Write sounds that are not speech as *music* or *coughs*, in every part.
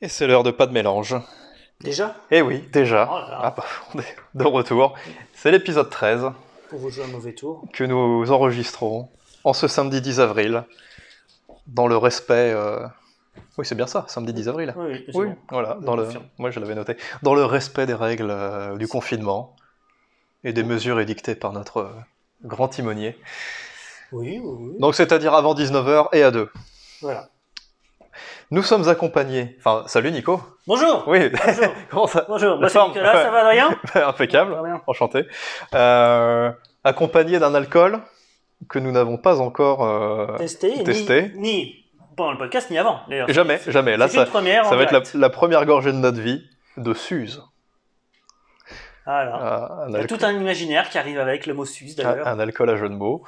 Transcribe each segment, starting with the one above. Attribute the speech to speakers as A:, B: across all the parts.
A: Et c'est l'heure de pas de mélange.
B: Déjà
A: Eh oui, déjà.
B: Oh là là.
A: Ah bah, *laughs* on est de retour. C'est l'épisode 13
B: Pour vous jouer un mauvais tour.
A: que nous enregistrons en ce samedi 10 avril, dans le respect. euh, Oui, c'est bien ça, samedi 10 avril.
B: Oui, oui, c'est
A: Ah. Oui,
B: bon.
A: voilà,
B: Je
A: dans le...
B: confirme.
A: moi je l'avais noté. Dans le respect des règles euh, du confinement et des mesures édictées par notre euh, grand timonier.
B: Oui, oui, oui.
A: Donc c'est-à-dire avant 19h et à 2.
B: Voilà.
A: Nous sommes accompagnés. Enfin, salut Nico.
B: Bonjour
A: Oui, *laughs*
B: Bonjour
A: comment ça
B: Bonjour, moi c'est
A: forme,
B: Nicolas,
A: ouais.
B: ça va Adrien
A: Impeccable.
B: Ça va bien.
A: *laughs* Enchanté. Euh, accompagné d'un alcool que nous n'avons pas encore euh,
B: Testé, ni-
A: Testé.
B: Ni, pendant le podcast, ni avant d'ailleurs.
A: jamais,
B: C'est-
A: jamais. Là,
B: C'est une
A: ça,
B: première.
A: ça va être la, la première gorgée de notre vie de Suze.
B: Voilà.
A: Ah, un,
B: Il y a
A: alco-
B: tout un imaginaire qui arrive avec le mot suisse d'ailleurs.
A: un- un alcool à jeu de mots.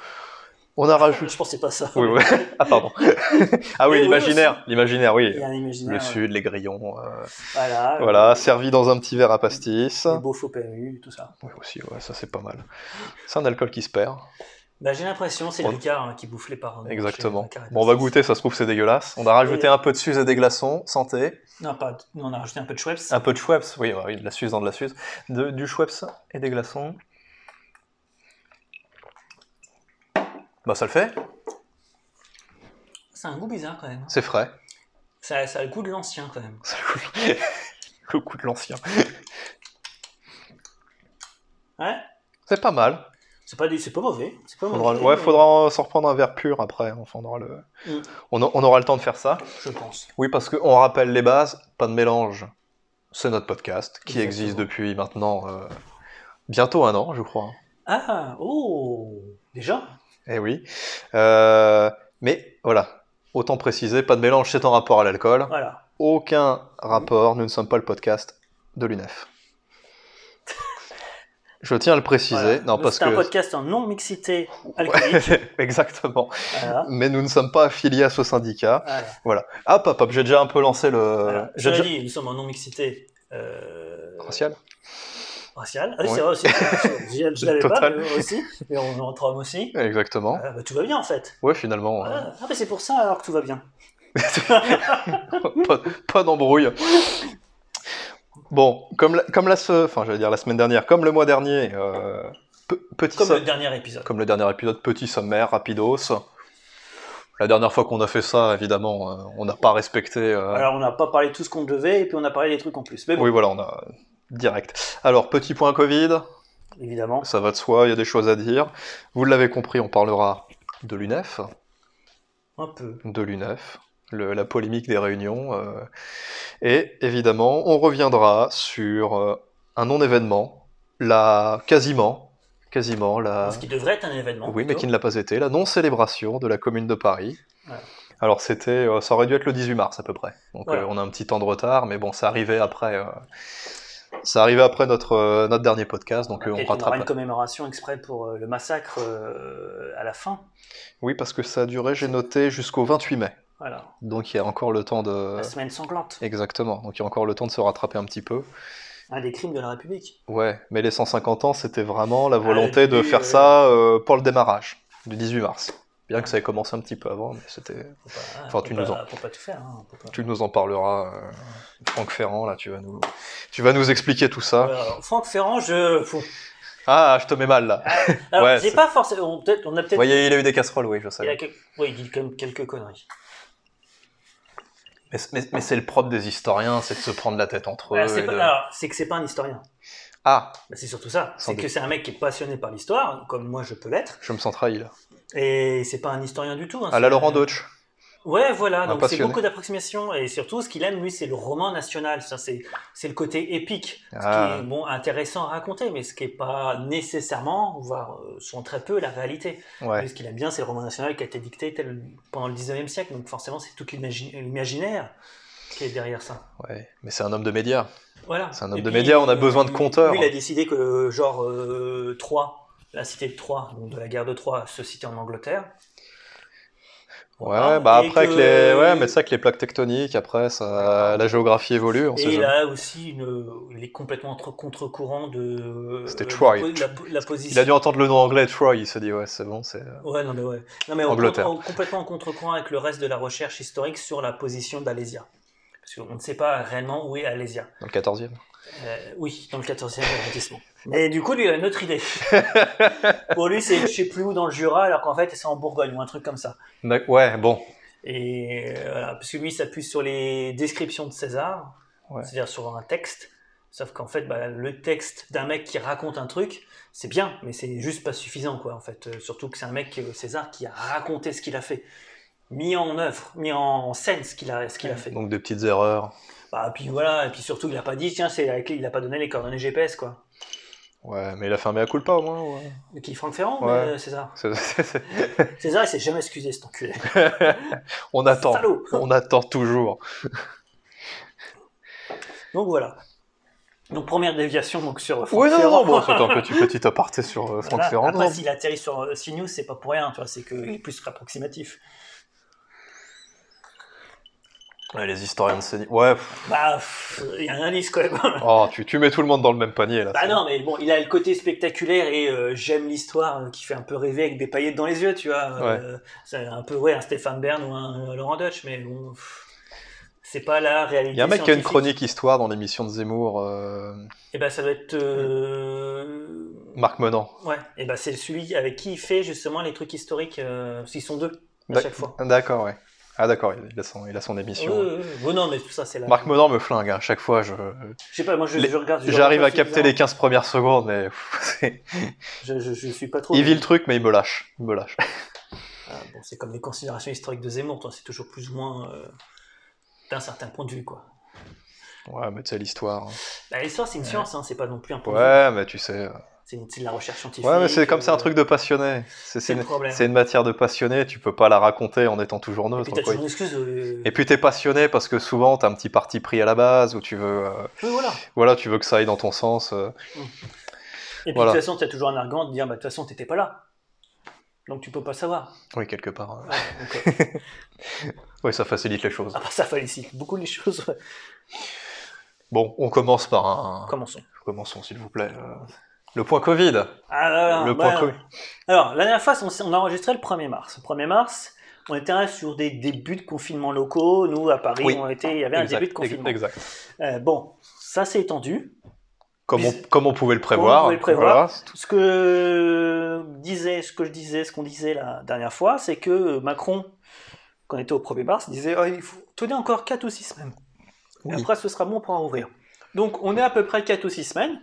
A: On a
B: *laughs*
A: rajouté.
B: Je pensais pas ça.
A: Oui, oui. *laughs* Ah pardon. ah oui,
B: Mais oui,
A: l'imaginaire, l'imaginaire, oui.
B: Il y a un imaginaire.
A: Le
B: ouais. Ah,
A: sud, les grillons, euh,
B: Voilà.
A: voilà, servi dans un petit verre à pastis.
B: Les beaux faux PMU, tout ça.
A: Oui aussi, ouais, ça c'est pas mal. C'est un alcool qui se perd,
B: Bah, j'ai l'impression, c'est
A: On-
B: Lucas hein, qui bouffe les parents.
A: exactement. Bon, on va goûter, ça se trouve c'est dégueulasse. On a rajouté
B: Et-
A: un peu de Suze et des glaçons, santé.
B: Non, pas. nous, On a rajouté un peu de Schweppes.
A: Un peu de Schweppes, oui, bah oui, de la Suisse dans de la Suisse. De- du Schweppes et des glaçons. Bah ça le fait,
B: C'est un goût bizarre quand même.
A: c'est *laughs* frais.
B: Ça, ça a le goût de l'ancien quand même.
A: Ça le coup de- *laughs* le coup de l'ancien.
B: Ouais.
A: C'est pas mal.
B: C'est pas, du- c'est pas mauvais. C'est pas
A: Faudra,
B: mauvais,
A: ouais,
B: mais-
A: faudra s'en reprendre un verre pur après. Enfin, on, aura le...
B: Mm.
A: on, a- on aura le temps de faire ça.
B: Je pense.
A: Oui, parce qu'on rappelle les bases, pas de mélange. C'est notre podcast qui
B: Exactement.
A: existe depuis maintenant euh, bientôt un an, je crois.
B: Ah, oh Déjà
A: Eh oui. Euh, mais voilà, autant préciser, pas de mélange, c'est en rapport à l'alcool.
B: Voilà.
A: Aucun rapport, nous ne sommes pas le podcast de l'UNEF. Je tiens à le préciser.
B: Voilà.
A: Non,
B: Mais
A: parce
B: C'est un
A: que.
B: podcast en non-mixité alcoolique.
A: *laughs* Exactement.
B: voilà.
A: Mais nous ne sommes pas affiliés à ce syndicat.
B: voilà.
A: Ah, pop, hop, j'ai déjà un peu lancé le.
B: Voilà.
A: j'ai
B: Cela
A: déjà-
B: dit, nous sommes en non-mixité euh,
A: Racial
B: raciale. Ah oui,
A: Oui.
B: c'est vrai aussi.
A: *laughs*
B: je je l'avais pas,
A: Total.
B: mais aussi. Mais on est entre hommes aussi.
A: Exactement.
B: Ah, bah, tout va bien en fait.
A: Ouais, finalement. euh,
B: Ah, ah, bah, c'est pour ça alors que tout va bien.
A: *laughs* pas pas d'embrouille. Bon, comme la, comme la, se- enfin, j'allais dire la semaine dernière, comme le mois dernier, euh, pe- petit
B: Comme
A: som-
B: le dernier épisode.
A: comme le dernier épisode, petit sommaire, rapidos. La dernière fois qu'on a fait ça, évidemment, euh, on n'a pas respecté. euh,
B: Alors on n'a pas parlé de tout ce qu'on devait et puis on a parlé des trucs en plus. Mais bon,
A: Oui, voilà, on a direct. Alors, petit point Covid,
B: évidemment.
A: ça va de soi, il y a des choses à dire. Vous l'avez compris, on parlera de l'UNEF,
B: Un peu.
A: de l'UNEF, le- la polémique des réunions. euh, et évidemment, on reviendra sur euh, un non-événement, la quasiment, quasiment la.
B: Ce qui devrait être un événement.
A: Ah. Oui, mais
B: plutôt.
A: qui ne l'a pas été, la non-célébration de la Commune de Paris.
B: Ouais.
A: Alors c'était, euh, ça aurait dû être le 18 mars à peu près. Donc
B: Voilà.
A: euh, on a un petit temps de retard, mais bon, ça arrivait après, euh, ça arrivait après notre euh, notre dernier podcast, donc euh, on
B: Peut-être on aura
A: rattrape.
B: une commémoration exprès pour euh, le massacre euh, à la fin.
A: Oui, parce que ça a duré, j'ai noté jusqu'au 28 mai.
B: Voilà.
A: Donc il y a encore le temps de.
B: La semaine sanglante.
A: Exactement. Donc il y a encore le temps de se rattraper un petit peu.
B: Un des crimes de la République.
A: Ouais, mais les 150 ans, c'était vraiment la volonté
B: le
A: de
B: début,
A: faire
B: euh,
A: ça euh, pour le démarrage du 18 mars. Bien que ça ait commencé un petit peu avant, mais c'était.
B: Faut pas,
A: Enfin,
B: faut
A: tu
B: pas-
A: nous en-
B: faut pas tout faire. hein, faut pas-
A: Tu nous en parleras, euh, Franck Ferrand, là, tu vas nous, tu vas nous expliquer tout ça.
B: Ouais, alors, Euh, Franck Ferrand, je. faut-
A: Ah, je te mets mal, là.
B: Alors,
A: Ouais,
B: j'ai
A: c'est-
B: pas forcément. On, peut-être- on a
A: Vous
B: peut-être.
A: voyez, il a eu des casseroles, oui, je
B: il a
A: sais.
B: quel- Oui, il dit quand même quelques conneries.
A: Mais, mais- mais c'est le propre des historiens, c'est de se prendre la tête entre
B: Voilà,
A: eux.
B: c'est
A: et
B: pas-
A: de-
B: alors, c'est que c'est pas un historien.
A: Ah,
B: Bah, c'est surtout ça.
A: Sans
B: C'est que
A: doute.
B: c'est un mec qui est passionné par l'histoire, comme moi je peux l'être.
A: je me sens trahi, là.
B: Et c'est pas un historien du tout. hein,
A: Ah, la
B: c'est-
A: Laurent Deutsch.
B: Ouais, voilà,
A: Un
B: donc c'est
A: passionné.
B: beaucoup d'approximations et surtout ce qu'il aime, lui, c'est le roman national. Ça, c'est, c'est le côté épique, ce
A: Ah.
B: qui est bon, intéressant à raconter, mais ce qui n'est pas nécessairement, voire euh, sont très peu, la réalité.
A: Ouais.
B: Lui, ce qu'il aime bien, c'est le roman national qui a été dicté tel- pendant le 19e siècle, donc forcément, c'est tout l'imagi- l'imaginaire qui est derrière ça.
A: ouais. Mais c'est un homme de médias.
B: Voilà.
A: C'est un homme
B: Et
A: de
B: puis,
A: médias, on a
B: euh,
A: besoin de compteurs.
B: Lui, il a décidé que, genre, euh, Troyes, la cité de Troyes, donc de la guerre de Troyes, se citait en Angleterre.
A: Ouais,
B: Voilà.
A: bah
B: hein, Et
A: après, que...
B: que-
A: les... ouais, mais ça, que les plaques tectoniques, après, ça... la géographie évolue, on sait
B: Et il
A: jamais.
B: a aussi une, il est complètement entre- contre-courant de.
A: C'était
B: de
A: Troy.
B: la po- La, po- la
A: Il a
B: position.
A: dû entendre le nom anglais, Troy, il s'est dit, ouais, c'est bon, c'est... euh,
B: Ouais, non mais ouais. Non mais au
A: Angleterre.
B: contre- au- complètement en contre-courant avec le reste de la recherche historique sur la position d'Alésia. Parce qu'on ne sait pas réellement où est Alésia.
A: Dans le 14e.
B: Euh, oui, dans le 14e arrondissement. Et du coup, lui, il a une autre idée. Pour lui, c'est je sais plus où dans le Jura, alors qu'en fait, c'est en Bourgogne ou un truc comme ça.
A: D'ac- Ouais, bon.
B: Et euh, voilà, parce que lui, il s'appuie sur les descriptions de César,
A: Ouais.
B: c'est-à-dire sur un texte. Sauf qu'en fait, bah, le texte d'un mec qui raconte un truc, c'est bien, mais c'est juste pas suffisant, quoi, en fait. Euh, surtout que c'est un mec, euh, César, qui a raconté ce qu'il a fait, mis en œuvre, mis en scène ce qu'il a, ce qu'il a fait.
A: Donc des petites erreurs.
B: Bah, puis voilà, et puis surtout, il a pas dit, tiens, c'est la clé, il a pas donné les coordonnées GPS, quoi.
A: Ouais, mais il a fermé à coup pas au moins. ouais.
B: Qui Franck Ferrand,
A: Ouais.
B: euh, César
A: C'est- *laughs* c'est- c'est-
B: César, il s'est jamais excusé, cet enculé.
A: On attend.
B: *laughs* Salaud
A: On attend toujours.
B: Donc voilà. Donc première déviation donc sur *laughs* euh, Franck
A: Oui, non, non,
B: Ferrand.
A: bon, c'est un petit, petit aparté sur euh, Franck
B: Voilà.
A: Ferrand.
B: Après,
A: non.
B: s'il atterrit sur euh, CNews, c'est pas pour rien, tu vois, c'est qu'il est plus approximatif.
A: Ouais, les historiens de CNews. Ouais, pff,
B: Bah, pff, il y a un indice quand même.
A: *laughs*
B: *laughs*
A: oh, tu, tu mets tout le monde dans le même panier là.
B: bah non, mais bon, il a le côté spectaculaire et euh, j'aime l'histoire euh, qui fait un peu rêver avec des paillettes dans les yeux, tu vois. Euh, c'est un peu, ouais, un Stéphane Bern ou un euh, Laurent Dutch, mais bon, pff, c'est pas la réalité.
A: Il y a un mec qui a une
B: scientifique.
A: chronique histoire dans l'émission de Zemmour, euh,
B: Et ben, ça doit être. euh,
A: Marc Menant.
B: Ouais, et ben, c'est celui avec qui il fait justement les trucs historiques, euh, parce qu'ils sont deux à
A: D'ac-
B: chaque fois.
A: D'accord, ouais. Ah d'accord, il a son, il a son émission.
B: Ouais, ouais, ouais. Bon, non, mais tout ça, c'est la.
A: hein. Marc Menant me flingue, hein, à chaque fois je...
B: Je sais pas, moi je,
A: Les-
B: je regarde. je
A: J'arrive à
B: regarde pas
A: capter les 15 premières secondes, mais pff, *laughs* c'est-
B: suffisamment. Je, je, je suis pas trop.
A: il vit le truc, mais il me lâche. Il me lâche.
B: Ah, bon, c'est comme les considérations historiques de Zemmour, toi, c'est toujours plus ou moins euh, d'un certain point de vue, quoi.
A: Ouais, mais tu sais, l'histoire. hein.
B: Bah, L'histoire, c'est une
A: Ouais.
B: science, hein, c'est pas non plus un point de vue.
A: Ouais, mais tu sais. euh,
B: C'est une- c'est de la recherche scientifique.
A: Ouais, mais c'est comme c'est un
B: euh,
A: truc de passionné. C'est-
B: C'est
A: C'est
B: le
A: une,
B: problème.
A: c'est une matière de passionné, tu peux pas la raconter en étant toujours
B: Et
A: neutre.
B: puis t'as
A: quoi.
B: toujours une excuse. euh,
A: Et puis t'es passionné parce que souvent t'as un petit parti pris à la base où tu veux, euh,
B: oui, voilà.
A: voilà, tu veux que ça aille dans ton sens. euh.
B: Et puis
A: Voilà.
B: de toute façon, t'as toujours un argument de dire, bah, de toute façon, t'étais pas là. Donc tu peux pas savoir.
A: Oui, quelque part. euh.
B: Ouais, donc, euh,
A: Oui, ça facilite les choses.
B: ah bah, ça fallait ici. Beaucoup les choses. *laughs* ouais.
A: Bon, on commence par un.
B: Commençons.
A: Commençons, s'il vous plaît. euh, Le point Covid.
B: Ah, là, là,
A: le
B: bah,
A: point Covid.
B: Alors, la dernière fois, on, s'est- on a enregistré le 1er mars. Le 1er mars, on était là sur des débuts de confinement locaux. Nous, à Paris,
A: Oui.
B: on était, il y avait un
A: Exact,
B: début de confinement.
A: exact.
B: Euh, bon, ça s'est étendu.
A: Comme on,
B: Puis-
A: comme on pouvait le prévoir.
B: pouvait le prévoir.
A: voilà, c'est tout.
B: Ce que disait, ce que je disais, ce qu'on disait la dernière fois, c'est que Macron, quand on était au 1er mars, disait Ah, il faut tenir encore 4 ou 6 semaines.
A: Oui.
B: Après, ce sera bon pour en ouvrir. Donc, on est à peu près 4 ou 6 semaines.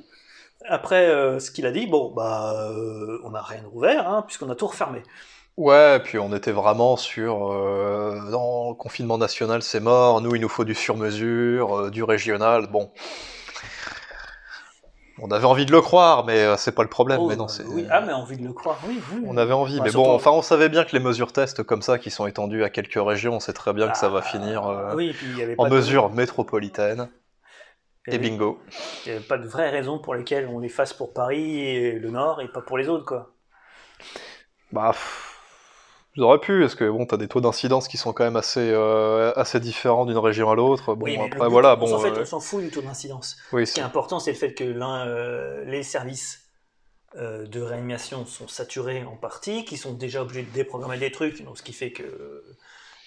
B: Après euh, ce qu'il a dit, bon, bah, euh, on n'a rien ouvert, hein, puisqu'on a tout refermé.
A: Ouais, puis on était vraiment sur euh, non, le confinement national, c'est mort. Nous, il nous faut du sur-mesure, euh, du régional. Bon, on avait envie de le croire, mais euh, c'est pas le problème.
B: Oh,
A: mais non,
B: bah,
A: c'est.
B: oui. Ah, mais envie de le croire, oui. oui.
A: On avait envie,
B: Bah,
A: mais
B: surtout-
A: bon, enfin, on savait bien que les mesures tests comme ça, qui sont étendues à quelques régions, on sait très bien que ça va
B: Ah,
A: finir euh,
B: oui, et puis il y avait
A: en
B: pas Eh de-
A: mesure métropolitaine.
B: il y
A: Et
B: avait-
A: bingo.
B: il y avait pas de vraie raison pour lesquelles on les fasse pour Paris et le Nord et pas pour les autres, quoi.
A: Bah, pff, vous auriez pu, parce que bon, t'as des taux d'incidence qui sont quand même assez, euh, assez différents d'une région à l'autre. Bon,
B: Oui, mais le
A: après,
B: but,
A: voilà,
B: on
A: bon.
B: s'en fait,
A: euh,
B: on s'en fout du taux d'incidence.
A: oui,
B: Ce qui
A: c'est-
B: est important, c'est le fait que l'un, euh, les services euh, de réanimation sont saturés en partie, qui sont déjà obligés de déprogrammer des trucs, donc ce qui fait que euh,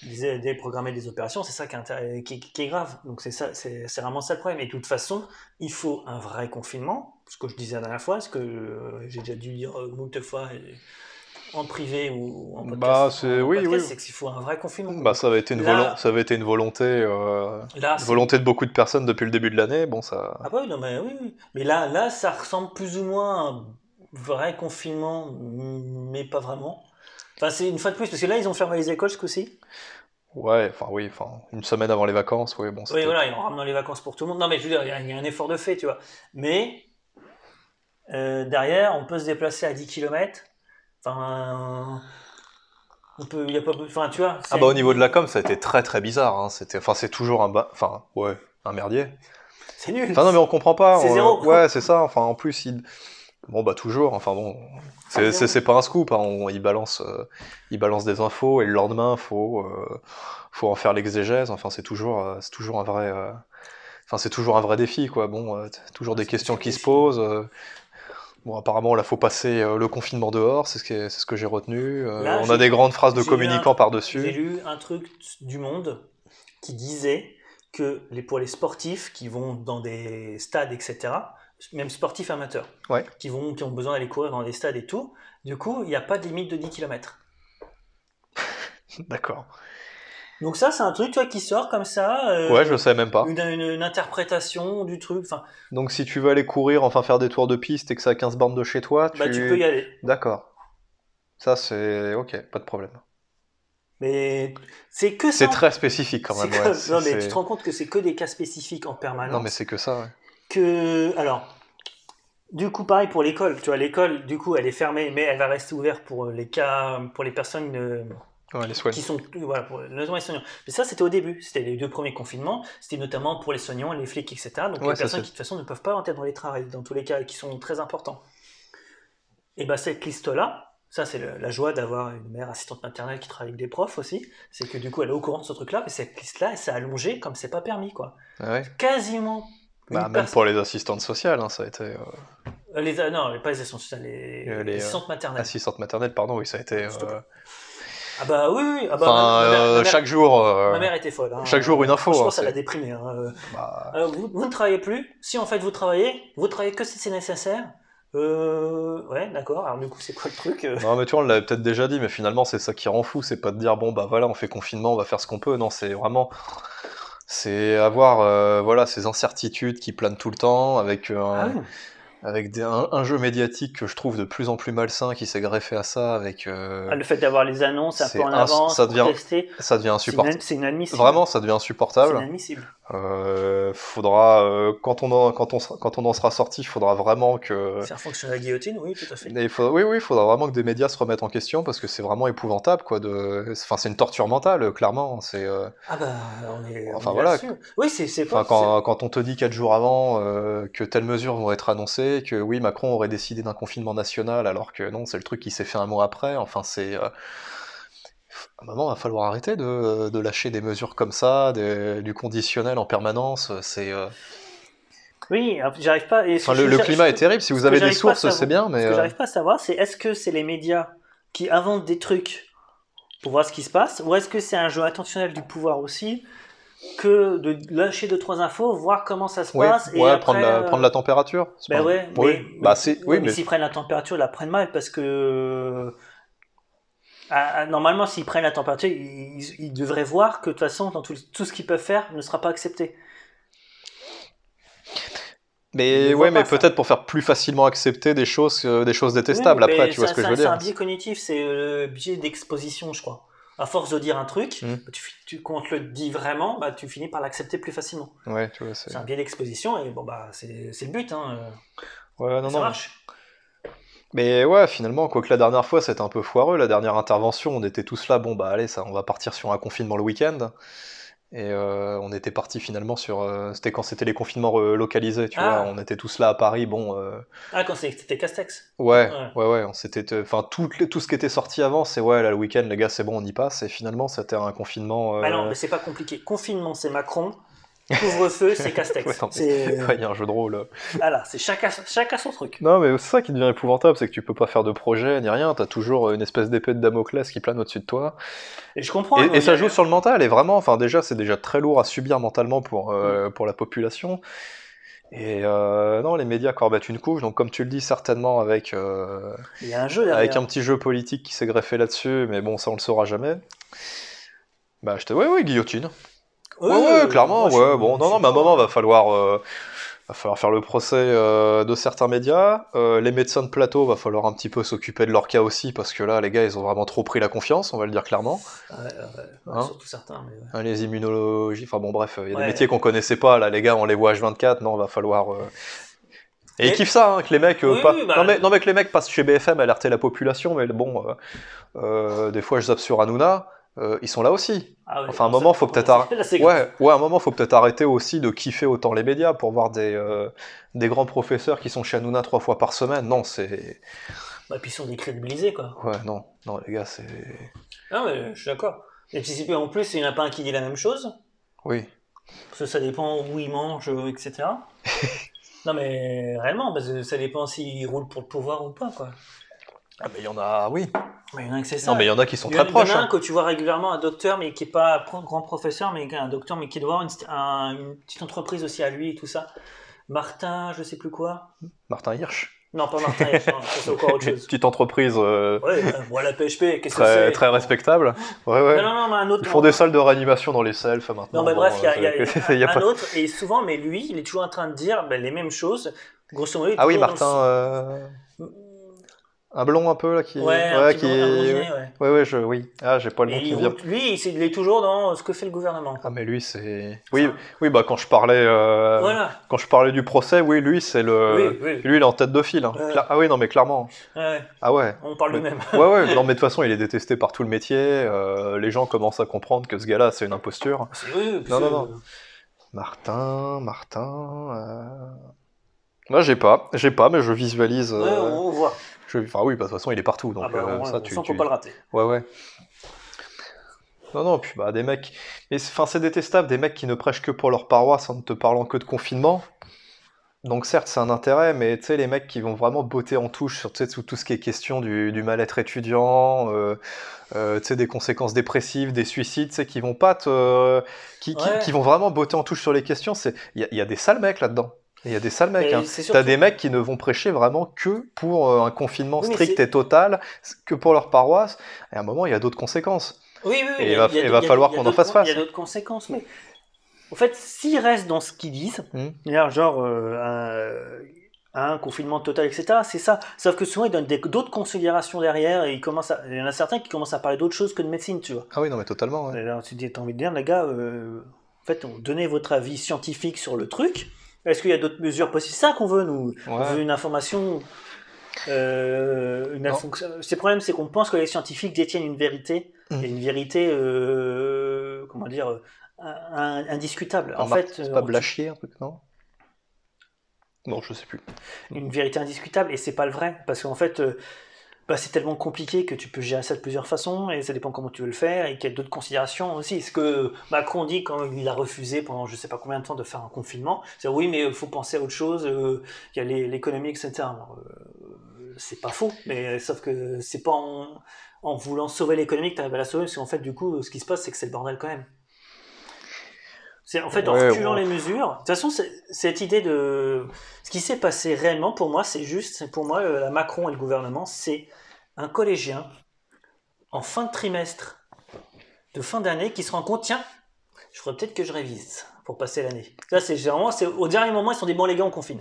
B: dé- déprogrammer des opérations, c'est ça qui est, intér- qui- qui est grave. Donc c'est ça, c'est c'est vraiment ça le problème. Et de toute façon, il faut un vrai confinement. Ce que je disais la dernière fois, ce que euh, j'ai déjà dû dire euh, moult fois. et- en privé ou en podcast,
A: Bah, c'est-
B: en
A: oui,
B: podcast,
A: oui.
B: c'est qu'il faut un vrai confinement.
A: Bah, ça avait été une,
B: Là-
A: volo- ça avait été une volonté, euh,
B: Là, c'est-
A: volonté de beaucoup de personnes depuis le début de l'année. Bon, ça.
B: Ah bah oui, non, mais oui, oui. Mais là, là, ça ressemble plus ou moins à un vrai confinement, mais pas vraiment. Enfin, c'est une fois de plus, parce que là, ils ont fermé les écoles ce coup-ci.
A: Ouais, enfin, oui, enfin, une semaine avant les vacances, oui, bon,
B: Oui,
A: c'était-
B: voilà, ils ont ramené les vacances pour tout le monde. Non, mais je veux dire, il y a- il y, a un effort de fait, tu vois. Mais euh, derrière, on peut se déplacer à 10 km. Enfin, on peut, il y a pas, enfin, tu vois.
A: Ah, bah, au niveau de la com, ça a été très très bizarre. hein. C'était... Enfin, c'est toujours un. ba- Enfin, ouais, un merdier.
B: c'est nul.
A: Enfin, non, mais on comprend pas.
B: C'est
A: on-
B: zéro.
A: Ouais, c'est ça. Enfin, en plus, il... bon, bah, toujours. Enfin, bon, c'est,
B: Ah, zéro.
A: c'est, c'est pas un scoop. Hein. On, il, balance, euh, il balance des infos et le lendemain, faut, euh, faut en faire l'exégèse. Enfin, c'est toujours, euh, c'est toujours un vrai. euh, Enfin, c'est toujours un vrai défi, quoi. Bon, euh, t- toujours des
B: Ah, C'est
A: questions
B: toujours
A: qui
B: un
A: se
B: défi.
A: posent. euh. Bon, apparemment, là, faut passer euh, le confinement dehors. C'est ce que, c'est ce que j'ai retenu. Euh,
B: Là,
A: on a
B: j'ai-
A: des grandes phrases de
B: j'ai eu un-
A: communicants
B: J'ai
A: par-dessus.
B: lu un truc du Monde qui disait que les, pour les sportifs qui vont dans des stades, etc., même sportifs amateurs,
A: Ouais.
B: qui, vont, qui ont besoin d'aller courir dans des stades et tout, du coup, il n'y a pas de limite de 10 km.
A: D'accord.
B: Donc ça, c'est un truc toi, qui sort comme ça, euh,
A: Ouais, je le savais même pas.
B: une, une- une interprétation du truc, enfin,
A: Donc si tu veux aller courir, enfin faire des tours de piste et que c'est à 15 bornes de chez toi, tu,
B: bah, tu peux y aller.
A: D'accord. Ça c'est ok, pas de problème.
B: Mais c'est que ça.
A: C'est
B: en-
A: très spécifique quand
B: c'est
A: même.
B: que-
A: ouais. C'est-
B: Non, mais tu
A: c'est-
B: te rends compte que c'est que des cas spécifiques en permanence.
A: Non, mais c'est que ça. ouais.
B: que alors du coup pareil pour l'école tu vois l'école du coup elle est fermée mais elle va rester ouverte pour les cas pour les personnes euh,
A: Ouais, les soignants.
B: qui sont voilà pour notamment les soignants mais ça c'était au début c'était les deux premiers confinements c'était notamment pour les soignants les flics etc donc
A: Ouais,
B: les
A: ça,
B: personnes
A: c'est-
B: qui de toute façon ne peuvent pas rentrer dans les travails dans tous les cas et qui sont très importants et ben cette liste là ça c'est le- la joie d'avoir une mère assistante maternelle qui travaille avec des profs aussi c'est que du coup elle est au courant de ce truc là mais cette liste là elle s'est allongée comme c'est pas permis quoi
A: Ouais.
B: quasiment une
A: Bah, même
B: personne-
A: pour les assistantes sociales, hein, ça a été euh,
B: Euh, Les, non, les- pas les assistantes sociales, les,
A: Euh, les,
B: les assistantes maternelles.
A: assistantes maternelles, pardon, oui, ça a été. euh,
B: Stop. Ah bah oui, oui. Ah bah,
A: Enfin,
B: ma- ma, mère-
A: euh,
B: ma mère-
A: chaque jour, euh,
B: ma mère était folle. hein.
A: chaque jour une info.
B: Franchement,
A: hein,
B: ça l'a
A: c'est-
B: déprimée. hein. Euh,
A: *laughs* bah,
B: euh, vous, vous ne travaillez plus. Si en fait vous travaillez, vous travaillez que si c'est nécessaire. Euh, ouais, d'accord. Alors du coup, c'est quoi le truc euh
A: Non, mais tu vois, on l'avait peut-être déjà dit, mais finalement, c'est ça qui rend fou, c'est pas de dire bon bah voilà, on fait confinement, on va faire ce qu'on peut. Non, c'est vraiment, c'est avoir euh, voilà ces incertitudes qui planent tout le temps avec euh,
B: Ah
A: un,
B: oui.
A: avec des- un, un jeu médiatique que je trouve de plus en plus malsain qui s'est greffé à ça avec euh,
B: Ah, le fait d'avoir les annonces un
A: c'est
B: peu en
A: ins-
B: avance,
A: ça devient
B: pour tester,
A: ça devient
B: c'est
A: insupportable.
B: ina- c'est inadmissible.
A: Vraiment, ça devient
B: c'est
A: insupportable.
B: inadmissible.
A: Euh, faudra euh, quand on en, quand on sera- quand on en sera sorti, il faudra vraiment que
B: Faire fonctionner la guillotine, oui, tout à fait.
A: Et il faudra- oui, oui, il faudra vraiment que des médias se remettent en question parce que c'est vraiment épouvantable, quoi. De... Enfin, c'est une torture mentale, euh, clairement. C'est, euh,
B: Ah bah, on est,
A: Enfin,
B: on est
A: voilà.
B: là-dessus. Oui, c'est c'est pas.
A: enfin, quand, quand on te dit quatre jours avant euh, que telles mesures vont être annoncées, que oui, Macron aurait décidé d'un confinement national, alors que non, c'est le truc qui s'est fait un mois après. Enfin, c'est. euh, À un moment, il va falloir arrêter de, de lâcher des mesures comme ça, des- du conditionnel en permanence. C'est. euh,
B: c'est- Oui, j'arrive pas. et ce
A: Enfin,
B: que
A: le,
B: je
A: le
B: cher-
A: climat
B: ce
A: est
B: que-
A: terrible. Si
B: ce
A: vous
B: que
A: avez des
B: j'arrive pas à
A: sources, c'est bien,
B: savoir-
A: mais.
B: Ce que
A: euh,
B: j'arrive pas à savoir, c'est est-ce que c'est les médias qui inventent des trucs pour voir ce qui se passe, ou est-ce que c'est un jeu intentionnel du pouvoir aussi que de lâcher deux trois infos, voir comment ça se
A: Oui,
B: passe et
A: ouais,
B: après,
A: prendre, la,
B: euh,
A: prendre la température. c'est
B: bah
A: pas-
B: ouais,
A: oui,
B: mais,
A: bah c'est-
B: ouais,
A: oui,
B: mais
A: mais-
B: s'ils prennent la température, ils la prennent mal parce que euh, ah, ah, normalement, s'ils prennent la température, ils, ils- ils devraient voir que de toute façon, dans tout, tout ce qu'ils peuvent faire, ne sera pas accepté. Ils
A: Mais
B: ne
A: ouais,
B: voient
A: mais
B: pas ça.
A: peut-être pour faire plus facilement accepter des choses, euh, des choses détestables
B: Oui, mais
A: après, tu vois
B: c'est
A: ce que
B: un-
A: je veux
B: C'est un-
A: dire.
B: c'est un biais cognitif, c'est euh, le biais d'exposition, je crois. À force de dire un truc,
A: Mm.
B: bah, tu, fi- tu, quand on te le dit vraiment, bah, tu finis par l'accepter plus facilement.
A: Ouais, tu vois, c'est.
B: C'est un biais d'exposition et bon, bah, c'est c'est le but. Hein. euh,
A: Ouais, non,
B: ça
A: non.
B: marche.
A: Mais ouais, finalement, quoique la dernière fois, c'était un peu foireux, la dernière intervention, on était tous là, bon bah allez, ça, on va partir sur un confinement le week-end. Et euh, on était parti finalement sur. euh, c'était quand c'était les confinements euh, localisés, tu
B: Ah.
A: vois. On était tous là à Paris, bon. euh,
B: Ah, quand c'est- c'était Castex.
A: Ouais,
B: Ouais.
A: ouais, ouais, on s'était, enfin tout, tout ce qui était sorti avant, c'est ouais, là le week-end, les gars, c'est bon, on y passe. Et finalement, c'était un confinement. euh,
B: Ah non, mais c'est pas compliqué. Confinement, c'est Macron. Couvre-feu, c'est
A: *laughs*
B: Castex.
A: Ouais, non, mais-
B: c'est
A: *laughs* ouais, il y a un jeu de rôle.
B: voilà, c'est chacun, chacun son truc.
A: Non, mais c'est ça qui devient épouvantable, c'est que tu peux pas faire de projet ni rien. T'as toujours euh, une espèce d'épée de Damoclès qui plane au-dessus de toi.
B: Et je comprends.
A: et,
B: hein,
A: et ça
B: mais-
A: joue sur le mental. Et vraiment, enfin déjà, c'est déjà très lourd à subir mentalement pour euh,
B: Mm.
A: pour la population. Et euh, non, les médias corbattent une couche. Donc comme tu le dis, certainement avec euh,
B: Il y a un jeu derrière.
A: avec un petit jeu politique qui s'est greffé là-dessus, mais bon, ça on le saura jamais. Bah, je te... Ouais, ouais, guillotine.
B: Oui,
A: Ouais, ouais,
B: oui, oui,
A: clairement,
B: moi, je
A: ouais.
B: suis-
A: Bon,
B: je
A: non, non,
B: suis
A: mais à un
B: pour,
A: moment,
B: hein.
A: va falloir, euh, va falloir faire le procès euh, de certains médias. Euh, les médecins de plateau, va falloir un petit peu s'occuper de leur cas aussi, parce que là, les gars, ils ont vraiment trop pris la confiance, on va le dire clairement.
B: Ouais, ouais, ouais,
A: Hein
B: Surtout certains. Mais ouais.
A: Hein, les immunologies, enfin bon, bref, euh, il y a
B: Ouais.
A: des métiers qu'on connaissait pas, là, les gars, on les voit H24, non, va falloir. euh, Et ils
B: Et-
A: kiffent ça, hein, que les mecs. euh,
B: Oui,
A: pas-
B: oui, bah-
A: non, mais, non, mais que les mecs passent chez BFM à alerter la population, mais bon, euh, euh, des fois, je zappe sur Hanouna, euh, ils sont là aussi.
B: Ah ouais,
A: Enfin, à un
B: non, ça,
A: moment,
B: par
A: faut
B: contre,
A: peut-être arr-
B: c'est- *laughs* là, c'est-
A: Ouais, ouais, à un moment, faut peut-être arrêter aussi de kiffer autant les médias pour voir des, euh, des grands professeurs qui sont chez Hanouna trois fois par semaine. Non, c'est.
B: Bah, puis ils sont décrédibilisés, quoi.
A: Ouais, non, non, les gars, c'est.
B: Non, mais je suis d'accord. Et puis, si- en plus, il n'y en a pas un qui dit la même chose,
A: Oui.
B: parce que ça dépend où il mange, euh, etc.
A: *laughs*
B: non, mais réellement, parce que ça dépend s'il roule pour le pouvoir ou pas, quoi.
A: Ah, mais il y en a, oui.
B: Mais il y en a que c'est ça.
A: Non, mais il y en a qui sont
B: Il y en-
A: très proches.
B: Il y en a un
A: hein.
B: que tu vois régulièrement, un docteur, mais qui n'est pas pro- grand professeur, mais un docteur, mais qui doit avoir une, st- un- une petite entreprise aussi à lui et tout ça. Martin, je sais plus quoi.
A: Martin Hirsch.
B: Non, pas Martin, Hirsch, non, ça, c'est encore
A: *laughs*
B: autre chose.
A: Petite entreprise euh,
B: Ouais, euh, voilà, PHP, qu'est-ce que
A: très,
B: c'est
A: très respectable. Ouais, ouais.
B: Non, non, non, mais un autre.
A: Ils font des salles de réanimation dans les selfs maintenant.
B: Non, mais
A: Bon,
B: bref, il y a,
A: euh,
B: il y a-
A: *laughs* il y a
B: un
A: pas-
B: autre, et souvent, mais lui, il est toujours en train de dire ben, les mêmes choses. Grosso modo, il est
A: Ah oui,
B: toujours
A: Martin,
B: dans
A: euh,
B: le-
A: un blond un peu là qui.
B: Ouais, un petit
A: qui.
B: blond, un blondinet, ouais.
A: Ouais, ouais, je, oui. Ah, j'ai pas le nom
B: Et
A: qui
B: il
A: me vient.
B: roule- lui, il s'est- il est toujours dans ce que fait le gouvernement.
A: Ah, mais lui, c'est. Oui, oui, bah quand je parlais, euh,
B: Voilà.
A: quand je parlais du procès, oui, lui, c'est le.
B: Oui, oui.
A: Lui, il est en tête de file. hein.
B: Ouais.
A: Cla- Ah oui, non, mais clairement.
B: Ouais,
A: Ah
B: *laughs*
A: ouais.
B: on parle
A: Mais-
B: de même.
A: Ouais, ouais. non, mais de toute façon, il est détesté par tout le métier. euh, les gens commencent à comprendre que ce gars-là, c'est une imposture.
B: C'est- oui, oui,
A: *laughs* Non,
B: c'est-
A: non, Martin, Martin. euh, Moi, j'ai pas, j'ai pas, mais je visualise.
B: Ouais,
A: euh,
B: on voit.
A: je- Enfin, oui, bah, de toute façon, il est partout, donc
B: ah bah,
A: euh,
B: on,
A: ça,
B: on
A: tu.
B: sent
A: tu-
B: faut pas le rater.
A: Ouais, ouais. Non, non, puis bah, des mecs. Mais c'est- enfin, c'est détestable, des mecs qui ne prêchent que pour leur paroisse en ne te parlant que de confinement. Donc, certes, c'est un intérêt, mais tu sais, les mecs qui vont vraiment botter en touche sur tu sais, tout, tout ce qui est question du, du mal-être étudiant, euh, euh, tu sais, des conséquences dépressives, des suicides, tu sais, qui vont pas te. qui, qui-
B: Ouais.
A: qui vont vraiment botter en touche sur les questions. C'est... Il y a, il y a des sales mecs là-dedans. Il y a des sales mecs.
B: Mais
A: hein.
B: c'est
A: T'as
B: surtout-
A: des mecs qui ne vont prêcher vraiment que pour euh, un confinement
B: Oui, mais
A: strict
B: c'est-
A: et total, que pour leur paroisse. Et à un moment, il y a d'autres conséquences.
B: Oui, oui, oui,
A: Et
B: il y a-
A: il va-
B: il y a-
A: il va
B: il y a-
A: falloir
B: il y a
A: qu'on en fasse
B: d'autres-
A: face.
B: Il y a d'autres conséquences, mais au fait, s'ils restent dans ce qu'ils disent,
A: Hmm.
B: c'est-à-dire genre euh, un, un confinement total, etc., c'est ça. Sauf que souvent, ils donnent des- d'autres considérations derrière et ils commencent à- il y en a certains qui commencent à parler d'autres choses que de médecine, tu vois.
A: Ah oui, non, mais totalement. ouais.
B: Et là, tu te dis, t'as envie de dire, les gars, euh, en fait, on- donnez votre avis scientifique sur le truc. Est-ce qu'il y a d'autres mesures possibles C'est ça qu'on veut, nous. On
A: Ouais.
B: veut une information. Euh, une
A: Non.
B: info- C'est le problème, c'est qu'on pense que les scientifiques détiennent une vérité,
A: Mm.
B: et une vérité, euh, comment dire, euh, un- indiscutable. En
A: Mar-
B: fait,
A: c'est
B: euh,
A: pas
B: on-
A: Blachier, un truc, non Non, je sais plus.
B: une vérité indiscutable, et c'est pas le vrai, parce qu'en fait, euh, bah, c'est tellement compliqué que tu peux gérer ça de plusieurs façons, et ça dépend comment tu veux le faire, et qu'il y a d'autres considérations aussi. Ce que Macron dit quand il a refusé pendant je sais pas combien de temps de faire un confinement, c'est oui, mais il faut penser à autre chose, euh, il y a les- l'économie, etc. Alors, euh, c'est pas faux, mais euh, sauf que c'est pas en, en voulant sauver l'économie que tu arrives à la sauver, parce qu'en fait, du coup, ce qui se passe, c'est que c'est le bordel quand même. C'est en fait en
A: Ouais,
B: reculant
A: bon.
B: les mesures. De toute façon, c'est- cette idée de ce qui s'est passé réellement, pour moi, c'est juste, c'est pour moi, euh, la Macron et le gouvernement, c'est un collégien en fin de trimestre, de fin d'année, qui se rend compte, tiens, je ferais peut-être que je révise pour passer l'année. Là, c'est généralement, c'est au dernier moment, ils se sont dit, bon, les gars, on confine.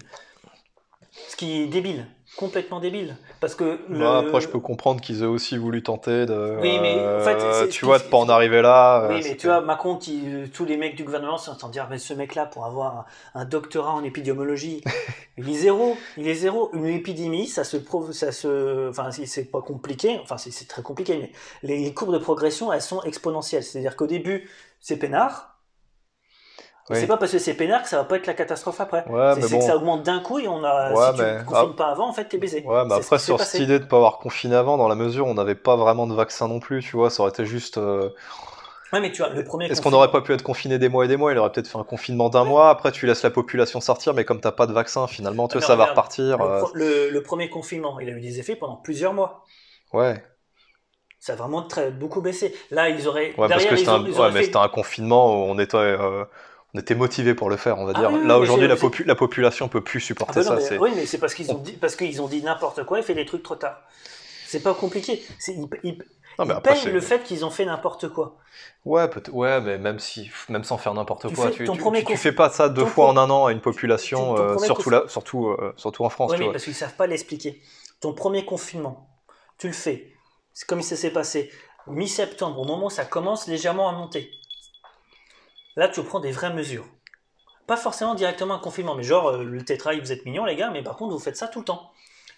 B: Ce qui est débile, complètement débile. Parce que. le-
A: Moi, Bah, après, je peux comprendre qu'ils aient aussi voulu tenter de.
B: Oui, mais en fait,
A: euh,
B: c'est-
A: tu
B: c'est-
A: vois, de
B: c'est-
A: pas en arriver là. euh,
B: Oui, mais
A: c'était-
B: tu vois, Macron, qui, euh, tous les mecs du gouvernement sont en train de dire, mais ce mec-là, pour avoir un, un doctorat
A: *laughs*
B: en épidémiologie, il est zéro, il est zéro. Une épidémie, ça se prouve, ça se, enfin, c'est- c'est pas compliqué, enfin, c'est- c'est très compliqué, mais les, les courbes de progression, elles sont exponentielles. C'est-à-dire qu'au début, c'est peinard. mais
A: Oui.
B: C'est pas parce que c'est peinard que ça va pas être la catastrophe après.
A: Ouais,
B: c'est
A: mais
B: c'est
A: bon.
B: que ça augmente d'un coup et on a,
A: Ouais,
B: si tu
A: mais- ah.
B: ne confines pas avant, en fait, t'es baisé.
A: Ouais, mais
B: C'est ce
A: après,
B: qui s'est
A: sur
B: passé.
A: cette idée de pas avoir confiné avant, dans la mesure où on n'avait pas vraiment de vaccin non plus, tu vois, ça aurait été juste. euh,
B: Ouais, mais tu vois, le premier.
A: Est-ce qu'on
B: confinement-
A: n'aurait pas pu être confiné des mois et des mois Il aurait peut-être fait un confinement d'un mois. Après, tu laisses la population sortir, mais comme t'as pas de vaccin, finalement, tu
B: Ah,
A: sais,
B: mais
A: ça va
B: regarde,
A: repartir.
B: le
A: euh,
B: pro- le- le premier confinement, il a eu des effets pendant plusieurs mois.
A: Ouais.
B: Ça a vraiment très, beaucoup baissé. Là, ils auraient.
A: Ouais, parce
B: derrière,
A: que
B: ils,
A: c'était un,
B: ont- ils
A: ouais,
B: auraient
A: mais
B: fait-
A: c'était un confinement où on était, euh, on était motivé pour le faire, on va
B: Ah
A: dire.
B: oui, oui,
A: Là,
B: mais
A: aujourd'hui,
B: c'est-
A: la,
B: c'est-
A: popu- la population peut plus
B: Ah
A: supporter
B: bah non,
A: ça.
B: mais-
A: c'est-
B: oui, mais c'est parce qu'ils ont dit parce qu'ils ont dit n'importe quoi et fait des trucs trop tard. C'est pas compliqué. C'est- Ils, ils-
A: Non, mais
B: ils
A: après,
B: payent
A: c'est-
B: le fait qu'ils ont fait n'importe quoi.
A: ouais, peut- ouais, mais même, si, même sans faire n'importe
B: Tu
A: quoi,
B: fais
A: tu,
B: ton
A: tu-
B: premier
A: tu- tu
B: conf-
A: fais pas ça deux
B: ton
A: fois
B: pro-
A: en un an à une
B: ton
A: population, euh,
B: premier
A: surtout,
B: conf-
A: là, surtout, euh, surtout en France.
B: Oui,
A: tu
B: mais
A: vois.
B: parce qu'ils savent pas l'expliquer. Ton premier confinement, tu le fais. C'est comme ça s'est passé mi-septembre, au moment où ça commence légèrement à monter. Là, tu prends des vraies mesures. Pas forcément directement un confinement, mais genre euh, le tétrail, vous êtes mignons les gars, mais par contre, vous faites ça tout le temps.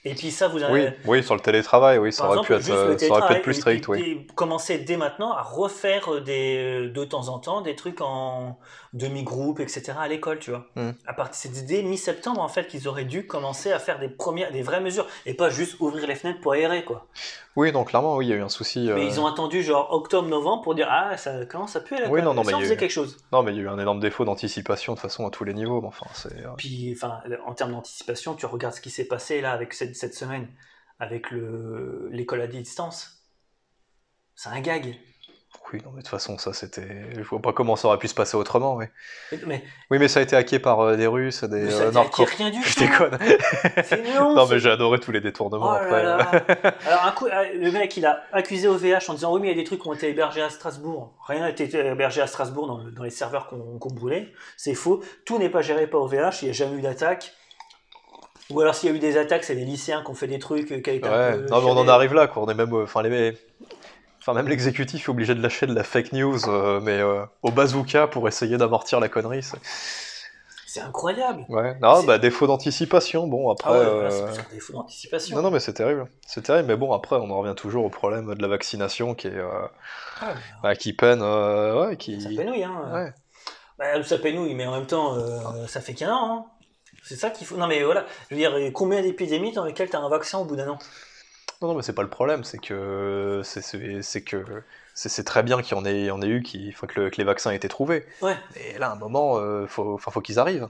B: Et puis ça, vous avez
A: Oui, oui, sur le télétravail, oui, ça
B: Par
A: aurait
B: exemple,
A: pu être,
B: juste
A: euh,
B: le
A: ça aurait pu
B: tétra,
A: être plus
B: et-
A: strict,
B: et-
A: oui.
B: et Commencer dès maintenant à refaire euh, des, de temps en temps des trucs en demi-groupe, etc. à l'école, tu vois.
A: Mm.
B: À partir c'est dès mi-septembre en fait qu'ils auraient dû commencer à faire des premières, des vraies mesures et pas juste ouvrir les fenêtres pour aérer quoi.
A: Oui, donc clairement, oui, il y a eu un souci. euh,
B: Mais ils ont attendu genre octobre-novembre pour dire ah ça commence à puer là.
A: Oui,
B: quand même.
A: non, non,
B: Ça,
A: mais
B: on
A: il y a
B: faisait
A: eu-
B: quelque chose.
A: Non, mais il y a eu un énorme défaut d'anticipation de toute façon à tous les niveaux. mais Enfin, c'est. euh,
B: Puis, enfin, en termes d'anticipation, tu regardes ce qui s'est passé là avec cette, cette semaine, avec le- l'école à distance. C'est un gag.
A: Oui, non, mais de toute façon, ça c'était. Je vois pas comment ça aurait pu se passer autrement. Oui,
B: Mais, mais-
A: oui mais ça a été hacké par euh, des Russes,
B: mais
A: des
B: ça
A: euh,
B: t'a
A: Nord-Cor-
B: rien
A: *laughs*
B: du
A: Je
B: tout.
A: déconne.
B: C'est nul,
A: non, mais j'ai adoré tous les détournements
B: Oh
A: après. euh,
B: là
A: *laughs*
B: là. Alors, un coup, euh, le mec, il a accusé OVH en disant Oui, mais il y a des trucs qui ont été hébergés à Strasbourg. Rien n'a été hébergé à Strasbourg dans, le- dans les serveurs qu'on qu'on brûlait. C'est faux. Tout n'est pas géré par OVH. Il n'y a jamais eu d'attaque. Ou alors, s'il y a eu des attaques, c'est des lycéens qui ont fait des trucs euh, qui a été
A: Ouais.
B: un peu
A: non, mais on en
B: gérés.
A: arrive là, quoi. On est même, euh, enfin, les... enfin même l'exécutif est obligé de lâcher de la fake news, euh, mais euh, au bazooka pour essayer d'amortir la connerie. c'est-
B: C'est incroyable.
A: Ouais. Non,
B: C'est-
A: bah défaut d'anticipation. Bon, après.
B: Ah ouais,
A: euh,
B: là, c'est parce qu'il y a des faux d'anticipation.
A: Non, non, mais c'est terrible. C'est terrible, mais bon, après, on en revient toujours au problème de la vaccination qui est euh,
B: Ah,
A: bah, qui peine, euh, ouais, qui.
B: Ça pénouille, hein.
A: Ouais.
B: Bah, ça pénouille, mais en même temps, euh, ça fait qu'un an. hein. C'est ça qu'il faut. Non, mais voilà. Je veux dire, combien d'épidémies dans lesquelles tu as un vaccin au bout d'un an
A: Non, non, mais c'est pas le problème, c'est que c'est- c'est c'est que c'est c'est très bien qu'il y en ait, il y en ait eu, qui, enfin, que, le- que les vaccins aient été trouvés.
B: Ouais.
A: Mais là, à un moment, euh, faut, enfin, faut qu'ils arrivent.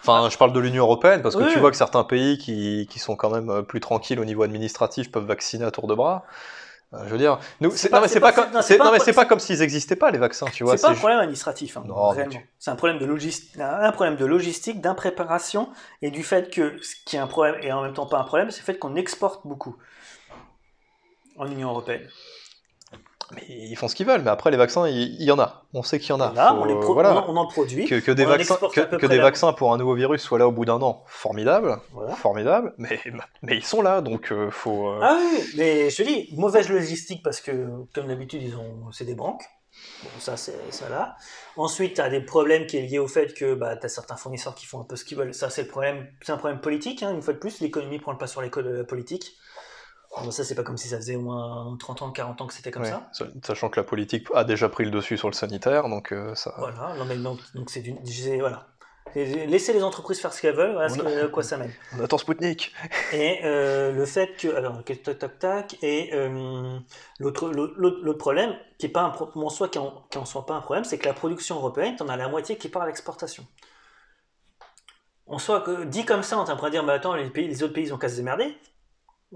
A: Enfin, je parle de l'Union européenne parce que
B: Oui.
A: tu vois que certains pays qui, qui sont quand même euh, plus tranquilles au niveau administratif peuvent vacciner à tour de bras. Euh, je veux dire, nous,
B: C'est
A: c'est-
B: pas-
A: non mais
B: c'est
A: c'est
B: pas-
A: pas,
B: c'est- non,
A: comme,
B: c'est
A: c'est-
B: pas
A: non, mais
B: un-
A: c'est pas comme s'ils n'existaient pas les vaccins, tu vois.
B: c'est pas un
A: ju-
B: problème administratif, hein,
A: Non, mais
B: réellement. C'est un problème de logistique, un problème de logistique, d'impréparation et du fait que ce qui est un problème et en même temps pas un problème, c'est le fait qu'on exporte beaucoup en Union européenne.
A: mais ils font ce qu'ils veulent, mais après les vaccins, il il y, en a. On sait qu'il y en a. Ah,
B: Là,
A: Faut- euh,
B: on, les pro-
A: voilà.
B: on en- on en produit.
A: que, que des,
B: on en
A: vaccins,
B: exporte
A: que,
B: à peu
A: que des
B: près la-
A: vaccins pour un nouveau virus soient là au bout d'un an, formidable,
B: Voilà.
A: formidable, mais, *laughs* mais ils sont là, donc euh, faut... euh,
B: Ah oui, mais je te dis, mauvaise logistique parce que, comme d'habitude, ils ont, c'est des banques. Bon, ça, c'est ça là. Ensuite, tu as des problèmes qui est lié au fait que bah, tu as certains fournisseurs qui font un peu ce qu'ils veulent. Ça, c'est le problème, c'est un problème politique, hein, une fois de plus. L'économie prend le pas sur l'éco- la politique. Bon, ça, c'est pas comme si ça faisait au moins 30 ans, 40 ans que c'était comme
A: ouais.
B: ça.
A: Sa- Sachant que la politique a déjà pris le dessus sur le sanitaire, donc euh, ça...
B: Voilà, non, mais donc, donc c'est du. c'est- Voilà. Laisser les entreprises faire ce qu'elles veulent, voilà ce
A: On a-
B: que- à quoi ça mène.
A: On attend Spoutnik
B: Et euh, le fait que. Alors, ok, tac, tac, tac. Et euh, l'autre l'autre- l'autre- l'autre problème, qui est pas un pro- en soi, qui en, qui en soit pas un problème, c'est que la production européenne, t'en as la moitié qui part à l'exportation. En soi, que, dit comme ça, on t'en pourrait dire, mais attends, les, pays, les autres pays, ils ont qu'à se démerder.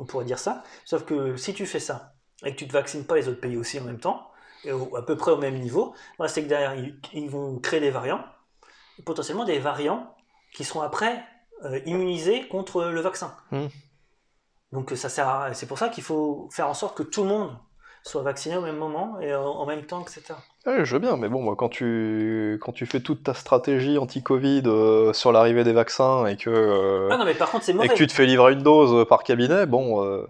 B: On pourrait dire ça. Sauf que si tu fais ça, et que tu te vaccines pas les autres pays aussi en même temps, et au- à peu près au même niveau, bah, c'est que derrière, ils, ils vont créer des variants, et potentiellement des variants qui seront après euh, immunisés contre le vaccin.
A: Hmm.
B: Donc euh, ça sert à- c'est pour ça qu'il faut faire en sorte que tout le monde soit vacciné au même moment et en, en même temps, etc.
A: Ouais, je veux bien, mais bon, moi, quand tu, quand tu fais toute ta stratégie anti-Covid euh, sur l'arrivée des vaccins et que, euh,
B: Ah non, mais par contre, c'est
A: et
B: mauvais.
A: que tu te fais livrer une dose euh, par cabinet, bon, euh,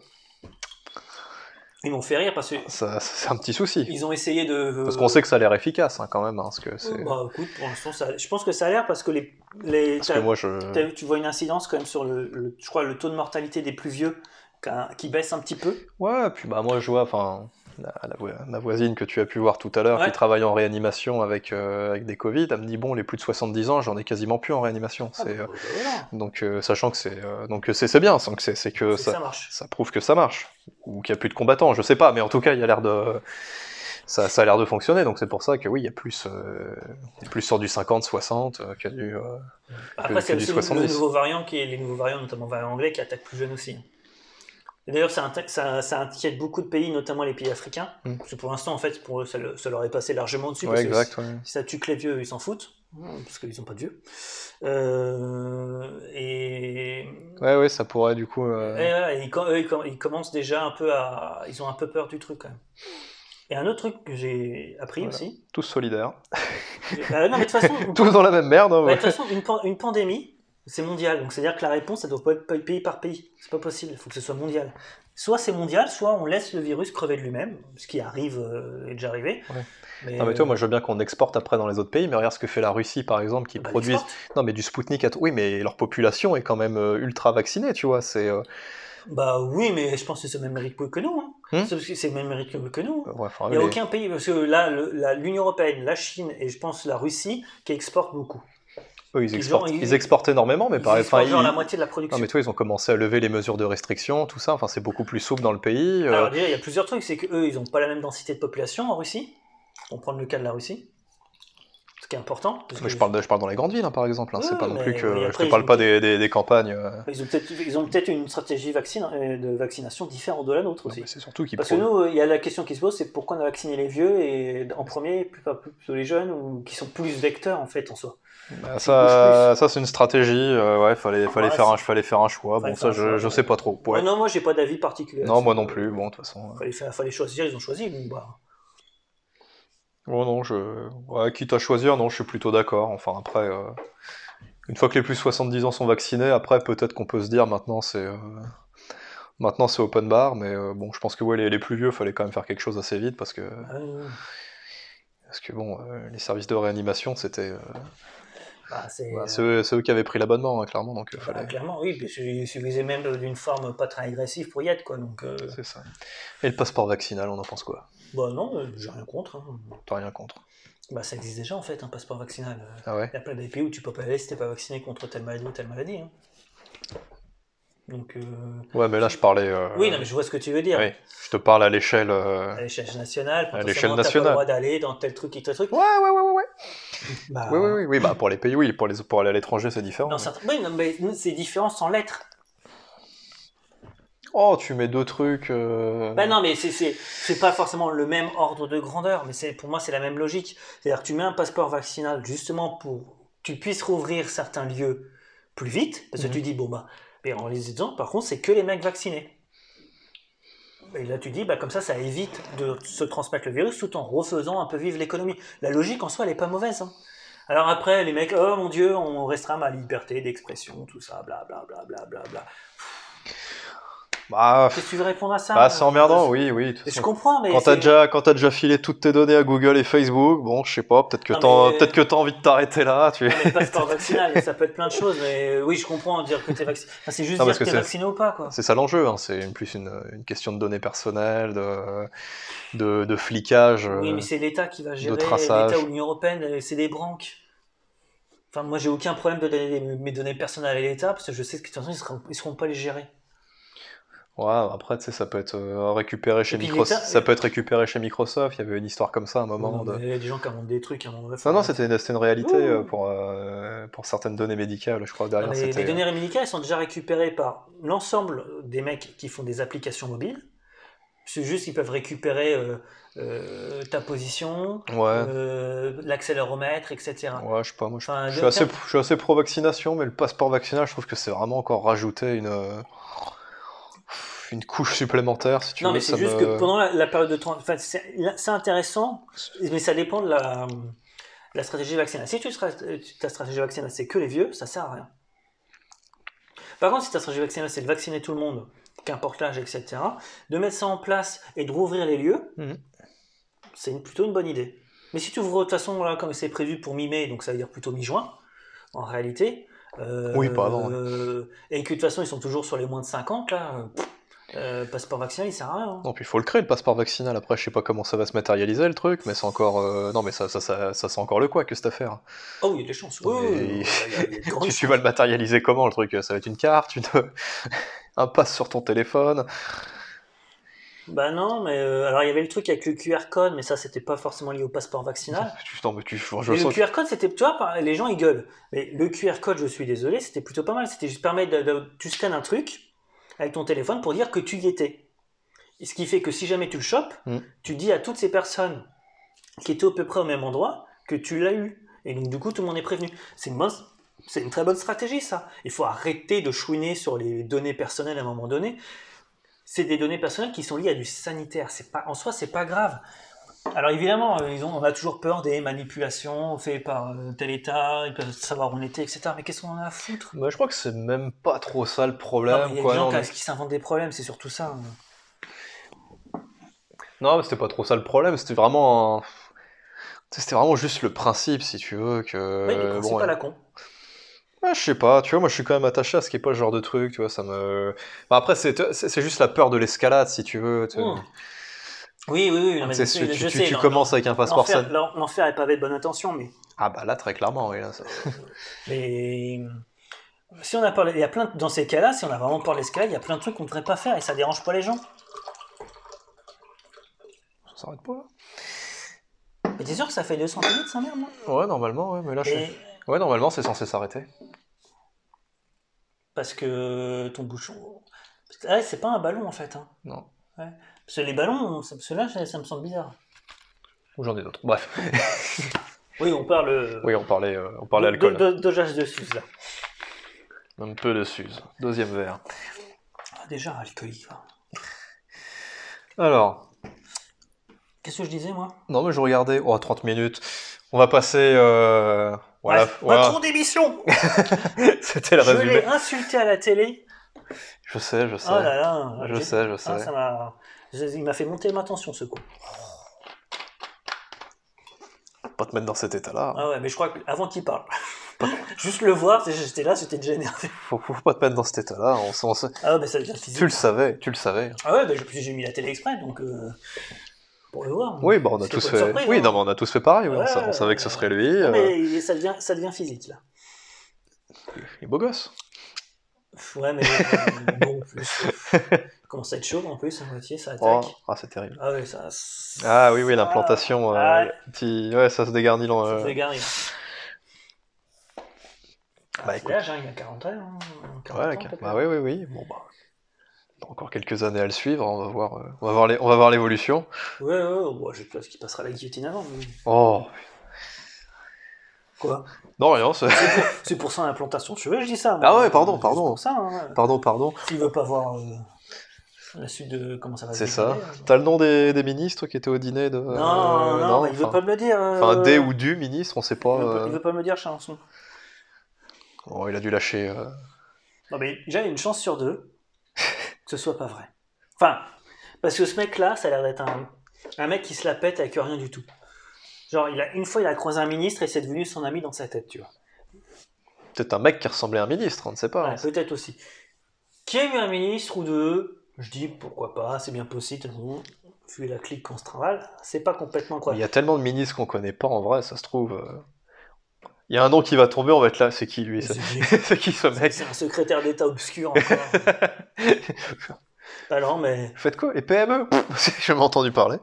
B: Ils m'ont fait rire parce
A: ça, c'est un petit souci.
B: qu'ils ont essayé de.
A: Parce qu'on sait que ça a l'air efficace, hein, quand même, hein, parce que c'est...
B: euh, Bah écoute, pour l'instant, ça... je pense que ça a l'air parce que les. les...
A: Parce
B: t'as-
A: que moi, je...
B: t'as vu, tu vois une incidence quand même sur le, le- je crois, le taux de mortalité des plus vieux qu'un- qui baisse un petit peu.
A: Ouais, puis bah moi je vois, enfin, la, la vo- ma voisine que tu as pu voir tout à l'heure,
B: Ouais.
A: qui travaille en réanimation avec, euh, avec des Covid, elle me dit bon, les plus de 70 ans, j'en ai quasiment plus en réanimation.
B: Ah,
A: C'est,
B: bah,
A: euh,
B: bah, voilà.
A: donc euh, sachant que c'est euh, donc c'est c'est bien, sans que c'est c'est que
B: C'est que ça,
A: ça,
B: marche.
A: ça prouve que ça marche ou qu'il n'y a plus de combattants, je sais pas, mais en tout cas il y a l'air de ça, ça a l'air de fonctionner, donc c'est pour ça que oui, il y a plus euh, on est plus sur du 50, 60 euh, qu'il y a du euh,
B: Après, c'est
A: du
B: aussi le- le
A: 70.
B: nouveau variant qui est les nouveaux variants, notamment variants anglais, qui attaquent plus jeunes aussi. hein. Et D'ailleurs, ça, inti- ça- ça inquiète beaucoup de pays, notamment les pays africains.
A: Mm.
B: Parce que pour l'instant, en fait, pour eux, ça, le- ça leur est passé largement dessus.
A: ouais,
B: parce que
A: exact, ouais.
B: Si ça tue que les vieux, ils s'en foutent, hein, parce qu'ils n'ont pas de vieux. Euh, et,
A: Ouais, ouais, ça pourrait du coup
B: et
A: euh,
B: voilà, ils, com- eux, ils com- ils commencent déjà un peu à... Ils ont un peu peur du truc, quand même. Et un autre truc que j'ai appris
A: Voilà.
B: aussi...
A: tous solidaires,
B: Euh, non, mais de
A: *laughs*
B: toute façon,
A: tous dans la même merde. hein,
B: bah,
A: ouais.
B: de toute façon, une, pan- une pandémie, c'est mondial. Donc, c'est-à-dire que la réponse, ça doit pas être pa- pays par pays. C'est pas possible. Il faut que ce soit mondial. Soit c'est mondial, soit on laisse le virus crever de lui-même, ce qui arrive euh, est déjà arrivé. euh,
A: Ouais. Non mais toi, moi je veux bien qu'on exporte après dans les autres pays, mais regarde ce que fait la Russie par exemple, qui
B: bah,
A: produisent
B: l'exporte.
A: non mais du Spoutnik. À... Oui, mais leur population est quand même euh, ultra vaccinée, tu vois. C'est euh,
B: Bah oui, mais je pense que c'est le même mérite que nous. hein.
A: Hmm Ah,
B: C'est parce que c'est le même mérite que nous.
A: ouais, enfin,
B: Il n'y a
A: les-
B: aucun pays, parce que là, le- la- l'Union Européenne, la Chine et je pense la Russie qui exportent beaucoup.
A: eux, ils,
B: gens,
A: exportent...
B: ils-
A: ils exportent énormément, mais
B: Ils
A: pareil,
B: exportent
A: enfin,
B: genre
A: ils-
B: la moitié de la
A: non
B: production.
A: mais toi, ils ont commencé à lever les mesures de restriction, tout ça. Enfin, c'est beaucoup plus souple dans le pays. euh,
B: Alors déjà, il y a plusieurs trucs, c'est qu'eux, ils n'ont pas la même densité de population en Russie. On prend le cas de la Russie. ce qui est important. parce
A: Mais
B: que
A: je parle, de- je parle dans les grandes villes, hein, par exemple. hein,
B: Ouais,
A: c'est pas non
B: mais-
A: plus que
B: mais
A: je te
B: après,
A: parle
B: ils-
A: pas des, des- des campagnes. euh,
B: Ils ont peut-être ils ont peut-être une stratégie vaccine, euh, de vaccination différente de la nôtre
A: non,
B: aussi.
A: mais c'est surtout qu'ils
B: Parce que
A: prônent-
B: nous, il y a la question qui se pose, c'est pourquoi on a vacciné les vieux et en premier, plus pas plutôt les jeunes ou qui sont plus vecteurs en fait en soi.
A: Bah,
B: couches
A: ça, ça c'est une stratégie. euh, ouais, fallait, fallait
B: Ouais,
A: faire un,
B: c'est-
A: fallait faire un choix.
B: Fallait
A: Bon,
B: faire
A: ça,
B: un choix,
A: je, je
B: ouais.
A: sais pas trop. Ouais.
B: Ouais, non, moi j'ai pas d'avis particulier.
A: Non, moi non plus. Bon, de toute façon. euh,
B: Fallait, faire- fallait choisir, ils ont choisi. Bon, bah,
A: Oh non, je. Ouais, quitte à choisir, non, je suis plutôt d'accord. Enfin, après, euh, une fois que les plus 70 ans sont vaccinés, après, peut-être qu'on peut se dire maintenant c'est. euh, Maintenant, c'est open bar, mais euh, bon, je pense que ouais, les, les plus vieux, fallait quand même faire quelque chose assez vite parce que,
B: euh,
A: parce que bon, euh, les services de réanimation, c'était. euh,
B: bah, c'est.
A: bah, c'est eux, c'est eux qui avaient pris l'abonnement, hein, clairement, donc euh,
B: bah,
A: fallait.
B: clairement, oui, parce qu'il suffisait même d'une forme pas très agressive pour y être, quoi. Donc, euh,
A: C'est ça. Et le passeport vaccinal, on en pense quoi
B: bah non, euh, j'ai rien contre. hein.
A: T'as rien contre
B: Bah, ça existe déjà en fait, un passeport vaccinal. Euh,
A: Ah ouais
B: Il y a plein de pays où tu peux pas aller si t'es pas vacciné contre telle maladie ou telle maladie. hein. Donc, euh,
A: Ouais, mais là, je parlais. euh,
B: oui, non, mais je vois ce que tu veux dire.
A: oui, je te parle à l'échelle. euh,
B: À l'échelle nationale,
A: À l'échelle
B: potentiellement, t'as pas le
A: nationale.
B: droit d'aller dans tel truc et tel truc.
A: Ouais, ouais, ouais, ouais, ouais.
B: Bah,
A: Oui, oui, oui, oui, bah pour les pays, oui, pour, les, pour aller à l'étranger, c'est différent.
B: dans
A: mais-
B: certains- oui, non, mais nous, c'est différent sans l'être.
A: Oh, tu mets deux trucs. euh,
B: Ben non, mais c'est- c'est c'est pas forcément le même ordre de grandeur, mais c'est pour moi c'est la même logique. C'est-à-dire que tu mets un passeport vaccinal justement pour que tu puisses rouvrir certains lieux plus vite, parce que
A: Mhm.
B: tu dis bon bah, mais en les disant par contre c'est que les mecs vaccinés. Et là tu dis bah comme ça ça évite de se transmettre le virus tout en refaisant un peu vivre l'économie. La logique en soi elle est pas mauvaise. hein. Alors après les mecs oh mon dieu on restreint ma liberté d'expression tout ça bla bla bla bla bla bla.
A: Bah,
B: Qu'est-ce que tu veux répondre à ça
A: bah, c'est
B: euh,
A: emmerdant,
B: euh,
A: oui, oui. de toute
B: Je
A: façon.
B: comprends mais
A: Quand t'as
B: c'est-
A: déjà, quand t'as déjà filé toutes tes données à Google et Facebook, bon, je sais pas, peut-être que
B: Non,
A: t'en-
B: mais-
A: peut-être que t'as envie de t'arrêter là. Tu...
B: Non, mais le passeport vaccinal, ça peut être plein de choses, mais euh, oui, je comprends dire que t'es vacciné. Enfin, c'est juste
A: Non,
B: dire
A: parce que
B: que t'es
A: c'est-
B: vacciné ou pas, quoi.
A: *laughs* C'est ça l'enjeu, hein, c'est une- plus une, une question de données personnelles, de, de, de flicage.
B: Oui,
A: euh,
B: mais c'est l'État qui va gérer,
A: traçage.
B: l'État ou l'Union Européenne, euh, c'est des branques. Enfin, moi, j'ai aucun problème de donner les- mes données personnelles à l'État, parce que je sais que de toute façon, ils seront, ils seront pas les gérer.
A: Ouais, après, tu sais, ça peut être euh, récupéré chez
B: puis
A: Microsoft.
B: l'État-
A: Ça peut être récupéré chez Microsoft. Il y avait une histoire comme ça à un moment.
B: Non,
A: de-
B: mais Il y a des gens qui inventent des trucs, qui inventent
A: Non, non, c'était une, c'était une réalité
B: Ouh.
A: euh, pour, euh, pour certaines données médicales, je crois.
B: Ah,
A: Derrière,
B: mais
A: c'était.
B: les données médicales elles sont déjà récupérées par l'ensemble des mecs qui font des applications mobiles. C'est juste qu'ils peuvent récupérer euh, euh, ta position,
A: Ouais,
B: euh, l'accéléromètre, etc.
A: ouais, je sais pas. Moi, je,
B: Enfin,
A: je suis
B: le-
A: assez, je suis assez pro-vaccination, mais le passeport vaccinal, je trouve que c'est vraiment encore rajouter une, euh, une couche supplémentaire, si tu
B: non,
A: veux.
B: mais c'est
A: ça
B: juste
A: me-
B: que pendant la, la période de temps, enfin, c'est là, c'est intéressant, mais ça dépend de la, la stratégie vaccinale. Si tu, seras- ta stratégie vaccinale, c'est que les vieux, ça sert à rien. Par contre, si ta stratégie vaccinale, c'est de vacciner tout le monde, qu'importe l'âge, etc., de mettre ça en place et de rouvrir les lieux,
A: Mhm.
B: c'est une- plutôt une bonne idée. Mais si tu ouvres de toute façon, là, comme c'est prévu pour mi-mai, donc ça veut dire plutôt mi-juin, en réalité. euh,
A: Oui, pas avant, ouais.
B: euh, et que de toute façon, ils sont toujours sur les moins de 50, là. euh, pff, euh, passeport vaccinal, il sert à rien. hein.
A: Non, puis il faut le créer, le passeport vaccinal. Après, je sais pas comment ça va se matérialiser, le truc, mais c'est encore. euh, Non, mais ça, ça, ça, ça sent encore le quoi que cette affaire.
B: Oh, il y a des chances.
A: Non,
B: Oui, oui,
A: mais- *laughs*
B: oui, il y a- il y a de grandes
A: Tu, tu
B: chances.
A: vas le matérialiser comment, le truc Ça va être une carte, une... *laughs* un pass sur ton téléphone.
B: Bah non, mais euh, alors il y avait le truc avec le QR code, mais ça c'était pas forcément lié au passeport vaccinal.
A: Tu- *laughs* non, mais tu- je
B: Mais le
A: sens que-
B: QR code, c'était, tu vois, par- les gens ils gueulent. Mais le QR code, je suis désolé, c'était plutôt pas mal. C'était juste permettre de, de- tu scannes un truc avec ton téléphone pour dire que tu y étais. Et ce qui fait que si jamais tu le chopes,
A: Mm.
B: tu dis à toutes ces personnes qui étaient à peu près au même endroit que tu l'as eu. Et donc du coup, tout le monde est prévenu. C'est une bonne, c'est une très bonne stratégie ça. Il faut arrêter de chouiner sur les données personnelles à un moment donné. C'est des données personnelles qui sont liées à du sanitaire. C'est pas, en soi, c'est pas grave. Alors évidemment, euh, ils ont- on a toujours peur des manipulations faites par euh, tel État, ils peuvent savoir où on était, etc. Mais qu'est-ce qu'on en a à foutre
A: Bah, je crois que c'est même pas trop ça le
B: Non,
A: problème.
B: mais Il y a
A: quoi,
B: des
A: non,
B: gens qui-
A: mais-
B: qui s'inventent des problèmes, c'est surtout ça. hein.
A: Non, mais c'était pas trop ça le problème. C'était vraiment. un- Tu sais, C'était vraiment juste le principe, si tu veux. Que...
B: Oui, mais c'est
A: Euh, bon,
B: pas la con.
A: ouais, je sais pas, tu vois, moi je suis quand même attaché à ce qui est pas ce genre de truc, tu vois, ça me. Bah, après, c'est c'est- c'est juste la peur de l'escalade, si tu veux. tu-
B: Mmh. Oui, oui, oui. non, mais
A: Tu sais,
B: je
A: tu, tu-
B: je
A: tu-
B: sais,
A: tu
B: l'en-
A: commences avec un passeport
B: l'enfer-
A: san-
B: l'en- L'enfer est pavé de bonne intention, mais,
A: Ah, bah là, très clairement, oui. Là, ça-
B: mais si on a peur, il y a plein de- dans ces cas-là, si on a vraiment peur de l'escalade, il y a plein de trucs qu'on ne devrait pas faire et ça dérange pas les gens.
A: ça s'arrête pas hein. là.
B: Mais t'es sûr que ça fait 200 minutes, sa merde, là
A: Ouais, normalement, ouais, mais là, je suis...
B: Et-
A: Ouais, normalement, c'est censé s'arrêter.
B: Parce que ton bouchon. parce que- ah, c'est pas un ballon en fait. hein.
A: Non.
B: Ouais. Parce que les ballons, ça- ceux-là, ça, ça me semble bizarre.
A: Ou j'en ai d'autres. Bref.
B: Oui, on parle. euh,
A: Oui, on parlait, euh, on parlait
B: de-
A: alcool.
B: De, de, dosage de suce, là.
A: Un peu de suze. Deuxième verre.
B: Ah, déjà alcoolique. quoi.
A: Alors,
B: Qu'est-ce que je disais, moi
A: non, mais je regardais. Oh, 30 minutes. On va passer. euh, Voilà.
B: Bref,
A: voilà.
B: Macron démission
A: *laughs* C'était le
B: bah, Je l'ai
A: résumé.
B: insulté à la télé.
A: Je sais, je sais.
B: Oh là là.
A: je
B: j'ai-
A: sais, je
B: Ah,
A: sais.
B: ça m'a. je- Il m'a fait monter ma tension ce coup.
A: Faut Pas te mettre dans cet état-là.
B: Ah ouais, mais je crois qu'avant qu'il parle. *laughs* Juste le voir, c'est- j'étais là, j'étais déjà énervé.
A: Faut, faut pas te mettre dans cet état-là. On, s- on s-
B: Ah ouais, mais ça devient physique.
A: Tu le savais, tu le savais.
B: Ah ouais, bah, j'ai j'ai mis la télé exprès, donc. euh, pour le voir.
A: Oui, bah on a
B: C'était
A: tous
B: pas
A: fait.
B: une surprise,
A: oui,
B: hein.
A: non, mais on a tous fait pareil. oui, on,
B: Ouais,
A: sa- on savait que ce
B: ouais.
A: serait lui.
B: Non,
A: euh,
B: Ah, mais il- ça devient, ça devient physique là.
A: Il est beau gosse. *laughs*
B: Ouais, mais euh, bon, en plus, euh, commence à être chaud en plus, à moitié, ça
A: Oh,
B: attaque.
A: ah, c'est terrible.
B: Ah ouais, ça.
A: Ah oui, oui, l'implantation.
B: Ah,
A: euh, petit- ouais, ça se dégarnit. l'en-
B: Ça
A: euh,
B: fait garer.
A: Bah,
B: C'est
A: écoute.
B: l'âge, hein, il a 40 ans. hein, 40
A: Ouais, la
B: ans,
A: carte.
B: peut-être.
A: Bah oui, oui, oui. Bon, bah, dans encore quelques années à le suivre. On va voir, euh, on va voir, les, on va voir l'évolution.
B: Ouais, ouais, ouais, ouais, je pense qu'il passera la guillotine avant. mais-
A: Oh,
B: Quoi
A: non, rien. c'est-
B: C'est pour, c'est pour ça l'implantation, tu veux, je dis ça. moi.
A: Ah ouais, pardon,
B: C'est
A: pardon.
B: pour ça. Hein.
A: Pardon, pardon.
B: S'il veut pas voir euh, la suite de comment ça va se
A: C'est ça.
B: dérouler, euh,
A: T'as le nom des, des ministres qui étaient au dîner de. euh,
B: Non, non, mais il veut
A: enfin,
B: pas me le dire. euh,
A: Enfin, des ou du ministre, on sait pas.
B: Il veut, pas-
A: euh,
B: il veut pas me le dire, Chalençon.
A: oh, il a dû lâcher. euh,
B: Non, mais déjà, il y a une chance sur deux *laughs* que ce soit pas vrai. Enfin, parce que ce mec-là, ça a l'air d'être un, un mec qui se la pète avec rien du tout. Genre, il a, une fois, il a croisé un ministre et c'est devenu son ami dans sa tête, tu vois.
A: Peut-être un mec qui ressemblait à un ministre, on ne sait pas.
B: Ouais, Peut-être aussi. Qui a eu un ministre ou deux, je dis pourquoi pas, c'est bien possible, de toute façon, vu la clique qu'on se trimballe, c'est pas complètement
A: Il
B: croyable.
A: y a tellement de ministres qu'on connaît pas en vrai, ça se trouve. euh, Il y a un nom qui va tomber, on va être là. C'est qui lui
B: Mais
A: ça-
B: c'est-
A: *laughs* C'est qui ce mec
B: C'est un secrétaire d'État obscur
A: *laughs*
B: encore. ah non, mais.
A: Vous faites quoi Et PME E? Pff, *laughs* Je m'ai entendu parler.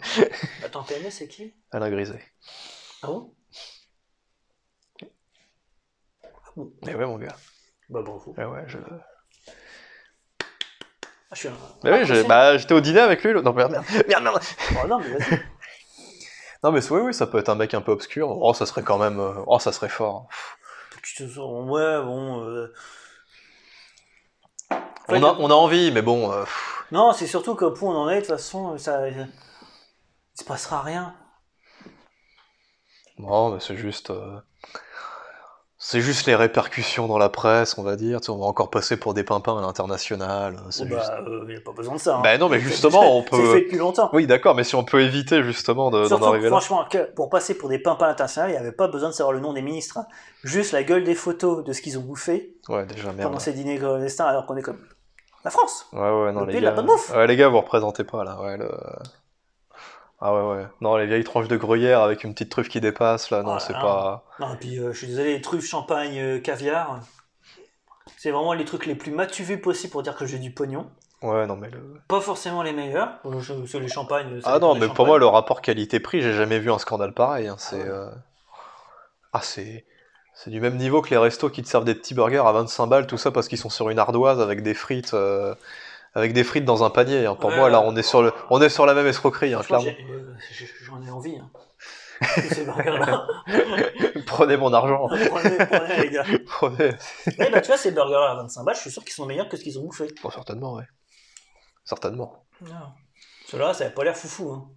B: Attends, PME, c'est qui
A: Alain Griset.
B: Ah bon Ah bon
A: Mais ouais, mon gars.
B: Bah bravo.
A: Eh ouais, je...
B: Ah, je suis un.
A: Mais oui, j'ai-
B: impressionné.
A: bah, j'étais au dîner avec lui. l'autre- Non, merde, merde, merde, merde.
B: Oh, non, mais
A: *laughs*
B: vas-y.
A: Non, mais oui, oui, ça peut être un mec un peu obscur. Oh, ça serait quand même. euh, Oh, ça serait fort.
B: Tu te sens- Ouais, bon. euh,
A: On a, on a envie, mais bon. euh, pff,
B: Non, c'est surtout que pour où on en est, de toute façon, ça. Il se passera rien.
A: Non, mais c'est juste. euh, C'est juste les répercussions dans la presse, on va dire. Tu sais, on va encore passer pour des pimpins à l'international. euh, C'est
B: Oh,
A: juste.
B: bah, il n'y a pas besoin de ça. hein.
A: Bah non, mais justement, on
B: C'est fait
A: peut.
B: depuis longtemps.
A: Oui, d'accord, mais si on peut éviter justement de- d'en
B: Surtout, que,
A: arriver là.
B: franchement, que pour passer pour des pimpins internationaux, il n'y avait pas besoin de savoir le nom des ministres. hein. Juste la gueule des photos de ce qu'ils ont bouffé.
A: Ouais, déjà, merde.
B: pendant ces dîners clandestins alors qu'on est comme la France.
A: Ouais, ouais, non,
B: Le
A: les
B: pays de la
A: gars.
B: bonne bouffe.
A: Ouais, les gars, vous représentez pas, là. Ouais, le... Ah ouais, ouais. Non, les vieilles tranches de gruyère avec une petite truffe qui dépasse, là, non,
B: Oh là
A: c'est
B: là.
A: pas.
B: Non, et puis euh, je suis désolé, les truffes, champagne, euh, caviar, c'est vraiment les trucs les plus matuvés possibles pour dire que j'ai du pognon.
A: Ouais, non, mais le.
B: Pas forcément les meilleurs, euh, je- c'est les champagnes. ça
A: Ah
B: dépend
A: non,
B: des
A: mais pour
B: champagnes.
A: moi, le rapport qualité-prix, j'ai jamais vu un scandale pareil. hein, C'est.
B: Ah ouais.
A: euh, Ah, c'est. C'est du même niveau que les restos qui te servent des petits burgers à 25 balles, tout ça parce qu'ils sont sur une ardoise avec des frites. euh, Avec des frites dans un panier. hein. Pour
B: Ouais,
A: moi, là,
B: ouais.
A: on est sur, le... on est sur la même escroquerie, hein,
B: Franchement,
A: clairement.
B: j'ai- euh, j'ai- J'en ai envie. hein. Tous ces burgers-là.
A: *laughs* Prenez mon argent.
B: *laughs*
A: hein.
B: prenez, prenez, les gars.
A: *laughs* Prenez.
B: Eh ben, tu vois, ces burgers-là à 25 balles, je suis sûr qu'ils sont meilleurs que ce qu'ils ont bouffé.
A: Bon, certainement, ouais. Certainement.
B: Non. Ceux-là, ça n'a pas l'air foufou. hein.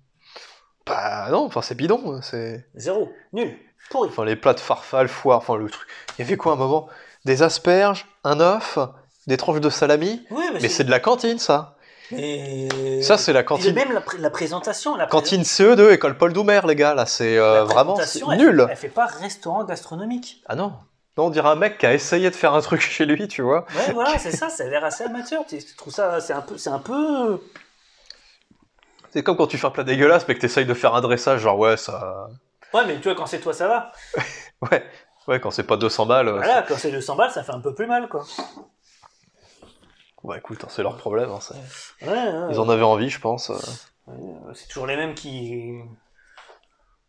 A: Bah non, enfin c'est bidon, hein, c'est.
B: Zéro. Nul. Pourri.
A: Enfin les plats de farfalle, foire, enfin le truc. Il y avait quoi à un moment Des asperges, un œuf, des tranches de salami.
B: Oui, mais,
A: Mais c'est de la cantine ça. Ça c'est la
B: Puis
A: cantine.
B: même la, pré- la présentation, la pré-
A: Cantine CE2, école Paul Doumer les gars, là c'est euh,
B: la
A: vraiment c'est
B: présentation, elle
A: nul.
B: Fait, elle fait pas restaurant gastronomique.
A: Ah non. Non, on dirait un mec qui a essayé de faire un truc *laughs* chez lui, tu vois. *laughs*
B: Ouais, voilà, c'est ça. Ça a l'air assez amateur. Tu tu trouves ça, c'est un peu, c'est un peu.
A: C'est comme quand tu fais un plat dégueulasse mais que t'essayes de faire un dressage, genre ouais ça. *laughs*
B: Ouais, mais tu vois, quand c'est toi, ça va.
A: Ouais. Ouais, quand c'est pas 200 balles. euh,
B: Voilà, quand c'est 200 balles, ça fait un peu plus mal, quoi.
A: c'est- Bah écoute, hein, c'est leur problème. hein, c'est-
B: Ouais, ouais,
A: Ils en avaient envie, je pense. euh.
B: ouais, c'est toujours les mêmes qui.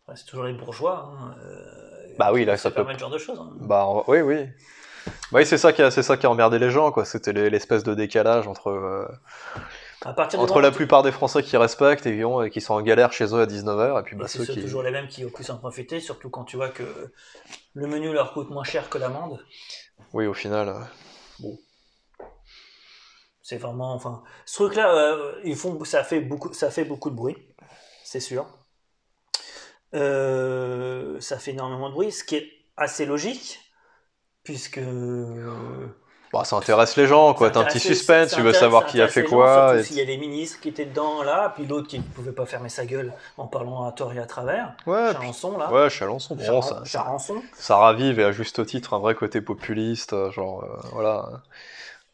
B: Enfin, c'est toujours les bourgeois. hein, euh,
A: Bah oui, là,
B: qui
A: ça
B: se
A: peut-
B: permettent ce genre de choses. hein.
A: Bah en- oui, oui. Bah Oui, c'est ça qui a, c'est ça qui a emmerdé les gens, quoi. C'était les- l'espèce de décalage entre, euh,
B: à partir du
A: entre
B: moment
A: la
B: où-
A: plupart des Français qui respectent et qui, ont- et qui sont en galère chez eux à 19h, et puis
B: Et
A: bah,
B: c'est
A: ceux qui.
B: toujours les mêmes qui ont plus en profiter, surtout quand tu vois que le menu leur coûte moins cher que l'amende.
A: Oui, au final. euh,
B: C'est vraiment, enfin, ce truc-là, euh, ils font, ça fait beaucoup, ça fait beaucoup de bruit, c'est sûr. Euh, ça fait énormément de bruit, ce qui est assez logique, puisque euh,
A: bah, ça intéresse les gens, quoi.
B: ça
A: T'as un petit
B: intéresse-
A: suspense,
B: ça
A: tu veux
B: intéresse-
A: savoir
B: ça
A: qui a
B: intéresse
A: fait
B: les gens,
A: quoi.
B: surtout
A: et-
B: S'il y a des ministres qui étaient dedans là, puis l'autre qui ne pouvait pas fermer sa gueule en parlant à tort et à travers.
A: Ouais, Ah, puis-
B: Charançon là.
A: ouais, Chalençon, bon,
B: Charan-
A: ça, ça,
B: Charançon.
A: ça ravive et à juste titre un vrai côté populiste, euh, genre, euh, voilà.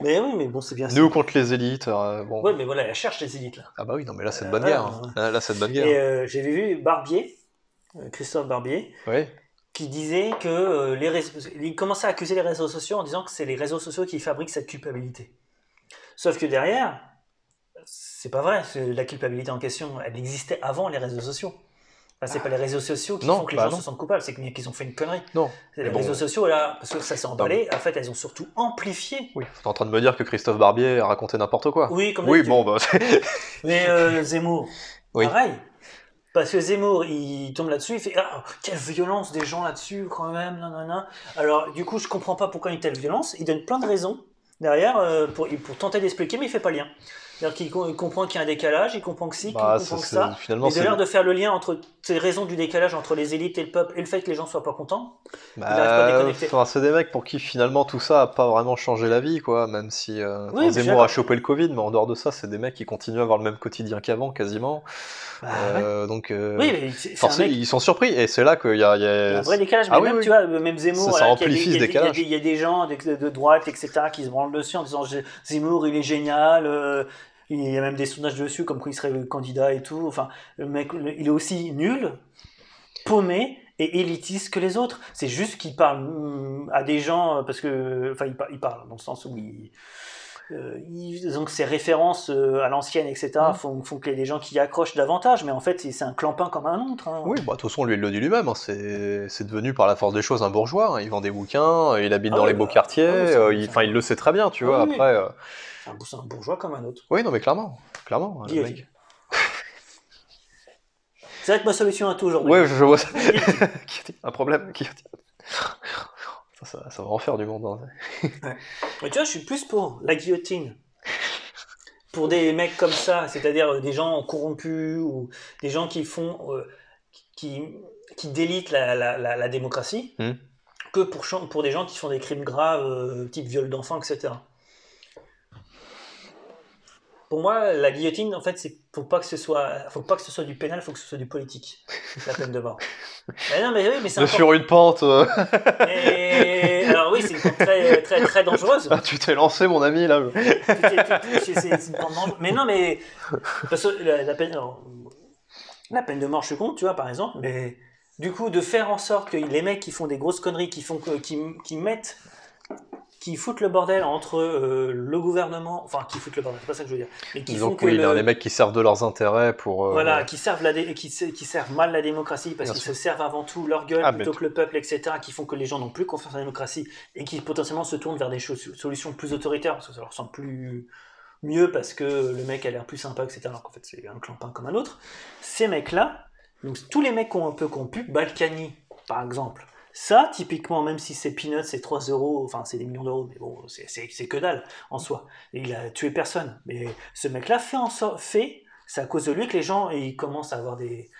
B: Mais oui, mais bon, c'est bien. ça.
A: Nous contre les élites, euh, bon.
B: Ouais, mais voilà, elle cherche les élites là.
A: Ah bah oui, non, mais là, c'est
B: Euh,
A: de bonne
B: voilà,
A: guerre. hein.
B: ouais.
A: Là, là, c'est de bonne
B: Et
A: guerre.
B: euh, j'avais vu Barbier, euh, Christophe Barbier,
A: Oui.
B: qui disait que euh, les réseaux, il commençait à accuser les réseaux sociaux en disant que c'est les réseaux sociaux qui fabriquent cette culpabilité. Sauf que derrière, c'est pas vrai. c'est- La culpabilité en question, elle existait avant les réseaux sociaux. Enfin, c'est pas les réseaux sociaux qui
A: Non,
B: font que les
A: bah
B: gens
A: non.
B: se sentent coupables, c'est que- qu'ils ont fait une connerie.
A: Non,
B: C'est
A: mais
B: Les
A: bon.
B: réseaux sociaux, là, parce que ça s'est emballé, en fait, elles ont surtout amplifié.
A: Oui, t'es en train de me dire que Christophe Barbier a raconté n'importe quoi.
B: Oui, comme
A: Oui,
B: d'habitude.
A: bon,
B: *laughs*
A: bah, c'est-
B: Mais euh, Zemmour,
A: Oui.
B: pareil. Parce que Zemmour, il tombe là-dessus, il fait Ah, quelle violence des gens là-dessus, quand même, nanana. Alors, du coup, je comprends pas pourquoi une telle violence. Il donne plein de raisons derrière euh, pour, pour tenter d'expliquer, mais il fait pas le lien. C'est-à-dire qu'il co- il comprend qu'il y a un décalage, il comprend que si,
A: bah,
B: qu'il
A: c'est-
B: comprend que
A: c'est-
B: ça.
A: finalement,
B: Mais de
A: c'est.
B: l'air de faire le lien entre ces raisons du décalage entre les élites et le peuple et le fait que les gens soient pas contents. arrive pas à
A: Bah,
B: déconnecter.
A: enfin, c'est des mecs pour qui finalement tout ça a pas vraiment changé la vie, quoi. Même si euh,
B: Oui, mais
A: Zemmour
B: j'adore.
A: a chopé le Covid, mais en dehors de ça, c'est des mecs qui continuent à avoir le même quotidien qu'avant, quasiment.
B: Bah,
A: Euh, Donc, euh,
B: oui, mais c'est c'est un,
A: forcément,
B: mec-
A: ils sont surpris. Et c'est là qu'il y a, il y
B: il y a
A: a-
B: un vrai décalage.
A: Ah
B: mais
A: oui,
B: même,
A: oui.
B: tu vois, euh, même
A: Ça-
B: Zemmour,
A: ça
B: voilà, qu'il y a
A: amplifie
B: des-
A: ce
B: il y a des-
A: décalage.
B: Il y, a des gens de, de droite, etc., qui se branlent dessus en disant J'ai- Zemmour, il est génial. euh, il y a même des sondages dessus, comme quoi il serait candidat et tout. Enfin, le mec, le- il est aussi nul, paumé et élitiste que les autres. C'est juste qu'il parle hum, à des gens, euh, parce que. Enfin, il, par- il parle dans le sens où il. euh, il- donc ses références euh, à l'ancienne, etc.,
A: Mhm.
B: font, font qu'il y a des gens qui y accrochent davantage, mais en fait c'est c'est un clampin comme un autre. hein.
A: Oui, bah, de toute façon, lui, il le dit lui-même. hein, C'est c'est devenu par la force des choses un bourgeois. hein, Il vend des bouquins, euh, il habite
B: Ah
A: dans
B: oui,
A: les beaux
B: bah,
A: quartiers.
B: ah oui, c'est-
A: euh, il- Enfin, il le sait très bien, tu
B: Ah
A: vois.
B: oui, oui.
A: Après, euh,
B: C'est un- c'est un bourgeois comme un autre.
A: oui, non, mais clairement, clairement, le
B: Guillotine.
A: mec.
B: C'est vrai que ma solution à tout aujourd'hui.
A: Ouais, je, je vois ça. *laughs* Guillotine. un problème, guillotine. Ça, ça- ça va en faire du monde. hein.
B: Mais tu vois, je suis plus pour la guillotine. Pour des mecs comme ça, c'est-à-dire euh, des gens corrompus ou des gens qui font. euh, qui, qui délitent la, la- la- la démocratie,
A: Hmm.
B: que pour, chan- pour des gens qui font des crimes graves, euh, type viol d'enfants, etc. Pour moi, la guillotine, en fait, c'est faut pas que ce soit, faut pas que ce soit du pénal, faut que ce soit du politique, la peine
A: *laughs*
B: de mort. Mais non, mais oui, mais c'est
A: De
B: important.
A: sur une pente, euh, *laughs*
B: Et- Alors oui, c'est une pente très, euh, très, très dangereuse.
A: ah, tu t'es lancé, mon ami, là.
B: C'est- c'est- c'est une pente dangereuse. Mais non, mais parce que la, la peine, alors, la peine de mort, je suis contre, tu vois, par exemple. Mais du coup, de faire en sorte que les mecs qui font des grosses conneries, qui font, que- qui, qui mettent, qui foutent le bordel entre euh, le gouvernement, enfin, qui foutent le bordel, c'est pas ça que je veux dire, mais qui font
A: Donc,
B: que
A: oui,
B: le-
A: non, les mecs qui servent de leurs intérêts pour. euh,
B: voilà, qui servent, la dé- qui, se- qui servent mal la démocratie parce
A: Bien
B: qu'ils se
A: sûr.
B: servent avant tout leur gueule
A: Ah,
B: plutôt
A: bête.
B: que le peuple, etc., qui font que les gens n'ont plus confiance en la démocratie et qui potentiellement se tournent vers des choses- solutions plus autoritaires parce que ça leur semble plus mieux parce que le mec a l'air plus sympa, etc., alors qu'en fait c'est un clampin comme un autre. Ces mecs-là, donc tous les mecs qui ont un peu corrompu, Balkany par exemple, ça typiquement, même si c'est peanuts, c'est 3 euros, enfin c'est des millions d'euros, mais bon, c'est- c'est c'est que dalle en soi. Il a tué personne. Mais ce mec-là fait en sorte, fait, c'est à cause de lui que les gens ils commencent à avoir des,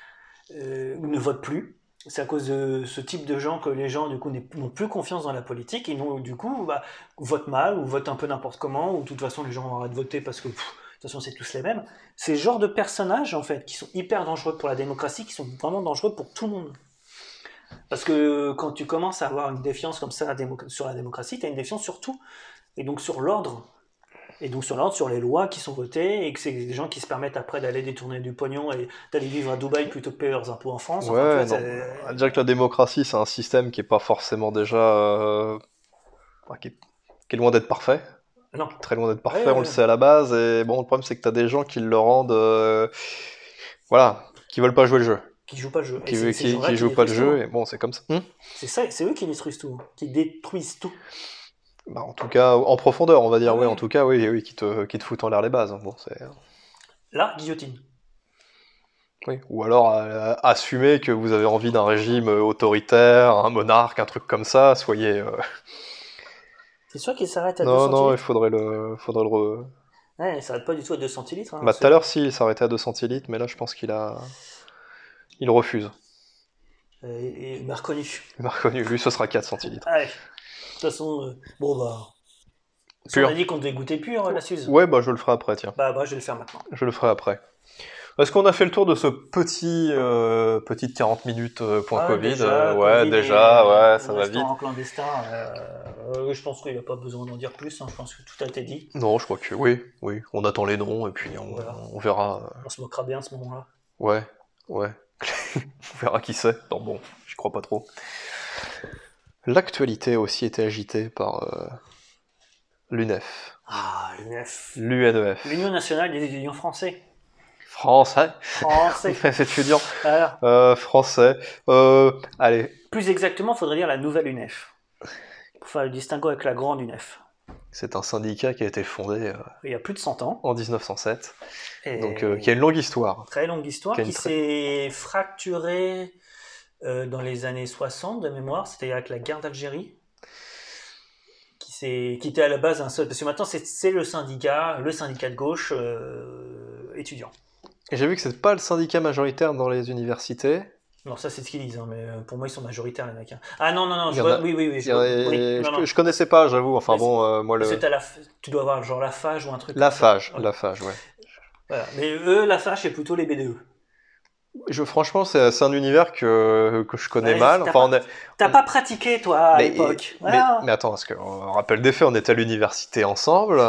B: euh, ne votent plus. C'est à cause de ce type de gens que les gens du coup n'est- n'ont plus confiance dans la politique et non, du coup bah, votent mal ou votent un peu n'importe comment ou de toute façon les gens vont arrêter de voter parce que pff, de toute façon c'est tous les mêmes. Ces genres de personnages en fait qui sont hyper dangereux pour la démocratie, qui sont vraiment dangereux pour tout le monde. Parce que quand tu commences à avoir une défiance comme ça à la démo- sur la démocratie, tu as une défiance sur tout et donc sur l'ordre et donc sur l'ordre, sur les lois qui sont votées, et que c'est des gens qui se permettent après d'aller détourner du pognon et d'aller vivre à Dubaï plutôt que payer leurs impôts en France. Enfin,
A: Ouais,
B: tu vois,
A: non.
B: c'est-
A: On va dire que la démocratie, c'est un système qui est pas forcément déjà. euh, enfin, qui, est, qui est loin d'être parfait.
B: Non.
A: Très loin d'être parfait,
B: Ouais,
A: on
B: ouais.
A: le sait à la base. Et bon, le problème, c'est que t'as des gens qui le rendent. euh, Voilà, qui veulent pas jouer le jeu.
B: qui jouent pas le jeu. Et
A: qui,
B: c'est
A: qui,
B: ces gens-là
A: qui jouent pas le
B: détruisent
A: jeu,
B: tout.
A: et bon, c'est comme ça. Hum
B: C'est ça, c'est eux qui détruisent tout, qui détruisent tout.
A: Bah, en tout cas, en profondeur, on va dire,
B: Ah
A: ouais,
B: oui.
A: en tout cas, oui, oui, qui te, qui te foutent en l'air les bases. hein. Bon, c'est...
B: Là, guillotine.
A: Oui. Ou alors euh, assumer que vous avez envie d'un régime euh, autoritaire, un monarque, un truc comme ça, soyez. euh,
B: C'est sûr qu'ils s'arrêtent à
A: Non,
B: 2
A: non, il
B: centilitres.
A: faudrait le. Faudrait le re-
B: Ouais, ils s'arrêtent pas du tout à 2 centilitres. hein,
A: bah,
B: c'est-
A: tout à l'heure, si, il s'arrêtait à 2 centilitres, mais là, je pense qu'il a. Il refuse.
B: Euh, et- et il m'a reconnu.
A: Il m'a reconnu, lui, ce sera 4 centilitres.
B: Ouais. De toute façon, euh, bon bah. si
A: Pur.
B: On a dit qu'on devait goûter pur, euh, la Suze.
A: Ouais, bah, je le ferai après, tiens.
B: Bah, moi, je vais le faire maintenant.
A: Je le ferai après. Est-ce qu'on a fait le tour de ce petit. euh, petite 40 minutes euh, point
B: Ah,
A: Covid
B: déjà,
A: euh, Ouais,
B: Covid et,
A: déjà,
B: euh,
A: ouais, ça va vite.
B: restaurant clandestin, euh, euh, je pense qu'il n'y a pas besoin d'en dire plus. hein, je pense que tout a été dit.
A: Non, je crois que oui, oui. On attend les noms et puis on,
B: Voilà.
A: on verra. euh,
B: On se moquera bien à ce moment-là.
A: Ouais, ouais. *laughs* on verra qui c'est. Non, bon, j'y crois pas trop. L'actualité a aussi été agitée par euh, l'UNEF.
B: Ah, l'UNEF.
A: L'UNEF.
B: L'Union nationale des étudiants français.
A: Français.
B: Français.
A: *laughs* C'est étudiant.
B: Alors,
A: Euh, français. Euh, allez,
B: plus exactement, il faudrait dire la nouvelle UNEF. Pour faire le distinguo avec la grande UNEF.
A: c'est un syndicat qui a été fondé euh,
B: Il y a plus de 100 ans.
A: en 1907,
B: Et-
A: donc euh, qui a une longue histoire.
B: très longue histoire
A: Qui a
B: qui
A: une très-
B: s'est fracturée euh, dans les années 60 de mémoire, c'était avec la guerre d'Algérie, qui, s'est- qui était à la base un seul, parce que maintenant c'est c'est le syndicat, le syndicat de gauche euh, étudiant.
A: Et j'ai vu que c'est pas le syndicat majoritaire dans les universités.
B: Non, ça c'est ce qu'ils disent, hein, mais euh, pour moi ils sont majoritaires les mecs. hein. Ah non, non, non,
A: Il y
B: je
A: en
B: vois-
A: a-
B: oui, oui, oui, je,
A: Et-
B: vois-
A: et-
B: oui, non,
A: je,
B: non.
A: je connaissais pas, j'avoue. Enfin
B: Mais
A: bon, euh, moi le.
B: C'est à la f- Tu dois avoir genre la FAGE ou un truc.
A: La
B: comme ça.
A: Fage, la Fage, ouais.
B: Voilà. Mais eux, la FAGE, c'est plutôt les E. BDE.
A: Je, franchement, c'est c'est un univers que, que je connais
B: Ouais,
A: mal.
B: t'as
A: Enfin, on est-
B: T'as pas pratiqué toi à
A: Mais-
B: l'époque.
A: mais,
B: Voilà.
A: mais attends, parce qu'on rappelle des faits, on était à l'université ensemble.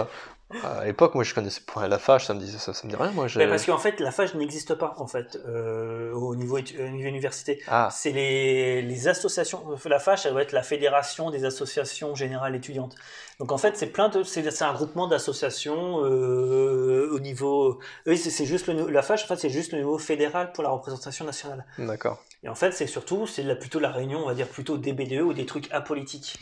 A: À l'époque, moi, je connaissais pas la Fage, ça me disait ça, ça me dit rien. Moi, j'ai-
B: Ben, parce qu'en fait, la FAGE n'existe pas en fait euh, au niveau étu- au niveau université.
A: Ah,
B: C'est les, les associations. euh, La FAGE, ça doit être la fédération des associations générales étudiantes. Donc en fait, c'est plein de, c'est c'est un groupement d'associations euh, au niveau. Oui, c'est c'est juste le, nou- la FAGE. En fait, c'est juste le niveau fédéral pour la représentation nationale.
A: d'accord.
B: Et en fait, c'est surtout, c'est la- plutôt la réunion, on va dire plutôt des BDE ou des trucs apolitiques.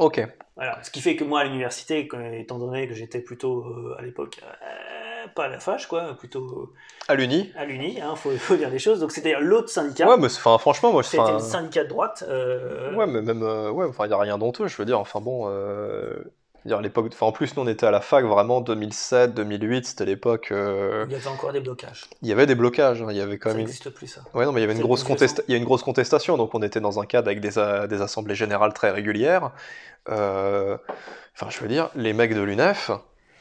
A: Ok.
B: Voilà, ce qui fait que moi à l'université, quand- étant donné que j'étais plutôt euh, à l'époque, euh, pas à la FAGE quoi, plutôt euh,
A: À l'Uni
B: à l'Uni, il faut, faut dire les choses. Donc c'était l'autre syndicat,
A: Ouais, mais c'est- enfin, franchement, moi, je
B: c'était le
A: enfin,
B: syndicat de droite. euh,
A: Ouais, mais même. euh, ouais, enfin, il n'y a rien d'honteux, je veux dire. Enfin, bon. euh, je veux Dire, à l'époque, enfin, en plus, nous on était à la fac vraiment 2007, 2008, c'était l'époque. euh,
B: Il y avait encore des blocages.
A: Il y avait des blocages, hein, il y avait quand
B: Ça
A: même une,
B: n'existe plus ça.
A: Ouais, non, mais il y avait une
B: C'est
A: grosse,
B: le plus
A: contesta- il y a une grosse contestation, donc on était dans un cadre avec des, a- des assemblées générales très régulières. Euh, Enfin, je veux dire, les mecs de l'UNEF,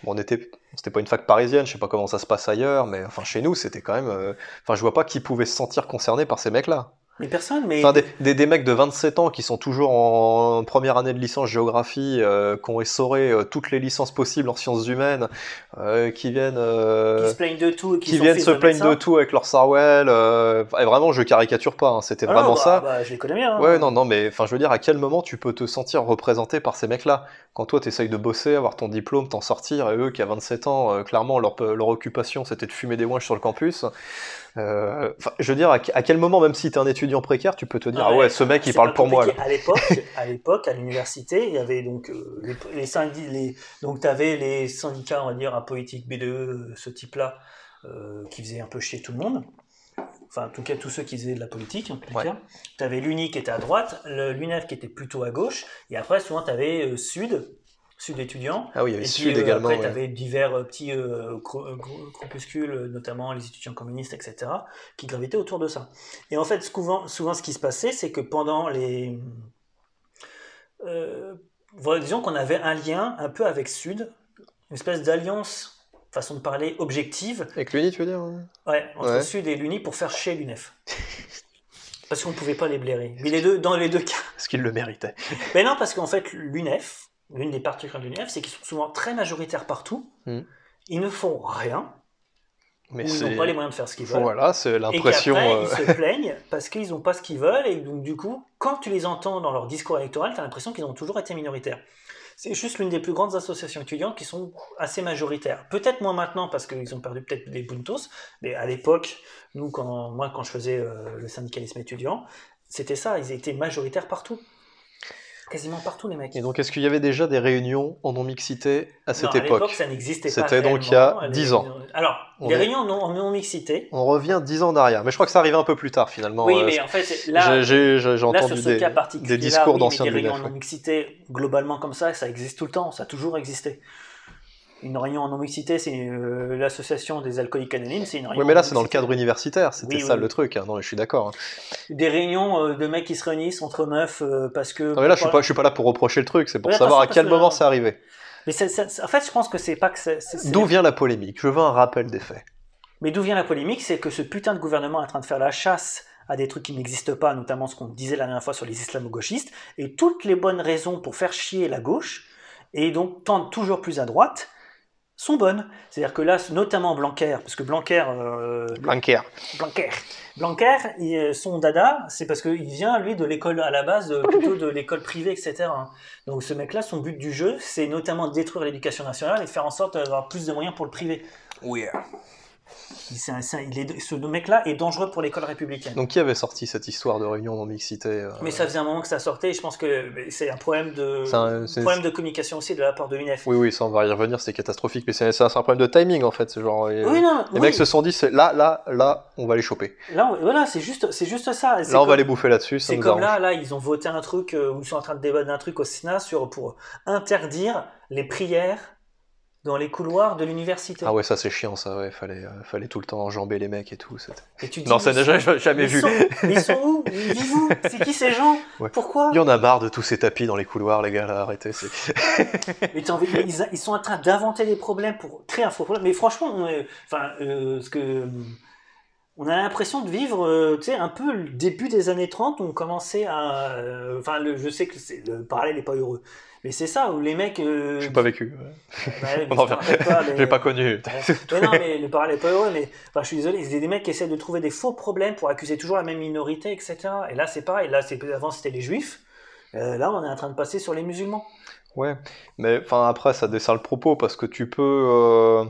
A: bon, on était, c'était pas une fac parisienne, je sais pas comment ça se passe ailleurs, mais enfin, chez nous, c'était quand même. euh, Enfin, je vois pas qui pouvait se sentir concerné par ces mecs-là.
B: Mais personne, mais
A: Enfin, des, des- des mecs de 27 ans qui sont toujours en première année de licence géographie, euh, qui ont essoré euh, toutes les licences possibles en sciences humaines, euh, qui viennent. euh,
B: qui se plaignent de tout et qui,
A: qui
B: sont
A: viennent
B: fils
A: se
B: de
A: plaindre de
B: médecins.
A: tout avec leur Sarwell. euh, et vraiment, je caricature pas, hein, c'était
B: Ah non,
A: vraiment
B: bah,
A: ça.
B: bah, je les connais bien. hein.
A: Ouais, non, non, mais enfin, je veux dire, à quel moment tu peux te sentir représenté par ces mecs-là Quand toi, t'essayes de bosser, avoir ton diplôme, t'en sortir, et eux qui, à 27 ans, euh, clairement, leur, leur occupation, c'était de fumer des ouinches sur le campus. Euh, enfin, je veux dire, à, à quel moment, même si t'es un étudiant précaire, tu peux te dire,
B: Ah
A: ah
B: ouais,
A: ouais, ce mec, il
B: C'est
A: parle
B: pas
A: pour moi. là.
B: compliqué. À l'époque, à l'époque, à l'université, il y avait donc euh, les, les syndicats, les, donc t'avais les syndicats, on va dire, à politique B2, euh, ce type-là, euh, qui faisait un peu chier tout le monde. Enfin, en tout cas, tous ceux qui faisaient de la politique, en tout
A: Ouais.
B: cas. T'avais l'UNI qui était à droite, le- l'UNEF qui était plutôt à gauche, et après, souvent, t'avais euh, Sud, Sud étudiant.
A: Ah oui, il y
B: Et
A: avait
B: puis,
A: Sud
B: euh,
A: également.
B: après,
A: ouais.
B: t'avais divers euh, petits euh, cro- euh, gro- groupuscules, euh, notamment les étudiants communistes, etc., qui gravitaient autour de ça. Et en fait, souvent, souvent ce qui se passait, c'est que pendant les... euh, voilà, disons qu'on avait un lien un peu avec Sud, une espèce d'alliance, façon de parler, objective,
A: Avec l'Uni, tu veux dire hein
B: ouais, entre
A: Ouais.
B: Sud et l'Uni pour faire
A: *laughs*
B: chier l'UNEF. Parce qu'on ne pouvait pas les blairer. Mais les deux, dans les deux cas,
A: Parce qu'il le méritait.
B: mais Ben non, parce qu'en fait, l'UNEF, l'une des
A: Mm.
B: particularités de l'UNEF, c'est qu'ils sont souvent très majoritaires partout.
A: Mhm.
B: Ils ne font rien. où ils n'ont pas les moyens de faire ce qu'ils veulent.
A: Voilà, c'est
B: Et
A: l'impression.
B: qu'après,
A: euh,
B: ils se plaignent parce qu'ils n'ont pas ce qu'ils veulent. Et donc, du coup, quand tu les entends dans leur discours électoral, tu as l'impression qu'ils ont toujours été minoritaires. C'est juste l'une des plus grandes associations étudiantes qui sont assez majoritaires. Peut-être moins maintenant parce qu'ils ont perdu peut-être les Buntos. Mais à l'époque, nous, quand, moi, quand je faisais euh, le syndicalisme étudiant, c'était ça. Ils étaient majoritaires partout. Quasiment partout, les mecs.
A: Et donc, est-ce qu'il y avait déjà des réunions en non-mixité à cette
B: Non, à
A: époque
B: l'époque, ça n'existait pas.
A: C'était donc il y
B: réellement.
A: a
B: Les
A: 10 ans.
B: réunions- Alors,
A: On
B: les
A: est-
B: réunions non, non mixité.
A: On revient dix ans en arrière, mais je crois que ça arrivait un peu plus tard finalement.
B: oui,
A: euh,
B: mais en fait, là,
A: j'ai- j'ai j'ai- j'ai
B: Là,
A: entendu
B: sur ce
A: des,
B: cas particulier,
A: des discours d'anciens
B: des
A: de
B: réunions
A: l'UNEF,
B: non mixité, globalement comme ça, ça existe tout le temps, ça a toujours existé. Une réunion en non mixité, c'est euh, l'association des alcooliques anonymes, c'est une réunion.
A: Oui, mais là,
B: en
A: c'est dans le cadre universitaire, c'était
B: Oui,
A: ça
B: oui.
A: le truc. hein. Non, mais je suis d'accord. hein.
B: non-mixité. Des réunions euh, de mecs qui se réunissent entre meufs euh, parce que.
A: Non, mais là, je suis pas, je suis pas là pour reprocher le truc, c'est pour
B: Mais
A: savoir à
B: attention,
A: quel
B: parce que-
A: moment c'est arrivé.
B: Mais c'est- c'est- en fait, je pense que c'est pas que. c'est- c'est- c'est-
A: D'où vient la polémique Je veux un rappel des faits.
B: Mais d'où vient la polémique C'est que ce putain de gouvernement est en train de faire la chasse à des trucs qui n'existent pas, notamment ce qu'on disait la dernière fois sur les islamo-gauchistes, et toutes les bonnes raisons pour faire chier la gauche, et donc tendre toujours plus à droite, sont bonnes. C'est-à-dire que là, notamment Blanquer, parce que Blanquer, euh,
A: Blanquer.
B: Blanquer, Blanquer, il- euh, son dada, c'est parce qu'il vient, lui, de l'école à la base, de- plutôt de l'école privée, etc. Donc ce mec-là, son but du jeu, c'est notamment de détruire l'éducation nationale et de faire en sorte d'avoir plus de moyens pour le privé.
A: Oui.
B: Il- c'est un- c'est un- il est- ce mec-là est dangereux pour l'école républicaine.
A: Donc, qui avait sorti cette histoire de réunion non mixité euh,
B: mais ça faisait un moment que ça sortait et je pense que mais c'est un problème de
A: C'est un- c'est-
B: problème de communication aussi de la part de l'UNEF.
A: Oui, oui, ça, on va y revenir, c'est catastrophique, mais c'est c'est un, c'est un problème de timing en fait. c'est Genre, et-
B: Oui, non,
A: euh, les
B: oui.
A: mecs se sont dit, c'est là, là, là, on va les choper.
B: Là, on- voilà, c'est juste, c'est juste ça.
A: Là, on va les bouffer là-dessus, ça
B: C'est
A: nous
B: comme
A: arrange. Ah
B: là, là, ils ont voté un truc euh, où ils sont en train de débattre d'un truc au Sénat sur pour interdire les prières dans les couloirs de l'université.
A: Ah ouais, ça c'est chiant, ça, ouais. Fallait, euh, fallait tout le temps enjamber les mecs et tout. c'était-
B: Et tu dis,
A: Non, ça
B: ils
A: n'a
B: sont-
A: ja- jamais
B: ils
A: vu.
B: sont- mais ils sont où Ils vivent où C'est qui ces gens
A: *laughs* Ouais.
B: Pourquoi
A: Il y en a marre de tous ces tapis dans les couloirs, les gars, là, arrêtez. c'est-
B: Euh, Mais t'as envie- mais ils, ils sont en train d'inventer des problèmes pour créer un faux problème. Mais franchement, on est- enfin, euh, ce que euh, on a l'impression de vivre, euh, tu sais, un peu le début des années 30 où on commençait à, euh, enfin, le- je sais que c'est- le parallèle n'est pas heureux, mais c'est ça où les mecs. euh,
A: J'ai pas vécu. ouais.
B: ouais, mais
A: *laughs* on en
B: je te rappelle pas, mais-
A: J'ai pas
B: *laughs*
A: connu.
B: Ouais, non, mais le parallèle n'est pas heureux, mais enfin, je suis désolé, c'est des mecs qui essaient de trouver des faux problèmes pour accuser toujours la même minorité, etc. Et là, c'est pareil. Là, c'est avant c'était les juifs. Euh, là, on est en train de passer sur les musulmans.
A: Ouais. Mais enfin, après, ça dessert le propos parce que tu peux. euh,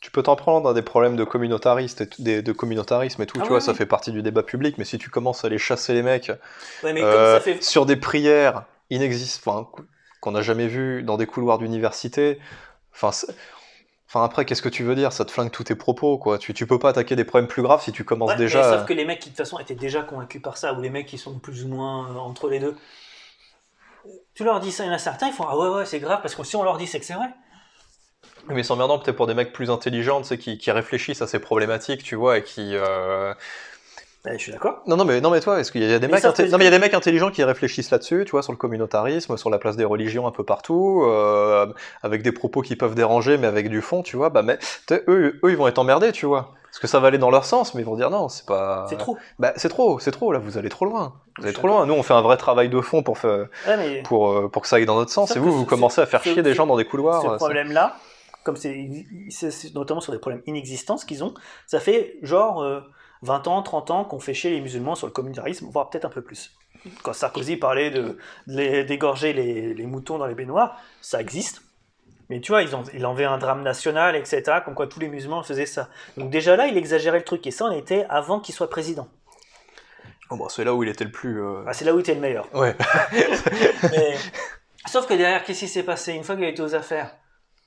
A: Tu peux t'en prendre à des problèmes de, communautariste et tout- des- de communautarisme et tout,
B: Ah
A: tu
B: oui,
A: vois, ça
B: oui.
A: fait partie du débat public, mais si tu commences à les chasser les mecs
B: Ouais, mais comme
A: euh,
B: ça fait
A: sur des prières inexistantes, enfin, qu'on n'a jamais vues dans des couloirs d'université, enfin, c'est- enfin après, qu'est-ce que tu veux dire Ça te flingue tous tes propos, quoi. Tu, tu peux pas attaquer des problèmes plus graves si tu commences
B: Ouais,
A: déjà.
B: mais
A: à-
B: sauf que les mecs qui de toute façon étaient déjà convaincus par ça, ou les mecs qui sont plus ou moins euh, entre les deux, tu leur dis ça, il y en a certains, ils font Ah ouais, ouais, c'est grave, parce que si on leur dit, c'est que c'est vrai.
A: Mais c'est emmerdant peut-être pour des mecs plus intelligents, tu sais, qui, qui réfléchissent à ces problématiques, tu vois, et qui. euh,
B: Ouais, Ben, je suis d'accord.
A: Non, non, mais non, mais toi, est-ce qu'il y a des
B: Mais
A: mecs,
B: sauf que-
A: inté- non, mais il y a des mecs intelligents qui réfléchissent là-dessus, tu vois, sur le communautarisme, sur la place des religions un peu partout, euh, avec des propos qui peuvent déranger, mais avec du fond, tu vois. Bah, mais tu sais, eux, eux, ils vont être emmerdés, tu vois, parce que ça va aller dans leur sens, mais ils vont dire non, c'est pas.
B: C'est trop.
A: Bah, c'est trop, c'est trop. Là, vous allez trop loin. Vous allez
B: Je
A: trop loin. Nous, on fait un vrai travail de fond pour faire-
B: Ouais, mais
A: pour euh, pour que ça aille dans notre sens.
B: Sauf
A: Et
B: que
A: vous,
B: ce-
A: vous commencez à faire
B: ce-
A: chier des
B: ce-
A: gens dans des couloirs. euh,
B: ce
A: ça-
B: problème-là, comme c'est c'est- c'est notamment sur des problèmes inexistants ce qu'ils ont, ça fait genre euh, 20 ans, 30 ans qu'on fait chier les musulmans sur le communautarisme, voire peut-être un peu plus. Quand Sarkozy parlait de, de les- d'égorger les, les moutons dans les baignoires, ça existe. Mais tu vois, ils ont, il en fait un drame national, etc., comme quoi tous les musulmans faisaient ça. Donc déjà là, il exagérait le truc, et ça, on était avant qu'il soit président.
A: Oh, bah, c'est là où il était le plus. euh,
B: Ah, c'est là où il était le meilleur.
A: Ouais.
B: Mais- Sauf que derrière, qu'est-ce qui s'est passé Une fois qu'il a été aux affaires,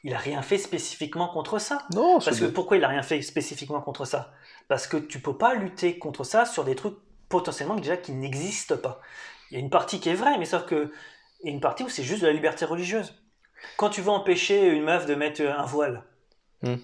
B: il a rien fait spécifiquement contre ça.
A: Non, c'est
B: Parce que pourquoi il a rien fait spécifiquement contre ça Parce que tu peux pas lutter contre ça sur des trucs potentiellement déjà qui n'existent pas. Il y a une partie qui est vraie, mais sauf que il y a une partie où c'est juste de la liberté religieuse. Quand tu veux empêcher une meuf de mettre un voile,
A: Hmm.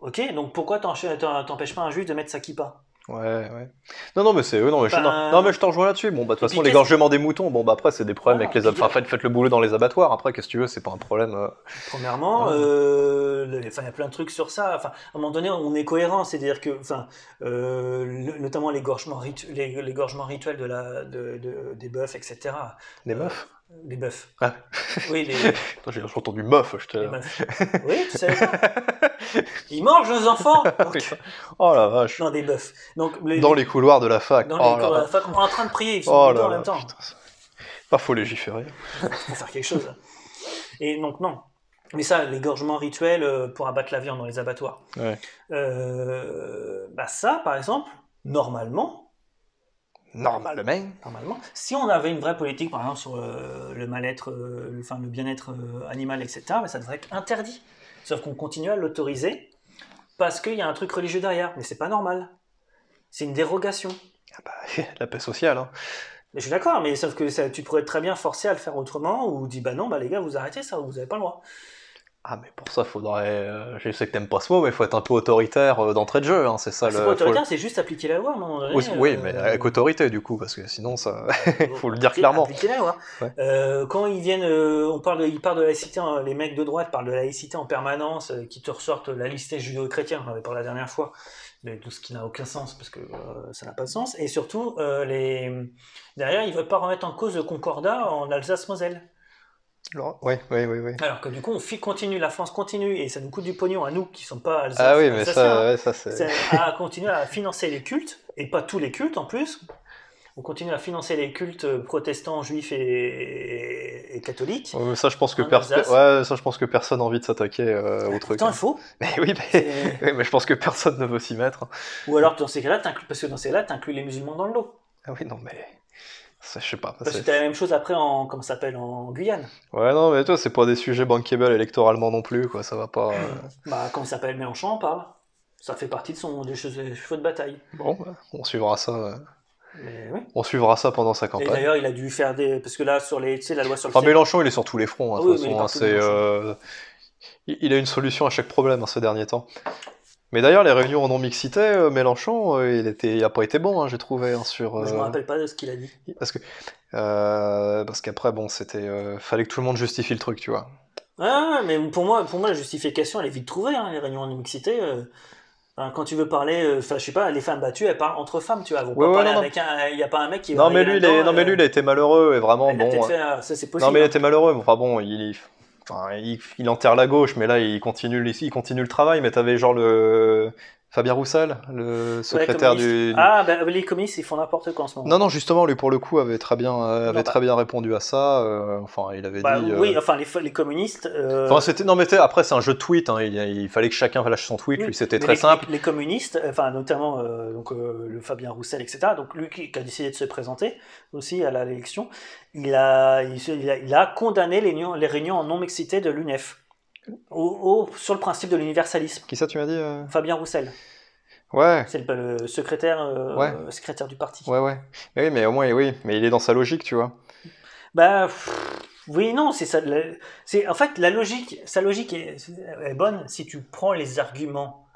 B: ok, donc pourquoi t'enche- t'en- t'empêches pas un juif de mettre sa kippa
A: Ouais, ouais. Non, non, mais c'est eux, non, mais je,
B: Ben-
A: non, non, mais je te rejoins là-dessus. Bon, bah, de toute
B: Et
A: façon,
B: puis,
A: l'égorgement des moutons, bon, bah, après, c'est des problèmes
B: Voilà,
A: avec les.
B: et puis-
A: Enfin, faites, faites le boulot dans les abattoirs. Après, qu'est-ce que tu veux, c'est pas un problème. euh.
B: Premièrement,
A: Ouais.
B: euh, le- enfin, il y a plein de trucs sur ça. Enfin, à un moment donné, on est cohérent, c'est-à-dire que, enfin, euh, le- notamment l'égorgement ritu- l'é- l'égorgement rituel de la, de- de- des bœufs, etc.
A: Des
B: Euh,
A: meufs
B: Les bœufs.
A: Ah.
B: Oui,
A: *laughs*
B: les,
A: Attends, J'ai j'ai entendu meuf, je
B: les
A: te.
B: meufs.
A: Euh.
B: Oui, tu savais pas Ils mangent nos
A: *laughs*
B: enfants
A: Oh la vache.
B: Non, des bœufs. Donc, les,
A: Dans les couloirs de la fac.
B: dans les
A: oh
B: cours,
A: là
B: la fac, on est en train de prier, ils sont
A: Oh
B: tous deux
A: là
B: en
A: là,
B: même temps.
A: putain, ça- Pas faut légiférer.
B: faut faire quelque chose. Et donc, non. Mais ça, l'égorgement rituel euh, pour abattre la viande dans les abattoirs.
A: Ouais.
B: Euh, bah ça, par exemple, normalement,
A: Normalement.
B: normalement, si on avait une vraie politique, par exemple, sur euh, le mal-être, euh, le, enfin, le bien-être euh, animal, etc., bah, ça devrait être interdit. Sauf qu'on continue à l'autoriser parce qu'il y a un truc religieux derrière. Mais c'est pas normal. C'est une dérogation.
A: Ah bah, *laughs* la paix sociale. hein.
B: Mais je suis d'accord, mais sauf que ça- tu pourrais être très bien forcé à le faire autrement ou dire bah non, bah les gars, vous arrêtez ça, vous avez pas le droit.
A: Ah mais pour ça faudrait. euh, Je sais que t'aimes pas ce mot, mais faut être un peu autoritaire euh, d'entrée de jeu. hein, C'est ça
B: Ah,
A: le.
B: C'est pas
A: faut le-
B: autoritaire, c'est juste appliquer la loi. à un moment donné,
A: Oui, oui,
B: euh,
A: mais avec autorité du coup, parce que sinon ça. *laughs*
B: faut
A: faut le
B: appliquer-
A: dire clairement.
B: Appliquer la loi.
A: Ouais.
B: Euh, quand ils viennent, euh, on parle de, ils parlent de laïcité, hein, les mecs de droite parlent de laïcité en permanence, euh, qui te ressortent la liste judéo-chrétienne, j'en avais parlé la dernière fois, mais tout ce qui n'a aucun sens, parce que euh, ça n'a pas de sens. Et surtout, euh, les... derrière, ils veulent pas remettre en cause le concordat en Alsace-Moselle.
A: Alors, Oui, oui, oui, oui.
B: Alors que du coup, on fi- continue, la France continue, et ça nous coûte du pognon à nous qui sommes pas hein. Alsace.
A: Ah oui, mais
B: Alsaciens,
A: ça, ouais, ça c'est.
B: C'est à continuer à financer les cultes, et pas tous les cultes en plus. On continue à financer les cultes protestants, juifs et, et catholiques.
A: Ouais, mais Ça, je pense que
B: En
A: perso-
B: Alsace.
A: ouais, ça, je pense que personne a envie de s'attaquer euh, au truc.
B: Pourtant,
A: hein. *laughs*
B: il faut.
A: Mais oui,
B: *laughs*
A: mais...
B: C'est-
A: oui, mais je pense que personne ne veut s'y mettre. hein.
B: Ou alors, dans ces cas-là, t'inclus- parce que dans ces cas-là, tu inclus les musulmans dans le lot.
A: Ah oui, non, mais. Ça, je sais pas.
B: Parce
A: c'est-
B: que tu la même chose après en, comment ça s'appelle, en Guyane.
A: Ouais, non, mais toi, c'est pas des sujets bankable électoralement non plus, quoi. Ça va pas.
B: *clears throat*
A: euh,
B: Bah, comment ça s'appelle Mélenchon, on parle. Ça fait partie de son des che- chevaux de bataille.
A: Bon, bah, on suivra ça. euh,
B: Mais oui.
A: On suivra ça pendant sa
B: Et
A: campagne.
B: d'ailleurs, il a dû faire des. Parce que là, sur les, tu sais, la loi sur le
A: Enfin,
B: sexe-
A: Mélenchon, il est sur tous les fronts, hein, de
B: Ah oui,
A: toute
B: mais il est
A: façon. hein,
B: partout,
A: c'est,
B: Mélenchon.
A: euh, Il il a une solution à chaque problème hein, ces derniers temps. Mais d'ailleurs, les réunions en non-mixité, euh, Mélenchon, euh, il était, il a pas été bon, hein, j'ai trouvé, hein, sur.
B: Je
A: euh,
B: me rappelle pas de ce qu'il a dit.
A: Parce que, euh, parce qu'après, bon, c'était, euh, fallait que tout le monde justifie le truc, tu vois.
B: Ouais, ouais, mais pour moi, pour moi, la justification, elle est vite trouvée, hein, les réunions en mixité. euh, hein, quand tu veux parler, euh, enfin, je sais pas, les femmes battues, elles parlent entre femmes, tu vois. Elles vont
A: Ouais,
B: pas
A: ouais,
B: parler
A: non, non.
B: avec un. Il n'y a pas un mec qui. va
A: Non, mais
B: arriver
A: lui, il
B: là-dedans,
A: est- non, mais lui,
B: euh,
A: il a été malheureux et vraiment,
B: elle a
A: bon.
B: peut-être
A: euh,
B: fait, euh, ça, c'est possible.
A: Non, mais il
B: hein.
A: était malheureux. Enfin bon, il, enfin, il, il enterre la gauche, mais là, il continue, le- il continue le travail. Mais t'avais genre le Fabien Roussel, le
B: hein. Ouais,
A: secrétaire
B: communiste.
A: du. du-
B: Ah, bah, les communistes, ils font n'importe quoi en ce moment.
A: Non, non, justement, lui pour le coup avait très bien, euh, avait
B: Non, bah-
A: très bien répondu à ça. euh, enfin, il avait
B: Bah,
A: dit. euh,
B: oui, enfin, les, les communistes. euh,
A: Enfin, c'était non mais t'es- après c'est un jeu de tweet. hein, il, il fallait que chacun lâche son tweet.
B: Oui,
A: Lui c'était
B: Mm. mais
A: très
B: les,
A: simple.
B: Les, les communistes, enfin notamment euh, donc, euh, le Fabien Roussel, etc. Donc lui qui, qui a décidé de se présenter aussi à la- l'élection, il a, il, se- il a, il a condamné les, unions- les réunions en non-mixité de l'UNEF au- au- sur le principe de l'universalisme.
A: Qui ça tu m'as dit euh
B: Fabien Roussel,
A: Ouais.
B: c'est le, le secrétaire, euh,
A: Ouais.
B: euh, secrétaire du parti.
A: Ouais ouais. Mais oui mais au moins oui mais il est dans sa logique tu vois.
B: Bah pff, oui, non, c'est ça. la- C'est en fait la logique, sa logique est, est bonne si tu prends les arguments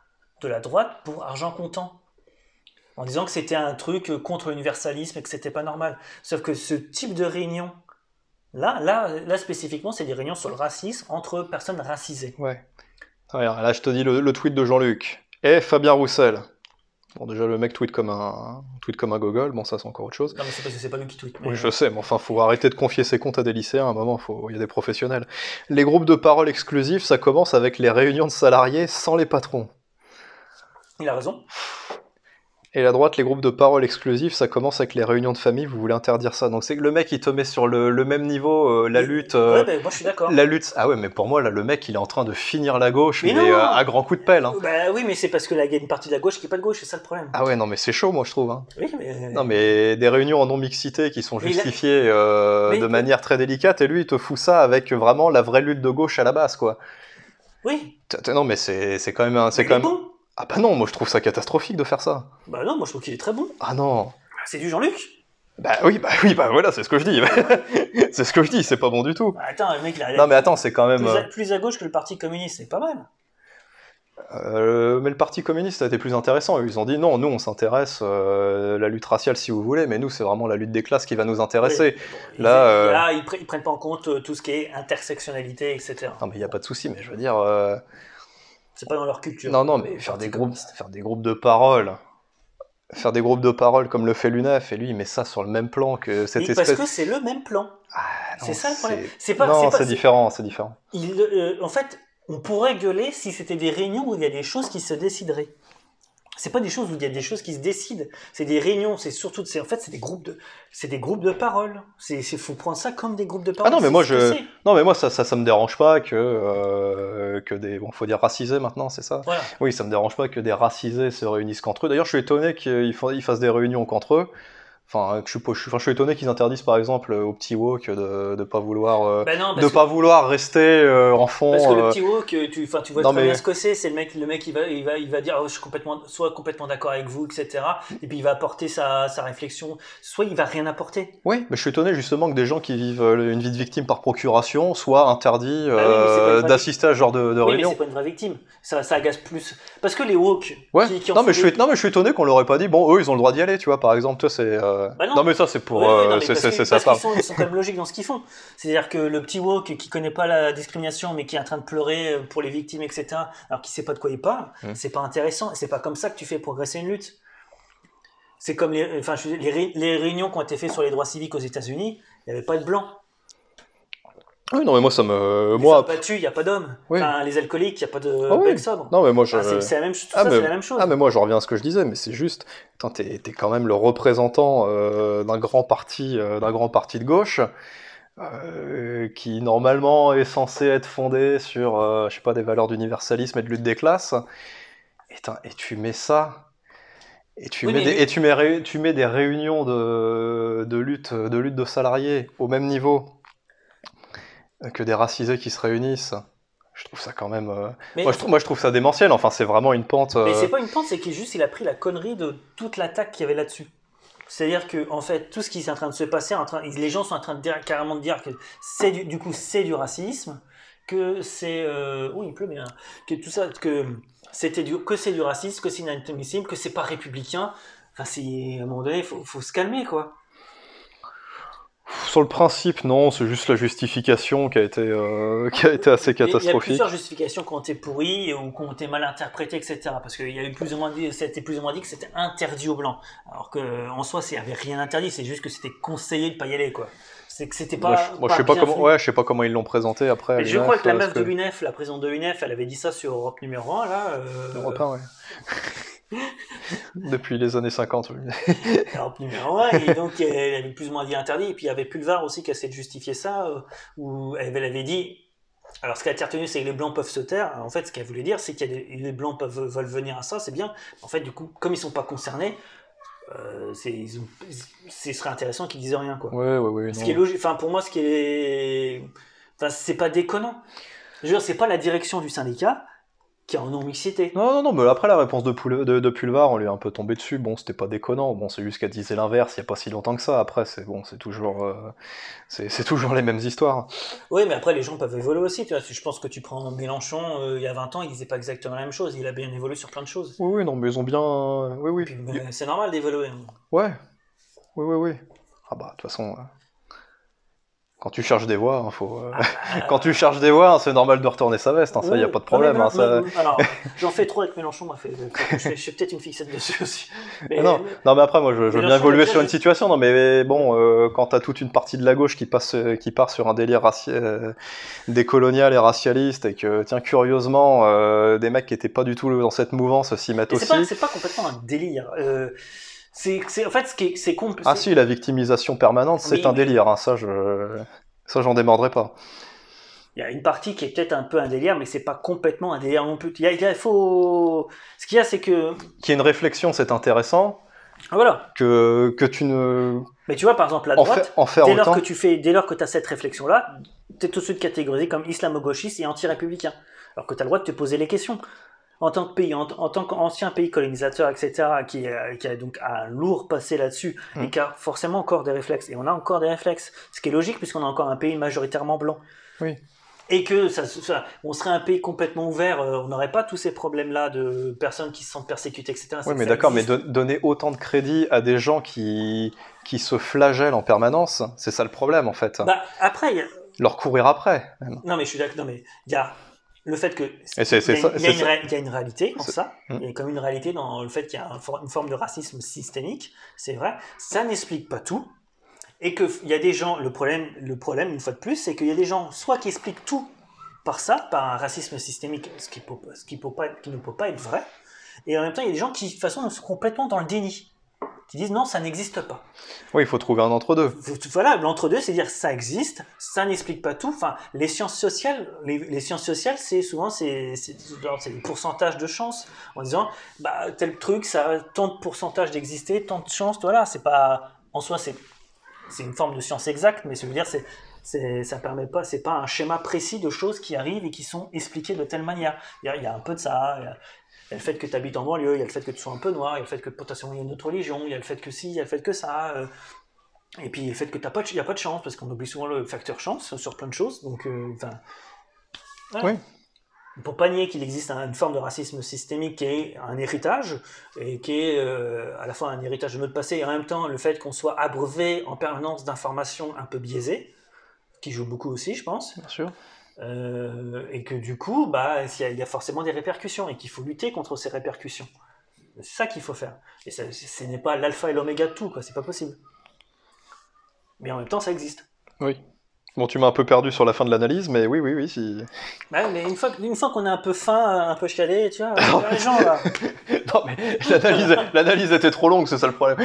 B: de la droite pour argent comptant, en disant que c'était un truc euh, contre l'universalisme et que c'était pas normal. Sauf que ce type de réunion là, là, là spécifiquement, c'est des réunions sur le racisme entre personnes racisées.
A: Ouais. Regarde, là, je te dis le, le tweet de Jean-Luc. Et Fabien Roussel. Bon, déjà, le mec tweet comme un, tweet comme un gogol. Bon, ça, c'est encore autre chose.
B: Non, mais c'est parce que c'est pas lui qui tweet. mais-
A: Oui, je sais, mais enfin, faut arrêter de confier ses comptes à des lycéens. À un moment, faut... il y a des professionnels. Les groupes de parole exclusifs, ça commence avec les réunions de salariés sans les patrons.
B: Il a raison.
A: Et la droite, les groupes de parole exclusifs, ça commence avec les réunions de famille. Vous voulez interdire ça. Donc, c'est que le mec, il te met sur le, le même niveau, euh, la
B: Mais-
A: lutte. euh,
B: Ouais, bah, moi je suis d'accord.
A: La lutte, ah ouais, mais pour moi, là, le mec, il est en train de finir la gauche, mais,
B: Mais non
A: euh, à grands coups de pelle. hein.
B: Bah oui, mais c'est parce que là, il y a une partie de la gauche qui est pas de gauche, c'est ça le problème.
A: Ah ouais, non, mais c'est chaud, moi, je trouve. hein.
B: Oui, mais. euh,
A: Non, mais des réunions en non-mixité qui sont
B: Mais il a-
A: justifiées euh,
B: Mais-
A: de manière très délicate, et lui, il te fout ça avec vraiment la vraie lutte de gauche à la base, quoi.
B: Oui.
A: T- t- Non, mais c'est c'est quand même... un- C'est
B: mais
A: quand
B: il est
A: même...
B: bon.
A: Ah bah non, moi je trouve ça catastrophique de faire ça.
B: Bah non, moi je trouve qu'il est très bon.
A: Ah non.
B: C'est du Jean-Luc
A: Bah oui, bah oui, bah voilà, c'est ce que je dis. c'est ce que je dis, *laughs* c'est pas bon du tout.
B: Bah, Attends, le mec, il a
A: Non mais attends, c'est quand même...
B: plus, à,
A: euh,
B: plus à gauche que le Parti communiste, c'est pas mal.
A: euh, mais le Parti communiste a été plus intéressant. Ils ont dit non, nous on s'intéresse euh, la lutte raciale si vous voulez, mais nous c'est vraiment la lutte des classes qui va nous intéresser.
B: Ils-
A: Là, euh,
B: là, ils, pre- ils prennent pas en compte euh, tout ce qui est intersectionnalité, etc.
A: Non mais il y a pas de souci, mais je veux dire... euh,
B: C'est pas dans leur culture.
A: Non, non, mais
B: Le
A: faire
B: Parti
A: des, groupes,
B: communiste.
A: faire des groupes de parole faire des groupes de parole comme le fait l'UNEF, et lui, il met ça sur le même plan que cette
B: Oui,
A: espèce.
B: Parce que c'est le même plan.
A: Ah, non,
B: c'est ça le problème. C'est pas.
A: Non,
B: c'est pas-
A: c'est différent, c'est différent.
B: il, euh, en fait, on pourrait gueuler si c'était des réunions où il y a des choses qui se décideraient. C'est pas des choses où il y a des choses qui se décident. C'est des réunions, c'est surtout. de- c'est- En fait, c'est des groupes de, c'est des groupes de parole. C'est, c'est- faut prendre ça comme des groupes de parole.
A: Ah non, mais
B: C'est
A: moi,
B: ce que
A: je-
B: c'est.
A: Non, mais moi, ça, ça, ça me dérange pas que, euh, que des. Bon, faut dire racisés maintenant, c'est ça
B: Voilà.
A: Oui, ça me dérange pas que des racisés se réunissent qu'entre eux. D'ailleurs, je suis étonné qu'ils fa- ils fassent des réunions qu'entre eux. Enfin, euh, que je suis, pas- je suis- enfin, je suis étonné qu'ils interdisent, par exemple, euh, aux petits woke de ne pas vouloir. euh,
B: Bah non, parce
A: de
B: que-
A: pas vouloir rester euh, en fond.
B: Parce que
A: euh,
B: le petit woke, euh, tu, enfin, tu vois
A: non,
B: très
A: mais-
B: bien ce que c'est, c'est le mec, le mec il va, il va, il va dire oh, je suis complètement, soit complètement d'accord avec vous, etc. Et puis il va apporter sa, sa réflexion, soit il va rien apporter.
A: Oui, mais je suis étonné justement que des gens qui vivent euh, une vie de victime par procuration soient interdits
B: Ah mais c'est pas une
A: euh,
B: vraie
A: d'assister à ce genre de, de
B: oui, mais
A: réunion.
B: c'est pas une vraie victime. Ça, ça agace plus. Parce que les woke,
A: Ouais.
B: qui, qui en
A: non,
B: font
A: mais je
B: des-
A: suis, non, mais je suis étonné qu'on leur ait pas dit, bon, eux, ils ont le droit d'y aller, tu vois, par exemple, toi, c'est... euh,
B: Bah non.
A: non. mais ça, c'est pour...
B: Ouais, ouais,
A: euh,
B: non, mais
A: c'est-
B: parce
A: c'est-
B: que-
A: c'est- ça
B: parce qu'ils
A: parle.
B: sont, ils sont quand même logiques dans ce qu'ils font. C'est-à-dire que le petit woke qui connaît pas la discrimination, mais qui est en train de pleurer euh, pour les victimes, etc., alors qu'il sait pas de quoi il parle,
A: Mm.
B: c'est pas intéressant. Et C'est pas comme ça que tu fais progresser une lutte. C'est comme les, enfin, je veux dire, les, ré- les réunions qui ont été faites sur les droits civiques aux États-Unis, il n'y avait pas de blancs.
A: Oui, non, mais moi, ça me...
B: Les
A: Moi,
B: femmes battues, il n'y a pas d'hommes.
A: Oui.
B: Enfin, les alcooliques, il n'y a pas de
A: Ah oui.
B: mecs sobres.
A: non, mais moi, je...
B: Ah, c'est- c'est la même, ch- tout
A: Ah,
B: ça,
A: mais-
B: c'est la même chose.
A: Ah mais moi je reviens à ce que je disais, mais c'est juste, putain, t'es t'es quand même le représentant euh, d'un grand parti, euh, d'un grand parti de gauche, euh, qui normalement est censé être fondé sur, euh, je sais pas, des valeurs d'universalisme et de lutte des classes. Et, t'in- et tu mets ça, et tu
B: Oui,
A: mets
B: mais
A: des,
B: lui-
A: et tu mets, ré- tu mets des réunions de, de lutte, de lutte de salariés au même niveau que des racisés qui se réunissent. Je trouve ça quand même. euh,
B: Mais-
A: Moi, je trouve, moi je trouve ça démentiel. Enfin c'est vraiment une pente.
B: Mais
A: euh,
B: c'est pas une pente, c'est qu'il juste il a pris la connerie de toute l'attaque qu'il y avait là-dessus. C'est-à-dire que en fait tout ce qui est en train de se passer, en train, les gens sont en train de dire, carrément de dire que c'est du, du coup c'est du racisme, que c'est euh, oh, il pleut bien, que tout ça que c'était du que c'est du racisme, que c'est inadmissible, que c'est pas républicain. Enfin c'est à un moment donné faut, faut se calmer quoi.
A: Sur le principe, non, c'est juste la justification qui a été, euh, *laughs* qui a été assez
B: Il y a- Il y a
A: catastrophique.
B: plusieurs justifications quand t'es pourri ou quand t'es mal interprété, etc. Parce qu'il y a eu plus ou moins dit, c'était plus ou moins dit que c'était interdit aux blancs. Alors que en soi, c'est- il n'y avait rien interdit, c'est juste que c'était conseillé de pas y aller, quoi. C'est que c'était pas.
A: moi, je, moi, je sais pas
B: bien
A: comment,
B: fait.
A: ouais, je sais pas comment ils l'ont présenté après. à
B: Mais je
A: l'UNEF,
B: crois que la
A: euh,
B: meuf
A: parce
B: de l'UNEF, la présidente de l'UNEF, elle avait dit ça sur Europe numéro 1, là. euh,
A: Europe 1, ouais.
B: *laughs*
A: Depuis les années 50. oui.
B: Europe numéro 1, et donc elle avait plus ou moins dit interdit. Et puis il y avait Pulvar aussi qui a essayé de justifier ça, euh, où elle, elle avait dit. Alors ce qu'elle a retenu, c'est que les blancs peuvent se taire. En fait, ce qu'elle voulait dire, c'est que les blancs peuvent, veulent venir à ça, c'est bien. En fait, du coup, comme ils sont pas concernés, euh, c'est- ils ont- ce serait intéressant qu'ils disent rien, quoi.
A: Ouais, ouais, ouais.
B: Ce
A: non.
B: qui est logique, enfin pour moi, ce qui est. Enfin, c'est pas déconnant. Je veux dire, c'est pas la direction du syndicat qui est en non-mixité.
A: Non, non, non, mais après la réponse de, Poul- de, de Pulvar, on lui est un peu tombé dessus. Bon, c'était pas déconnant. Bon, c'est juste qu'elle disait l'inverse il y a pas si longtemps que ça. Après, c'est bon, c'est toujours, euh, c'est c'est toujours les mêmes histoires.
B: Oui, mais après, les gens peuvent évoluer aussi. Tu vois. Je pense que tu prends Mélenchon, euh, il y a 20 ans, il disait pas exactement la même chose. Il a bien évolué sur plein de choses.
A: Oui, oui, non, mais ils ont bien. euh, Oui,
B: Et
A: oui.
B: puis, euh, c'est normal d'évoluer. hein.
A: Ouais. Oui, oui, oui. Ah bah, de toute façon, euh, quand tu cherches des voix, hein, faut, euh,
B: Ah.
A: *laughs* quand tu cherches des voix, hein, c'est normal de retourner sa veste, hein, ça, il a pas de problème.
B: Ah,
A: hein,
B: mais non,
A: ça-
B: mais-
A: *laughs*
B: Alors, j'en fais trop avec Mélenchon. moi, fait- euh, Je fais, je fais peut-être une fixette dessus *laughs* aussi. Mais,
A: non, non, mais après, moi, je, je veux
B: Mais
A: bien
B: dans son
A: évoluer
B: cas,
A: sur
B: je-
A: une situation. Non, mais bon, euh, quand t'as toute une partie de la gauche qui, passe, euh, qui part sur un délire raci- euh, décolonial et racialiste, et que, tiens, curieusement, euh, des mecs qui étaient pas du tout dans cette mouvance s'y mettent
B: mais
A: aussi.
B: c'est pas, c'est pas complètement un délire. Euh, c'est, c'est- en fait, ce qui est- c'est compl-
A: Ah
B: c'est-
A: si, la victimisation permanente, c'est
B: Oui,
A: un
B: mais-
A: délire. hein, ça, je, ça, j'en démordrai pas.
B: Il y a une partie qui est peut-être un peu un délire, mais c'est pas complètement un délire non plus. Il, y a- il y a- il faut. Ce qu'il y a, c'est que.
A: Qu'il y ait une réflexion, c'est intéressant.
B: Voilà.
A: que, que tu ne.
B: Mais tu vois, par exemple, la
A: En,
B: droite.
A: fa- en faire
B: dès lors
A: autant.
B: que tu fais, dès lors que as cette réflexion-là, tu es tout de suite catégorisé comme islamo-gauchiste et anti-républicain. Alors que tu as le droit de te poser les questions. En tant que pays, en, en tant qu'ancien pays colonisateur, etc., qui, euh, qui a donc un lourd passé là-dessus,
A: Mm.
B: et qui a forcément encore des réflexes. Et on a encore des réflexes. Ce qui est logique, puisqu'on a encore un pays majoritairement blanc.
A: Oui.
B: Et que ça, se- ça- on serait un pays complètement ouvert, euh, on n'aurait pas tous ces problèmes-là de personnes qui se sentent persécutées, etc. C'est
A: Oui,
B: que
A: mais
B: ça
A: d'accord, mais
B: existe.
A: don- donner autant de crédit à des gens qui, qui se flagellent en permanence, c'est ça le problème en fait.
B: Bah, après, il y a-
A: Leur courir après. même.
B: Non, mais je suis d'accord. Non, mais il y a le fait que
A: Et c'est- c'est
B: il y a-
A: ça-
B: il y a
A: c'est
B: une ré- il y a une réalité dans
A: C'est-
B: ça,
A: Mm.
B: il y a comme une réalité dans le fait qu'il y a un for- une forme de racisme systémique, c'est vrai, ça n'explique pas tout, et qu'il y a des gens, le problème, le problème une fois de plus, c'est qu'il y a des gens soit qui expliquent tout par ça, par un racisme systémique, ce qui, peut- ce qui peut pas être- qui ne peut pas être vrai, et en même temps il y a des gens qui de toute façon sont complètement dans le déni, qui disent non ça n'existe pas.
A: Oui, il faut trouver un entre-deux.
B: Voilà, l'entre-deux, c'est dire ça existe, ça n'explique pas tout. Enfin, les sciences sociales, les, les sciences sociales, c'est souvent c'est c'est- c'est des pourcentages de chance en disant bah tel truc, ça a tant de pourcentage d'exister, tant de chance. Voilà, c'est pas en soi c'est c'est une forme de science exacte, mais ce que je veux dire c'est c'est- ça permet pas, c'est pas un schéma précis de choses qui arrivent et qui sont expliquées de telle manière. Il y a, il y a un peu de ça. il y a- il y a le fait que tu habites en banlieue, il y a le fait que tu sois un peu noir, il y a le fait que potentiellement il y a une autre religion, il y a le fait que si, il y a le fait que ça. euh, et puis le fait que t'as pas, de- y a pas de chance parce qu'on oublie souvent le facteur chance sur plein de choses. Donc, euh, enfin, voilà. Pour pas nier qu'il existe un- une forme de racisme systémique qui est un héritage et qui est euh, à la fois un héritage de notre passé et en même temps le fait qu'on soit abreuvé en permanence d'informations un peu biaisées, qui joue beaucoup aussi, je pense.
A: Bien sûr.
B: Euh, et que du coup, bah, s'il y a- il y, a forcément des répercussions et qu'il faut lutter contre ces répercussions. C'est ça qu'il faut faire. Et ça- c- ce n'est pas l'alpha et l'oméga de tout, quoi. C'est pas possible. Mais en même temps, ça existe.
A: Oui. Bon, tu m'as un peu perdu sur la fin de l'analyse, mais oui, oui, oui. Si... *laughs*
B: Ouais, Bah, mais une fois, que- une fois qu'on est un peu fin, un peu chialé, tu vois, on voit les gens là.
A: non, mais l'analyse, l'analyse était trop longue, c'est ça le problème.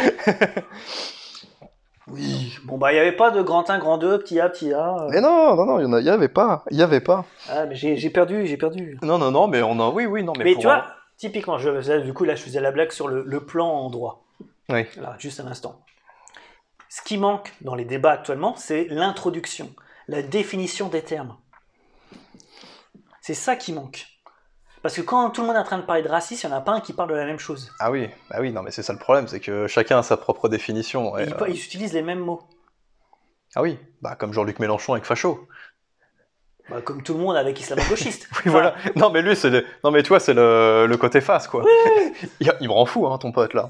B: Oui. Bon bah, il n'y avait pas de grand 1, grand 2, petit A, petit A.
A: Mais non, non, non, il y en a- il y avait pas. Il y avait pas.
B: Ah, mais j'ai j'ai perdu, j'ai perdu.
A: Non, non, non, mais on a. Oui, oui, non, mais.
B: Mais
A: pour
B: tu vois, typiquement, je, là, du coup, là, je faisais la blague sur le, le plan en droit.
A: Oui.
B: Là, juste un instant. Ce qui manque dans les débats actuellement, c'est l'introduction, la définition des termes. C'est ça qui manque. Parce que quand tout le monde est en train de parler de racisme, il n'y en a pas un qui parle de la même chose.
A: Ah oui, bah oui, non, mais c'est ça le problème, c'est que chacun a sa propre définition.
B: Et
A: et,
B: ils,
A: euh,
B: ils utilisent les mêmes mots.
A: Ah oui, bah comme Jean-Luc Mélenchon avec facho.
B: Bah, comme tout le monde avec islamo-gauchiste.
A: *laughs* Oui, voilà. Non, mais lui, c'est. le- Non, mais toi, c'est le... le côté face, quoi. *laughs* il, il me rend fou, hein, ton pote, là.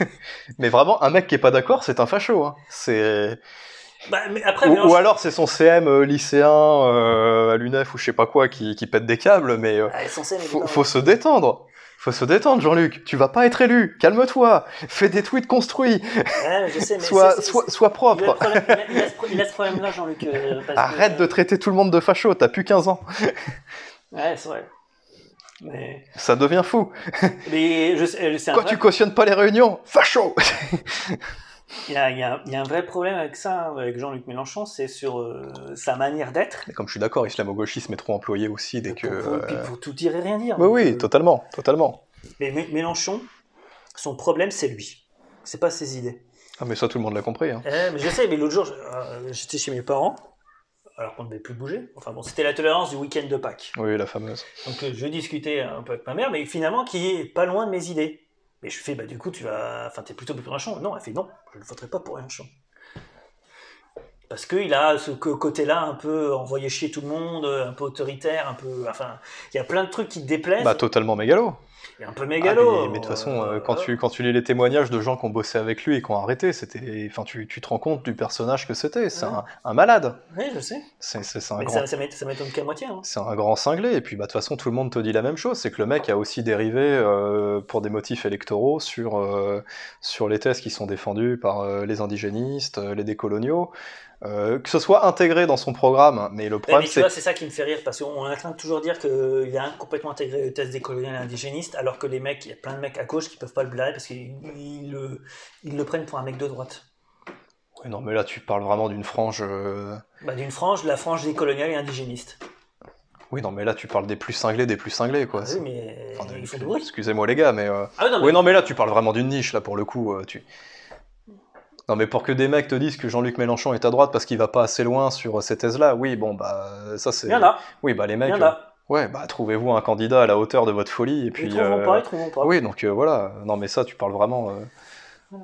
A: *laughs* mais vraiment, un mec qui est pas d'accord, c'est un facho. Hein. C'est.
B: Bah, mais après,
A: Ou,
B: Mélenchon-
A: ou alors, c'est son CM euh, lycéen euh, à l'UNEF ou je sais pas quoi qui, qui pète des câbles, mais. euh,
B: Ah, essentiel, mais
A: faut,
B: pas-
A: faut se détendre. Faut se détendre, Jean-Luc. Tu vas pas être élu. Calme-toi. Fais des tweets construits.
B: Ouais, je sais, mais
A: Sois,
B: c'est- c'est-
A: sois, sois
B: il a le
A: propre.
B: problème- il a- il a ce pro- Il a ce problème-là, Jean-Luc. euh, parce que-
A: Arrête de traiter tout le monde de facho. T'as plus 15 ans.
B: Ouais, c'est vrai. Mais,
A: Ça devient fou.
B: Ah mais je sais, euh, c'est un
A: Quand
B: vrai-
A: tu cautionnes pas les réunions, facho
B: il, y a, il y a- il y a un vrai problème avec ça, hein, avec Jean-Luc Mélenchon, c'est sur euh, sa manière d'être.
A: Mais Comme je suis d'accord, islamo-gauchisme est trop employé aussi dès que.
B: Pour, pour-
A: euh,
B: puis pour tout dire et rien dire.
A: Oui, oui,
B: Euh,
A: totalement, totalement.
B: mais Mé- Mélenchon, son problème, c'est lui. C'est pas ses idées.
A: Ah, mais ça, tout le monde l'a compris. hein.
B: Eh, mais je sais, mais l'autre jour, je- euh, j'étais chez mes parents, alors qu'on ne devait plus bouger. Enfin bon, c'était la tolérance du week-end de Pâques.
A: Oui, la fameuse.
B: Donc euh, je discutais un peu avec ma mère, mais finalement qui est pas loin de mes idées. Mais je fais, bah du coup, tu vas. Enfin, t'es plutôt pour Mélenchon. Non, elle fait non, je ne voterai pas pour Mélenchon. Parce qu'il a ce co- côté-là un peu envoyé chier tout le monde, euh, un peu autoritaire, un peu. Enfin, il y a plein de trucs qui te déplaisent.
A: Bah, totalement mégalo.
B: il est un peu
A: Ah,
B: mégalo.
A: mais- mais de toute façon, euh,
B: euh,
A: quand, tu, quand tu lis les témoignages de gens qui ont bossé avec lui et qui ont arrêté, c'était. Enfin, tu, tu te rends compte du personnage que c'était. C'est
B: Ouais.
A: un, un malade.
B: Oui, je sais.
A: C'est c'est- c'est un
B: Mais
A: grand.
B: ça, ça m'ét- ça m'étonne qu'à moitié. hein.
A: C'est un grand cinglé, et puis bah, de toute façon, tout le monde te dit la même chose, c'est que le mec a aussi dérivé euh, pour des motifs électoraux sur, euh, sur les thèses qui sont défendues par euh, les indigénistes, euh, les décoloniaux, euh, que ce soit intégré dans son programme, mais le
B: Ouais,
A: problème
B: mais tu
A: c'est...
B: vois, c'est ça qui me fait rire parce qu'on est en train de toujours dire qu'il a complètement intégré le test des coloniales indigénistes, alors que les mecs, il y a plein de mecs à gauche qui peuvent pas le blâmer parce qu'ils ils le, ils le prennent pour un mec de droite.
A: Ouais, Non mais là tu parles vraiment d'une frange... euh,
B: Bah, D'une frange, la frange des coloniales et indigénistes.
A: Oui non mais là tu parles des plus cinglés, des plus cinglés quoi.
B: Ah
A: C'est-
B: oui, mais
A: enfin, des-
B: ils font du bruit.
A: Excusez-moi les gars, mais... euh,
B: Ah
A: *laughs*
B: non, mais,
A: Oui non mais là tu parles vraiment d'une niche, là pour le coup. euh, tu... Non mais pour que des mecs te disent que Jean-Luc Mélenchon est à droite parce qu'il va pas assez loin sur euh, ces thèses-là, oui bon bah ça c'est...
B: il y en a,
A: Oui, bah les
B: il
A: mecs,
B: y en a.
A: euh, ouais, bah trouvez-vous un candidat à la hauteur de votre folie et puis.
B: Ils trouveront
A: euh,
B: pas, ils trouveront pas.
A: Oui, donc euh, voilà. Non, mais ça, tu parles vraiment. euh,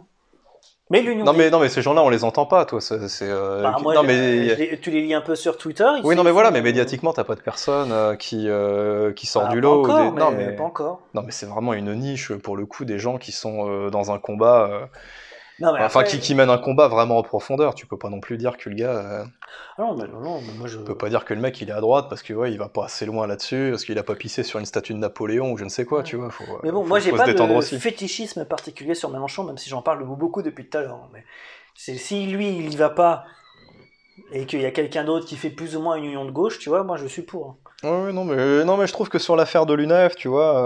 B: Mais l'Union.
A: Non, mais non, mais ces gens-là, on les entend pas, toi. C'est. c'est, euh,
B: Bah,
A: qui-
B: moi,
A: non,
B: je-
A: mais.
B: je les- tu les lis un peu sur Twitter. ils
A: Oui, non,
B: sont-
A: mais voilà. Mais médiatiquement, t'as pas de personne euh, qui euh, qui sort du lot. ou
B: Bah, Pas Ah, encore,
A: des-
B: mais,
A: Non, mais
B: pas encore.
A: non, mais c'est vraiment une niche pour le coup des gens qui sont euh, dans un combat. euh,
B: Non, mais
A: Enfin,
B: après-
A: qui, qui mène un combat vraiment en profondeur. Tu peux pas non plus dire que le gars. euh,
B: Ah non, mais non, non, mais moi je.
A: tu peux pas dire que le mec il est à droite parce que ouais, il va pas assez loin là-dessus, parce qu'il a pas pissé sur une statue de Napoléon ou je ne sais quoi, tu vois. Faut, euh,
B: Mais bon,
A: faut-
B: moi j'ai
A: faut
B: pas
A: se
B: de
A: détendre aussi.
B: fétichisme particulier sur Mélenchon, même si j'en parle beaucoup depuis tout à l'heure. Mais c'est si lui il y va pas et qu'il y a quelqu'un d'autre qui fait plus ou moins une union de gauche, tu vois, moi je suis pour.
A: Ouais, ouais, non, mais, non, mais je trouve que sur l'affaire de l'UNEF, tu vois,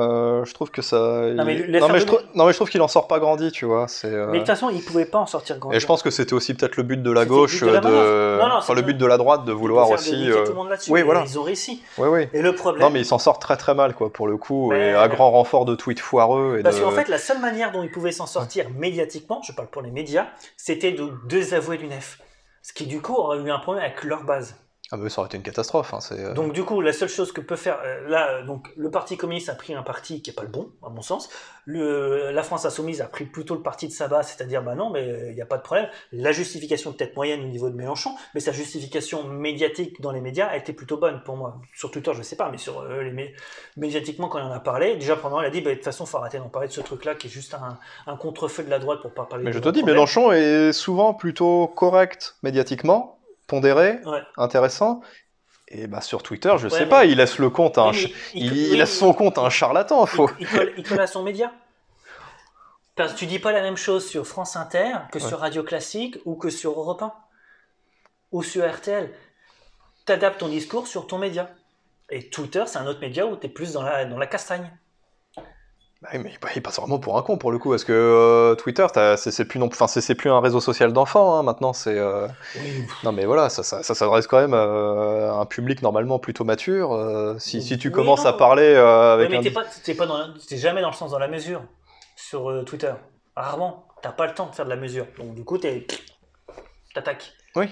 A: euh, je trouve que ça.
B: Non, mais
A: il-
B: l'affaire
A: non, mais je
B: de
A: trouve- non, mais je trouve qu'il en sort pas grandi, tu vois. c'est, euh,
B: Mais de toute façon, il pouvait pas en sortir grand.
A: Et je pense que c'était aussi peut-être le but de la
B: C'était le
A: gauche, euh,
B: but de la
A: de...
B: manœuvre. Non, non,
A: enfin le
B: c'est-
A: but de la droite de vouloir aussi. euh,
B: tout le monde là-dessus.
A: oui,
B: et
A: voilà.
B: Ils ont réussi.
A: Oui, oui.
B: Et le problème.
A: Non, mais il s'en sort très très mal, quoi, pour le coup, et
B: Mais-
A: à grand renfort de tweets foireux. Et
B: Parce
A: de...
B: qu'en fait, la seule manière dont ils pouvaient s'en sortir médiatiquement, je parle pour les médias, c'était de désavouer l'UNEF. Ce qui, du coup, aurait eu un problème avec leur base.
A: Ah, mais ça aurait été une catastrophe. Hein, c'est, euh,
B: Donc, du coup, la seule chose que peut faire. euh, Là, euh, donc, le Parti communiste a pris un parti qui n'est pas le bon, à mon sens. Le- euh, la France insoumise a pris plutôt le parti de sa base, c'est-à-dire, bah non, mais il n'y a pas de problème. La justification, peut-être moyenne au niveau de Mélenchon, mais sa justification médiatique dans les médias a été plutôt bonne pour moi. Sur Twitter, je ne sais pas, mais sur euh, les mé- médiatiquement, quand il en a parlé, déjà, pendant, il a dit, bah, de toute façon, il faut arrêter d'en parler de ce truc-là qui est juste un, un contre-feu de la droite pour pas parler
A: Mais
B: de
A: je te
B: notre
A: dis,
B: problème.
A: Mélenchon est souvent plutôt correct médiatiquement, pondéré,
B: Ouais.
A: intéressant. Et bah sur Twitter, je
B: Ouais,
A: sais
B: mais-
A: pas, il laisse le compte à un, ch-
B: Oui, mais
A: il,
B: oui,
A: il laisse son compte à un charlatan, faut.
B: Il, il colle, il colle à son média. Parce que tu dis pas la même chose sur France Inter que
A: Ouais.
B: sur Radio Classique ou que sur Europe 1 ou sur RTL. T'adaptes ton discours sur ton média. Et Twitter, c'est un autre média où tu es plus dans la, dans la castagne.
A: Bah oui, mais bah, il passe vraiment pour un con pour le coup, parce que euh, Twitter, t'as- c'est c'est plus non, enfin c'est c'est plus un réseau social d'enfants hein, maintenant, c'est. euh, Non mais voilà, ça, ça, ça s'adresse quand même euh, à un public normalement plutôt mature. euh, si, si tu
B: Oui,
A: commences
B: non.
A: à parler euh,
B: Ouais,
A: avec
B: mais
A: un
B: t'es pas, t'es pas dans la- t'es jamais dans le sens dans la mesure sur euh, Twitter. Rarement. T'as pas le temps de faire de la mesure. Donc du coup, t'es- t'attaques.
A: Oui.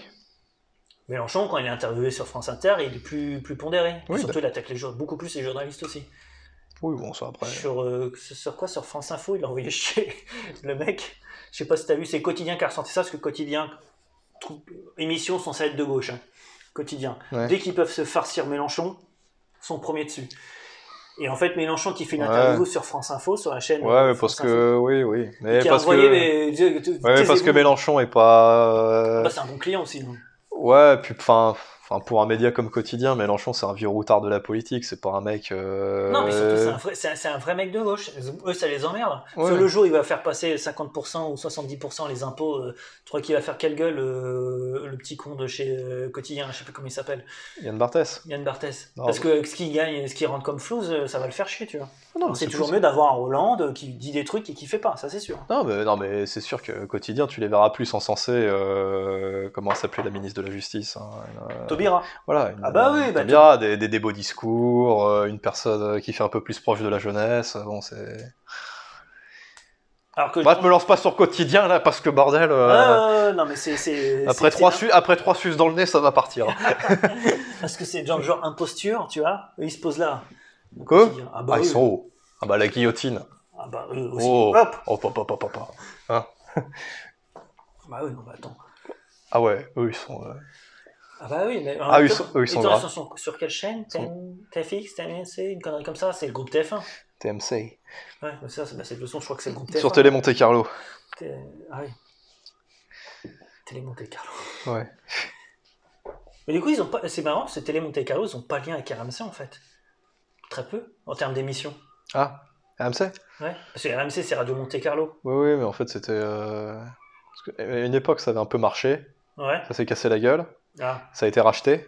B: Mélenchon, quand il est interviewé sur France Inter, il est plus, plus pondéré. Et
A: Oui, bah.
B: surtout, il attaque les jour- beaucoup plus les journalistes aussi.
A: Oui bon ça après.
B: Sur, euh, sur quoi Sur France Info, il a envoyé *laughs* chez le mec. Je sais pas si t'as vu, c'est Quotidien qui a ressenti ça, parce que Quotidien, trou- émission censée être de gauche. hein. Quotidien.
A: Ouais.
B: Dès qu'ils peuvent se farcir Mélenchon, sont premiers dessus. Et en fait, Mélenchon qui fait une
A: Ouais.
B: interview sur France Info, sur la chaîne.
A: Ouais,
B: euh,
A: mais parce
B: France Info,
A: que oui oui. Mais
B: Qui a
A: parce
B: envoyé,
A: que
B: mais, Dieu, tu-
A: Ouais, mais parce
B: taisez-vous.
A: que Mélenchon est pas. euh,
B: Bah, c'est un bon client aussi. non
A: Ouais, puis enfin, enfin, pour un média comme Quotidien, Mélenchon c'est un vieux routard de la politique, c'est pas un mec. euh,
B: Non, mais surtout, c'est un vrai- c'est un, c'est un vrai mec de gauche. Eux, ça les emmerde.
A: Ouais.
B: Sur le jour, il va faire passer 50% ou 70% les impôts. euh, tu crois qu'il va faire quelle gueule, euh, le petit con de chez euh, Quotidien, je sais plus comment il s'appelle,
A: Yann Barthès.
B: Yann Barthès
A: Non,
B: Parce
A: bah-
B: que avec ce qu'il gagne, et ce qu'il rentre comme flouze, euh, ça va le faire chier, tu vois.
A: Non,
B: Donc,
A: mais
B: C'est
A: c'est
B: toujours
A: possible.
B: mieux d'avoir un Hollande qui dit des trucs et qui fait pas, ça c'est sûr.
A: Non, mais, non, mais c'est sûr que Quotidien, tu les verras plus encenser. Euh, comment s'appelait la ministre de la Justice hein, une, euh,
B: Taubira.
A: Voilà. une-
B: Ah bah oui,
A: une
B: bah,
A: Taubira, des, des, des beaux discours, euh, une personne euh, qui fait un peu plus proche de la jeunesse. euh, Bon, c'est.
B: Alors que.
A: Bah, je me lance pas sur Quotidien là, parce que bordel. euh,
B: Euh, non mais c'est- c'est.
A: Après
B: c'est-
A: trois,
B: c'est-
A: su- après trois suces dans le nez, ça va
B: *laughs*
A: partir.
B: Parce que c'est dans le genre imposture, tu vois. Eux, Ils se posent là.
A: Quoi
B: Quotidien. Ah bah
A: Ah, ils
B: oui.
A: sont hauts. Ah bah la guillotine.
B: Ah bah eux aussi.
A: Oh,
B: Hop.
A: hop, hop, hop, hop, hop.
B: Bah oui, non, bah attends.
A: Ah ouais, eux ils sont. euh,
B: Ah bah oui, mais.
A: Ah, ils sont- eux, ils sont gras.
B: sur, sur quelle chaîne
A: Ils
B: TFX, TMC, une connerie comme ça, c'est le groupe TF1.
A: TMC.
B: Ouais, mais ça, c'est bah, c'est de toute façon, je crois que c'est le groupe TF1.
A: Sur Télé Monte Carlo.
B: T- Ah oui. Télé Monte Carlo.
A: Ouais.
B: Mais du coup, ils ont pas. C'est marrant, c'est Télé Monte Carlo, ils ont pas de lien avec RMC en fait. Très peu, en termes d'émissions.
A: Ah, RMC
B: Ouais. Parce que RMC, c'est Radio Monte Carlo.
A: Oui, oui, mais en fait c'était. euh, parce que, à une époque ça avait un peu marché.
B: Ouais.
A: Ça s'est cassé la gueule.
B: Ah.
A: Ça a été racheté.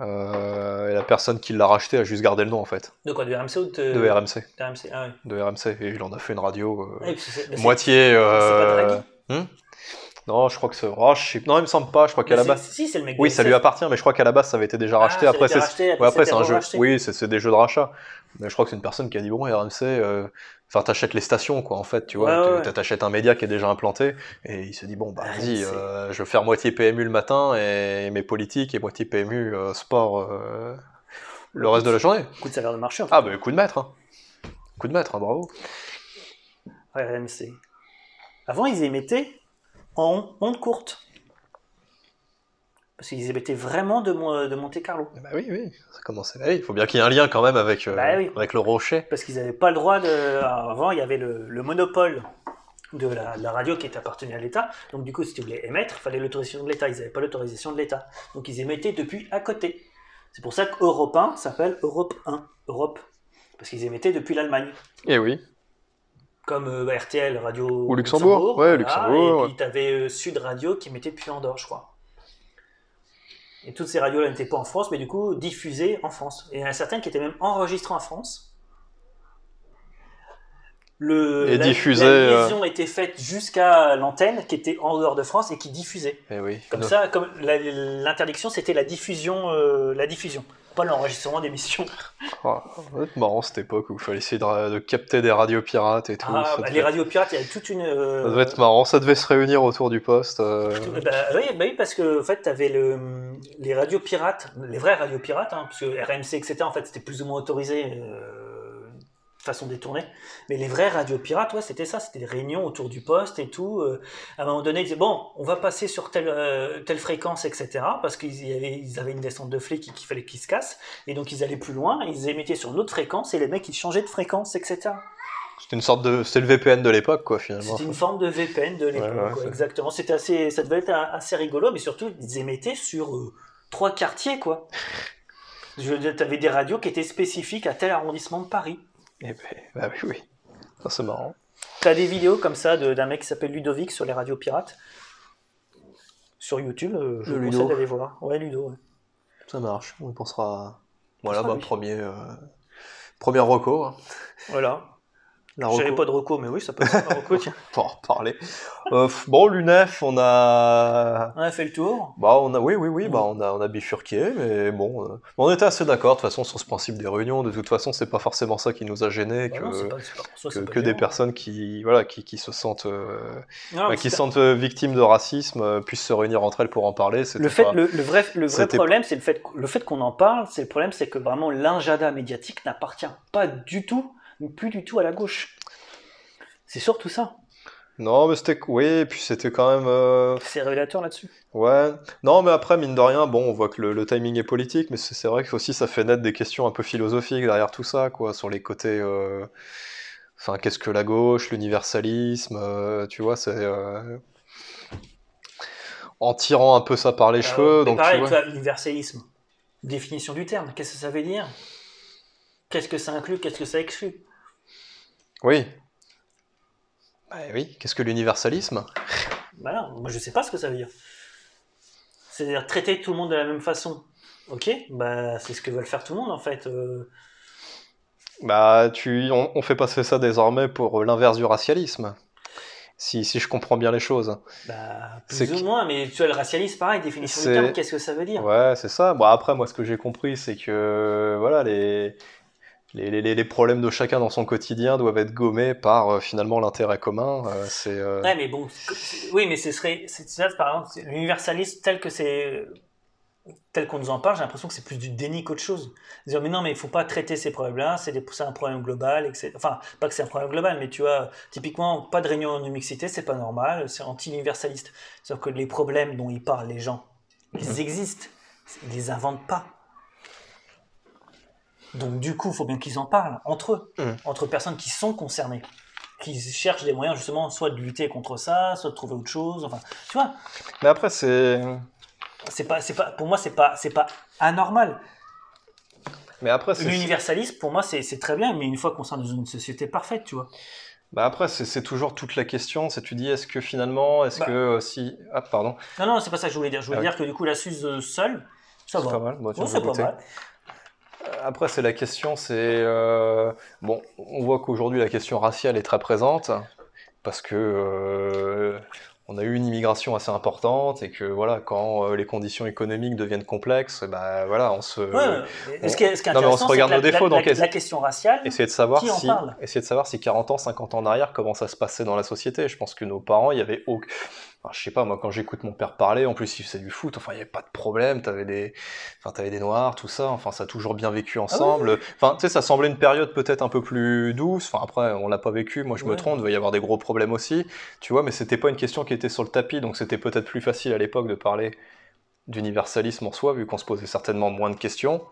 A: Euh, et la personne qui l'a racheté a juste gardé le nom en fait.
B: De quoi De RMC ou de.
A: De RMC.
B: de RMC, ah oui.
A: De RMC. Et il en a fait une radio. euh,
B: Ouais, parce que c'est- bah, c'est-
A: Moitié.
B: pas
A: euh,
B: Draghi
A: hmm non, je crois que c'est. Oh, je sais... Non, il me semble pas. Je crois qu'à
B: Mais
A: la
B: c'est-
A: base.
B: Si, c'est le mec
A: Oui,
B: de
A: ça lui
B: SF.
A: appartient, mais je crois qu'à la base ça avait été déjà
B: Ah,
A: racheté.
B: ça a
A: après,
B: été
A: c'est
B: racheté,
A: Ouais, après, c'est un jeu.
B: racheté.
A: Oui, c'est c'est des jeux de rachat. Mais je crois que c'est une personne qui a dit bon, RMC, euh, enfin, t'achètes les stations, quoi, en fait, tu vois.
B: Ouais, ouais,
A: tu-
B: ouais.
A: T'achètes un média qui est déjà implanté. Et il s'est dit bon, bah,
B: Ah,
A: vas-y,
B: c'est-
A: euh, je vais faire moitié PMU le matin et mes politiques et moitié PMU euh, sport euh, le reste de la journée.
B: Coup de salaire de marché, en fait.
A: Ah, bah, coup de maître. hein. Coup de maître, hein, bravo.
B: RMC. Avant, ils émettaient en ondes courtes. Parce qu'ils émettaient vraiment de, Mo- de Monte Carlo.
A: Bah oui, oui, ça commençait. Bah oui, Il faut bien qu'il y ait un lien quand même avec, euh,
B: Bah oui.
A: avec le rocher.
B: Parce qu'ils n'avaient pas le droit de. Avant, il y avait le, le monopole de la, de la radio qui était appartenue à l'État. Donc du coup, si tu voulais émettre, il fallait l'autorisation de l'État. Ils n'avaient pas l'autorisation de l'État. Donc ils émettaient depuis à côté. C'est pour ça qu'Europe 1 s'appelle Europe 1, Europe. Parce qu'ils émettaient depuis l'Allemagne.
A: Eh oui.
B: Comme euh, bah, RTL, Radio
A: Ou Luxembourg. Ouais, Luxembourg,
B: Et
A: ouais.
B: puis t'avais euh, Sud Radio qui émettait depuis Andorre, je crois. Et toutes ces radios-là n'étaient pas en France, mais du coup diffusées en France. Et il y en a certaines qui étaient même enregistrées en France. Le,
A: Et
B: la,
A: diffusées,
B: La
A: euh,
B: liaison était faite jusqu'à l'antenne qui était en dehors de France et qui diffusait.
A: Eh oui.
B: Comme
A: No-
B: ça, comme la- l'interdiction, c'était la diffusion, euh, la diffusion, pas l'enregistrement d'émissions.
A: Oh, ça doit être marrant cette époque où il fallait essayer de, ra- de capter des radios pirates et tout.
B: Ah,
A: ça,
B: bah,
A: devait,
B: les radios pirates, il y avait toute une. euh,
A: ça devait être marrant, ça devait se réunir autour du poste. euh,
B: tout- bah, oui, bah oui, parce que en fait, t'avais le, les radios pirates, les vraies radios pirates, hein, parce que RMC, etc. En fait, c'était plus ou moins autorisé, euh, de façon détournée. Mais les vraies radios pirates, ouais, c'était ça, c'était des réunions autour du poste et tout. euh, à un moment donné, ils disaient bon, on va passer sur telle, euh, telle fréquence, etc. Parce qu'ils y avaient, ils avaient une descente de flics et qu'il fallait qu'ils se cassent. Et donc, ils allaient plus loin, ils émettaient sur une autre fréquence et les mecs, ils changeaient de fréquence, etc.
A: C'était une sorte de. C'était le VPN de l'époque, quoi, finalement.
B: C'était une forme de VPN de l'époque,
A: Ouais, ouais,
B: quoi,
A: c'est-
B: exactement. C'était assez, ça devait être un- assez rigolo, mais surtout ils émettaient sur euh, trois quartiers, quoi. Je veux dire, t'avais des radios qui étaient spécifiques à tel arrondissement de Paris.
A: Eh ben, bah oui, oui. Ça, c'est marrant.
B: T'as des vidéos comme ça de- d'un mec qui s'appelle Ludovic sur les radios pirates sur YouTube. euh, je
A: Le
B: vous
A: Ludo.
B: conseille d'aller voir. Ouais, Ludo. ouais.
A: Ça marche, on y pensera. Voilà,
B: pensera,
A: bah,
B: oui.
A: premier, euh, première reco. hein.
B: Voilà.
A: La
B: J'avais
A: reco,
B: pas de reco, mais oui, ça peut être
A: *laughs*
B: un reco. Tiens.
A: pour en reparler. Euh, f- bon, l'UNEF, on a.
B: On a fait le tour.
A: Bah, on a, oui, oui, oui, bah, on a, on a bifurqué, mais bon, euh, on était assez d'accord, de toute façon, sur ce principe des réunions. De toute façon, c'est pas forcément ça qui nous a gênés,
B: Bah
A: que,
B: non, c'est pas- c'est pas- en soi,
A: que,
B: c'est pas
A: que des
B: gênant.
A: personnes qui, voilà, qui, qui se sentent, euh,
B: Non,
A: bah,
B: mais
A: qui se
B: c'est-
A: sentent euh, victimes de racisme euh, puissent se réunir entre elles pour en parler. c'était
B: Le, fait,
A: pas-
B: le, le vrai, le vrai
A: C'était-
B: problème, c'est le fait, le fait qu'on en parle, c'est le problème, c'est que vraiment l'injada médiatique n'appartient pas du tout, plus du tout à la gauche. C'est surtout ça.
A: Non, mais c'était. Oui, et puis c'était quand même. euh,
B: C'est révélateur là-dessus.
A: Ouais, non, mais après, mine de rien, bon, on voit que le, le timing est politique, mais c'est c'est vrai que aussi ça fait naître des questions un peu philosophiques derrière tout ça, quoi, sur les côtés. euh, Enfin, qu'est-ce que la gauche, l'universalisme, euh, tu vois, c'est. euh, En tirant un peu ça par les cheveux,
B: Ah, Euh, Mais
A: donc
B: pareil,
A: tu vois.
B: tu vois, universalisme. Définition du terme. Qu'est-ce que ça veut dire Qu'est-ce que ça inclut Qu'est-ce que ça exclut
A: Oui. Bah oui, qu'est-ce que l'universalisme?
B: Voilà, Bah moi je sais pas ce que ça veut dire. C'est-à-dire traiter tout le monde de la même façon. Ok, bah c'est ce que veulent faire tout le monde en fait. Euh,
A: Bah, tu, on, on fait passer ça désormais pour euh, l'inverse du racialisme, si, si je comprends bien les choses.
B: bah,
A: C'est
B: plus
A: qui-
B: ou moins, mais tu vois, le racialisme, pareil, définition du
A: C'est-
B: terme, qu'est-ce que ça veut dire
A: Ouais, c'est ça. Bon, après, moi, ce que j'ai compris, c'est que euh, voilà, les, les, les, les problèmes de chacun dans son quotidien doivent être gommés par euh, finalement l'intérêt commun. euh, c'est euh,
B: Ouais, mais bon, c'est- c'est- oui, mais ce serait, c'est ça, par exemple, c'est l'universalisme tel que c'est, tel qu'on nous en parle, j'ai l'impression que c'est plus du déni qu'autre chose. Dire, mais non, mais il faut pas traiter ces problèmes-là, c'est des- c'est un problème global, etc. Enfin, pas que c'est un problème global, mais tu vois, typiquement, pas de réunion de mixité, c'est pas normal, c'est anti-universaliste. Sauf que les problèmes dont ils parlent, les gens,
A: Mhm.
B: ils existent, ils les inventent pas. Donc, du coup, il faut bien qu'ils en parlent entre eux,
A: Mhm.
B: entre personnes qui sont concernées qui cherchent des moyens justement soit de lutter contre ça, soit de trouver autre chose. Enfin, tu vois,
A: Mais après, c'est
B: c'est pas, c'est pas, pour moi, c'est pas, c'est pas anormal.
A: mais après c'est
B: L'universalisme, pour moi, c'est c'est très bien, mais une fois qu'on sera dans une société parfaite, tu vois.
A: bah après c'est c'est toujours toute la question. C'est tu dis est-ce que finalement est-ce
B: Bah.
A: que euh, si ah pardon
B: Non, non, c'est pas ça que je voulais dire. Je voulais
A: Ah oui.
B: dire que du coup, la Suze euh, seule, ça
A: c'est pas
B: va.
A: mal. Bon, tu
B: Bon,
A: veux
B: c'est pas
A: goûter
B: mal.
A: Après c'est la question c'est euh, bon on voit qu'aujourd'hui la question raciale est très présente parce que euh, on a eu une immigration assez importante et que voilà quand euh, les conditions économiques deviennent complexes eh ben voilà on se
B: Ouais, mais ce qui est, ce qui est
A: Non, mais on se
B: intéressant, c'est que
A: regarde
B: la,
A: nos défauts,
B: la-
A: donc,
B: la-
A: est-ce-
B: la question raciale,
A: Essayer de savoir
B: Qui en
A: si,
B: parle
A: essayer de savoir si 40 ans, 50 ans en arrière, comment ça se passait dans la société. Je pense que nos parents, il y avait au... enfin, je sais pas, moi quand j'écoute mon père parler, en plus il faisait du foot, enfin il y avait pas de problème, t'avais des, enfin t'avais des noirs, tout ça, enfin ça a toujours bien
B: Ah
A: vécu ensemble. Enfin tu sais, ça semblait une période peut-être un peu plus douce. Enfin après, on l'a pas vécu, moi je me
B: Ouais.
A: trompe, il devait y avoir des gros problèmes aussi, tu vois, mais c'était pas une question qui était sur le tapis, donc c'était peut-être plus facile à l'époque de parler d'universalisme en soi, vu qu'on se posait certainement moins de questions.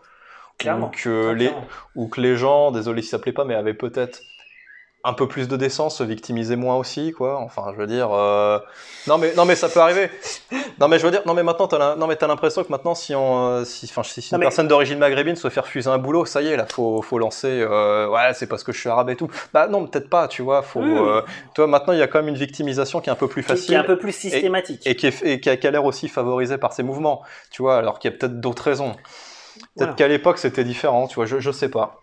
B: Clairement.
A: Donc, euh, les,
B: Clairement.
A: ou que les gens, désolé si ça plaît pas, mais avaient peut-être un peu plus de décence, se victimiser moins aussi, quoi. Enfin, je veux dire, euh, non mais non mais ça peut arriver. *laughs* Non mais je veux dire, non mais maintenant t'as la- non mais t'as l'impression que maintenant si on, euh, si, enfin, si une
B: Non, mais-
A: personne d'origine maghrébine se fait refuser un boulot, ça y est, là faut faut lancer, euh, ouais c'est parce que je suis arabe et tout. Bah non peut-être pas, tu vois. Faut,
B: Oui, oui.
A: euh, toi maintenant il y a quand même une victimisation qui est un peu plus
B: Hmm. qui, qui est
A: facile
B: un peu plus systématique.
A: et qui, est- et qui a, qui a l'air aussi favorisé par ces mouvements, tu vois, alors qu'il y a peut-être d'autres raisons. Peut-être
B: Voilà.
A: qu'à l'époque c'était différent, tu vois, je, je sais pas.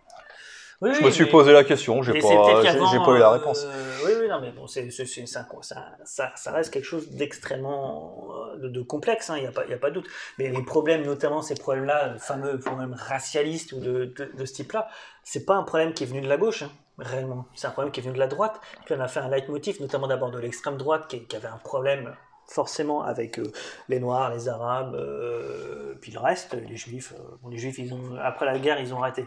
B: Oui,
A: Je
B: oui,
A: me suis
B: mais-
A: posé la question, j'ai
B: mais
A: pas,
B: c'est peut-être
A: j'ai-
B: qu'avant,
A: j'ai pas eu la
B: euh,
A: réponse.
B: oui, oui, non, mais bon, c'est, c'est- c'est- ça, ça, ça- ça reste quelque chose d'extrêmement euh, de, de complexe, il n'y a, pas- y a pas de doute. Mais les problèmes, notamment ces problèmes-là, les fameux problèmes racialistes ou de, de- de ce type-là, c'est pas un problème qui est venu de la gauche, hein, réellement. C'est un problème qui est venu de la droite. Puis on a fait un leitmotiv, notamment d'abord de l'extrême droite, qui, qui avait un problème forcément avec euh, les Noirs, les Arabes, euh, puis le reste, les Juifs. euh, bon, les Juifs, ils ont, après la guerre, ils ont raté.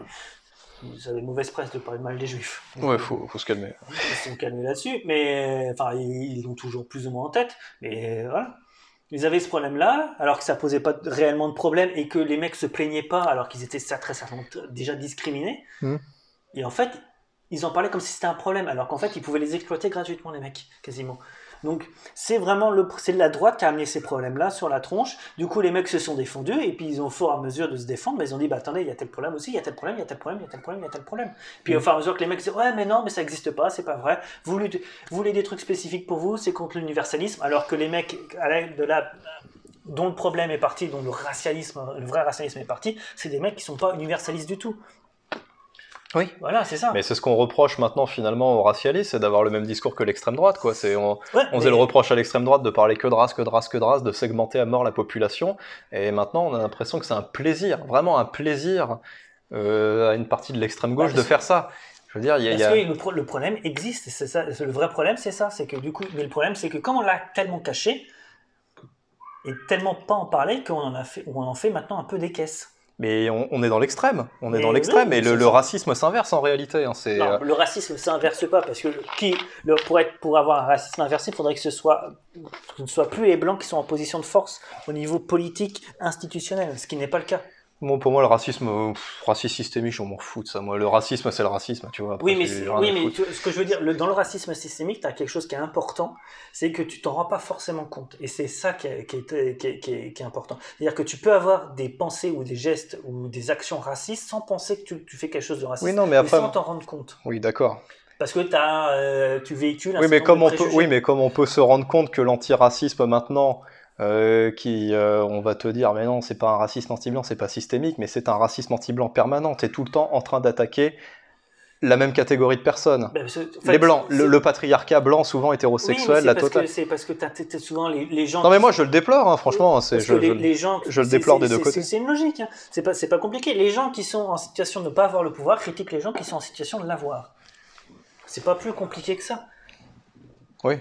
B: Vous avez mauvaise presse de parler mal des Juifs. euh,
A: Ouais, faut, faut se calmer.
B: Ils se sont calmés là-dessus, mais enfin, ils ils l'ont toujours plus ou moins en tête. Mais euh, voilà. Ils avaient ce problème-là, alors que ça posait pas de- réellement de problème et que les mecs se plaignaient pas, alors qu'ils étaient ça, très certainement t- déjà discriminés.
A: Mhm.
B: Et en fait, ils en parlaient comme si c'était un problème, alors qu'en fait, ils pouvaient les exploiter gratuitement, les mecs, quasiment. Donc, c'est vraiment le, c'est la droite qui a amené ces problèmes-là sur la tronche. Du coup, les mecs se sont défendus et puis ils ont, au fur et à mesure de se défendre, mais ils ont dit, bah attendez, il y a tel problème aussi, il y a tel problème, il y a tel problème, il y a tel problème, il y a tel problème. Puis au fur et à mesure que les mecs disent ouais mais non mais ça n'existe pas, c'est pas vrai. Vous voulez, vous voulez des trucs spécifiques pour vous, c'est contre l'universalisme. Alors que les mecs à l'aide de la dont le problème est parti, dont le racialisme, le vrai racialisme est parti, c'est des mecs qui sont pas universalistes du tout.
A: Oui.
B: Voilà c'est ça.
A: Mais c'est ce qu'on reproche maintenant finalement aux racialistes, c'est d'avoir le même discours que l'extrême droite. Quoi. C'est, on on
B: Ouais,
A: faisait le
B: mais-
A: reproche à l'extrême droite de parler que de race, que de race, que de race, de segmenter à mort la population. Et maintenant, on a l'impression que c'est un plaisir, vraiment un plaisir euh, à une partie de l'extrême gauche
B: Ouais,
A: de
B: parce-
A: faire ça. Je veux dire, il y a- il y
B: Parce
A: a...
B: que le, pro- le problème existe, c'est ça. c'est Le vrai problème, c'est ça. C'est que du coup, mais le problème, c'est que comme on l'a tellement caché et tellement pas en parler qu'on en a fait, on en fait maintenant un peu des caisses.
A: Mais on, on est dans l'extrême, on est
B: Mais
A: dans
B: oui,
A: l'extrême, et le,
B: c'est
A: le
B: ça.
A: racisme s'inverse en réalité. hein, c'est,
B: Non,
A: euh,
B: le racisme s'inverse pas parce que le- qui, le- pour, être, pour avoir un racisme inversé, il faudrait que ce, soit, que ce ne soit plus les blancs qui sont en position de force au niveau politique, institutionnel, ce qui n'est pas le cas.
A: bon, pour moi, le racisme, euh, pff, racisme systémique, on m'en fout de ça. Moi, le racisme, c'est le racisme, tu vois. après,
B: Oui, mais,
A: j'ai
B: c'est-
A: rien à
B: oui, mais
A: foutre.
B: tu vois, ce que je veux dire, le- dans le racisme systémique, tu as quelque chose qui est important, c'est que tu t'en rends pas forcément compte. Et c'est ça qui est, qui est- qui est- qui est- qui est important. C'est-à-dire que tu peux avoir des pensées ou des gestes ou des actions racistes sans penser que tu, tu fais quelque chose de raciste,
A: Oui, non, mais
B: mais
A: après-
B: sans t'en rendre compte.
A: Oui, d'accord.
B: Parce que t'as, euh, tu véhicules un
A: Oui, mais
B: certain
A: comme on
B: nombre de
A: peut,
B: préjugés.
A: oui, mais comme on peut se rendre compte que l'antiracisme maintenant, euh, qui, euh, on va te dire, mais non, c'est pas un racisme anti-blanc, c'est pas systémique, mais c'est un racisme anti-blanc permanent. T'es tout le temps en train d'attaquer la même catégorie de personnes.
B: Ben, parce que, en
A: les
B: fait,
A: blancs,
B: c'est-
A: le, le patriarcat blanc, souvent
B: Oui, mais
A: hétérosexuel,
B: c'est
A: la
B: parce
A: totale.
B: que- C'est parce que t'as- t'as- t'as souvent les, les gens.
A: Non, mais
B: qui
A: moi,
B: sont-
A: je le déplore, hein, franchement. hein, c'est-
B: parce
A: je-
B: que les-
A: je-
B: les gens-
A: je le
B: c'est-
A: déplore
B: c'est-
A: des deux
B: c'est-
A: côtés.
B: C'est c'est une logique. hein. C'est pas, c'est pas compliqué. Les gens qui sont en situation de ne pas avoir le pouvoir critiquent les gens qui sont en situation de l'avoir. C'est pas plus compliqué que ça.
A: Oui.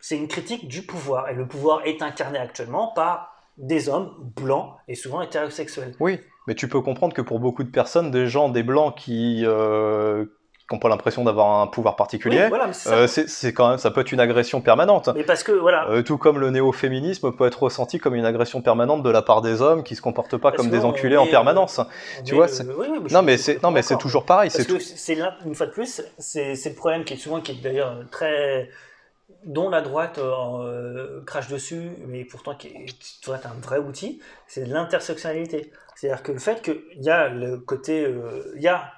B: C'est une critique du pouvoir. Et le pouvoir est incarné actuellement par des hommes blancs et souvent hétérosexuels.
A: Oui, mais tu peux comprendre que pour beaucoup de personnes, des gens, des blancs qui euh, qui n'ont pas l'impression d'avoir un pouvoir particulier,
B: Oui, voilà, mais c'est ça.
A: euh, c'est c'est quand même, ça peut être une agression permanente.
B: mais parce que voilà.
A: Euh, tout comme le néo-féminisme peut être ressenti comme une agression permanente de la part des hommes qui se comportent pas
B: Parce
A: comme
B: que
A: des
B: on
A: enculés en
B: est-
A: permanence.
B: on
A: tu
B: est
A: vois,
B: le-
A: c'est-
B: oui, oui, mais je
A: Non
B: suis
A: mais c'est non mais c'est
B: d'accord.
A: toujours pareil, c'est
B: Parce
A: tout.
B: que c'est là, une fois de plus, c'est c'est le problème qui est souvent, qui est d'ailleurs très. dont la droite euh, euh, crache dessus, mais pourtant qui, est, qui doit être un vrai outil, c'est l'intersectionnalité. C'est-à-dire que le fait qu'il y a le côté. euh, il y a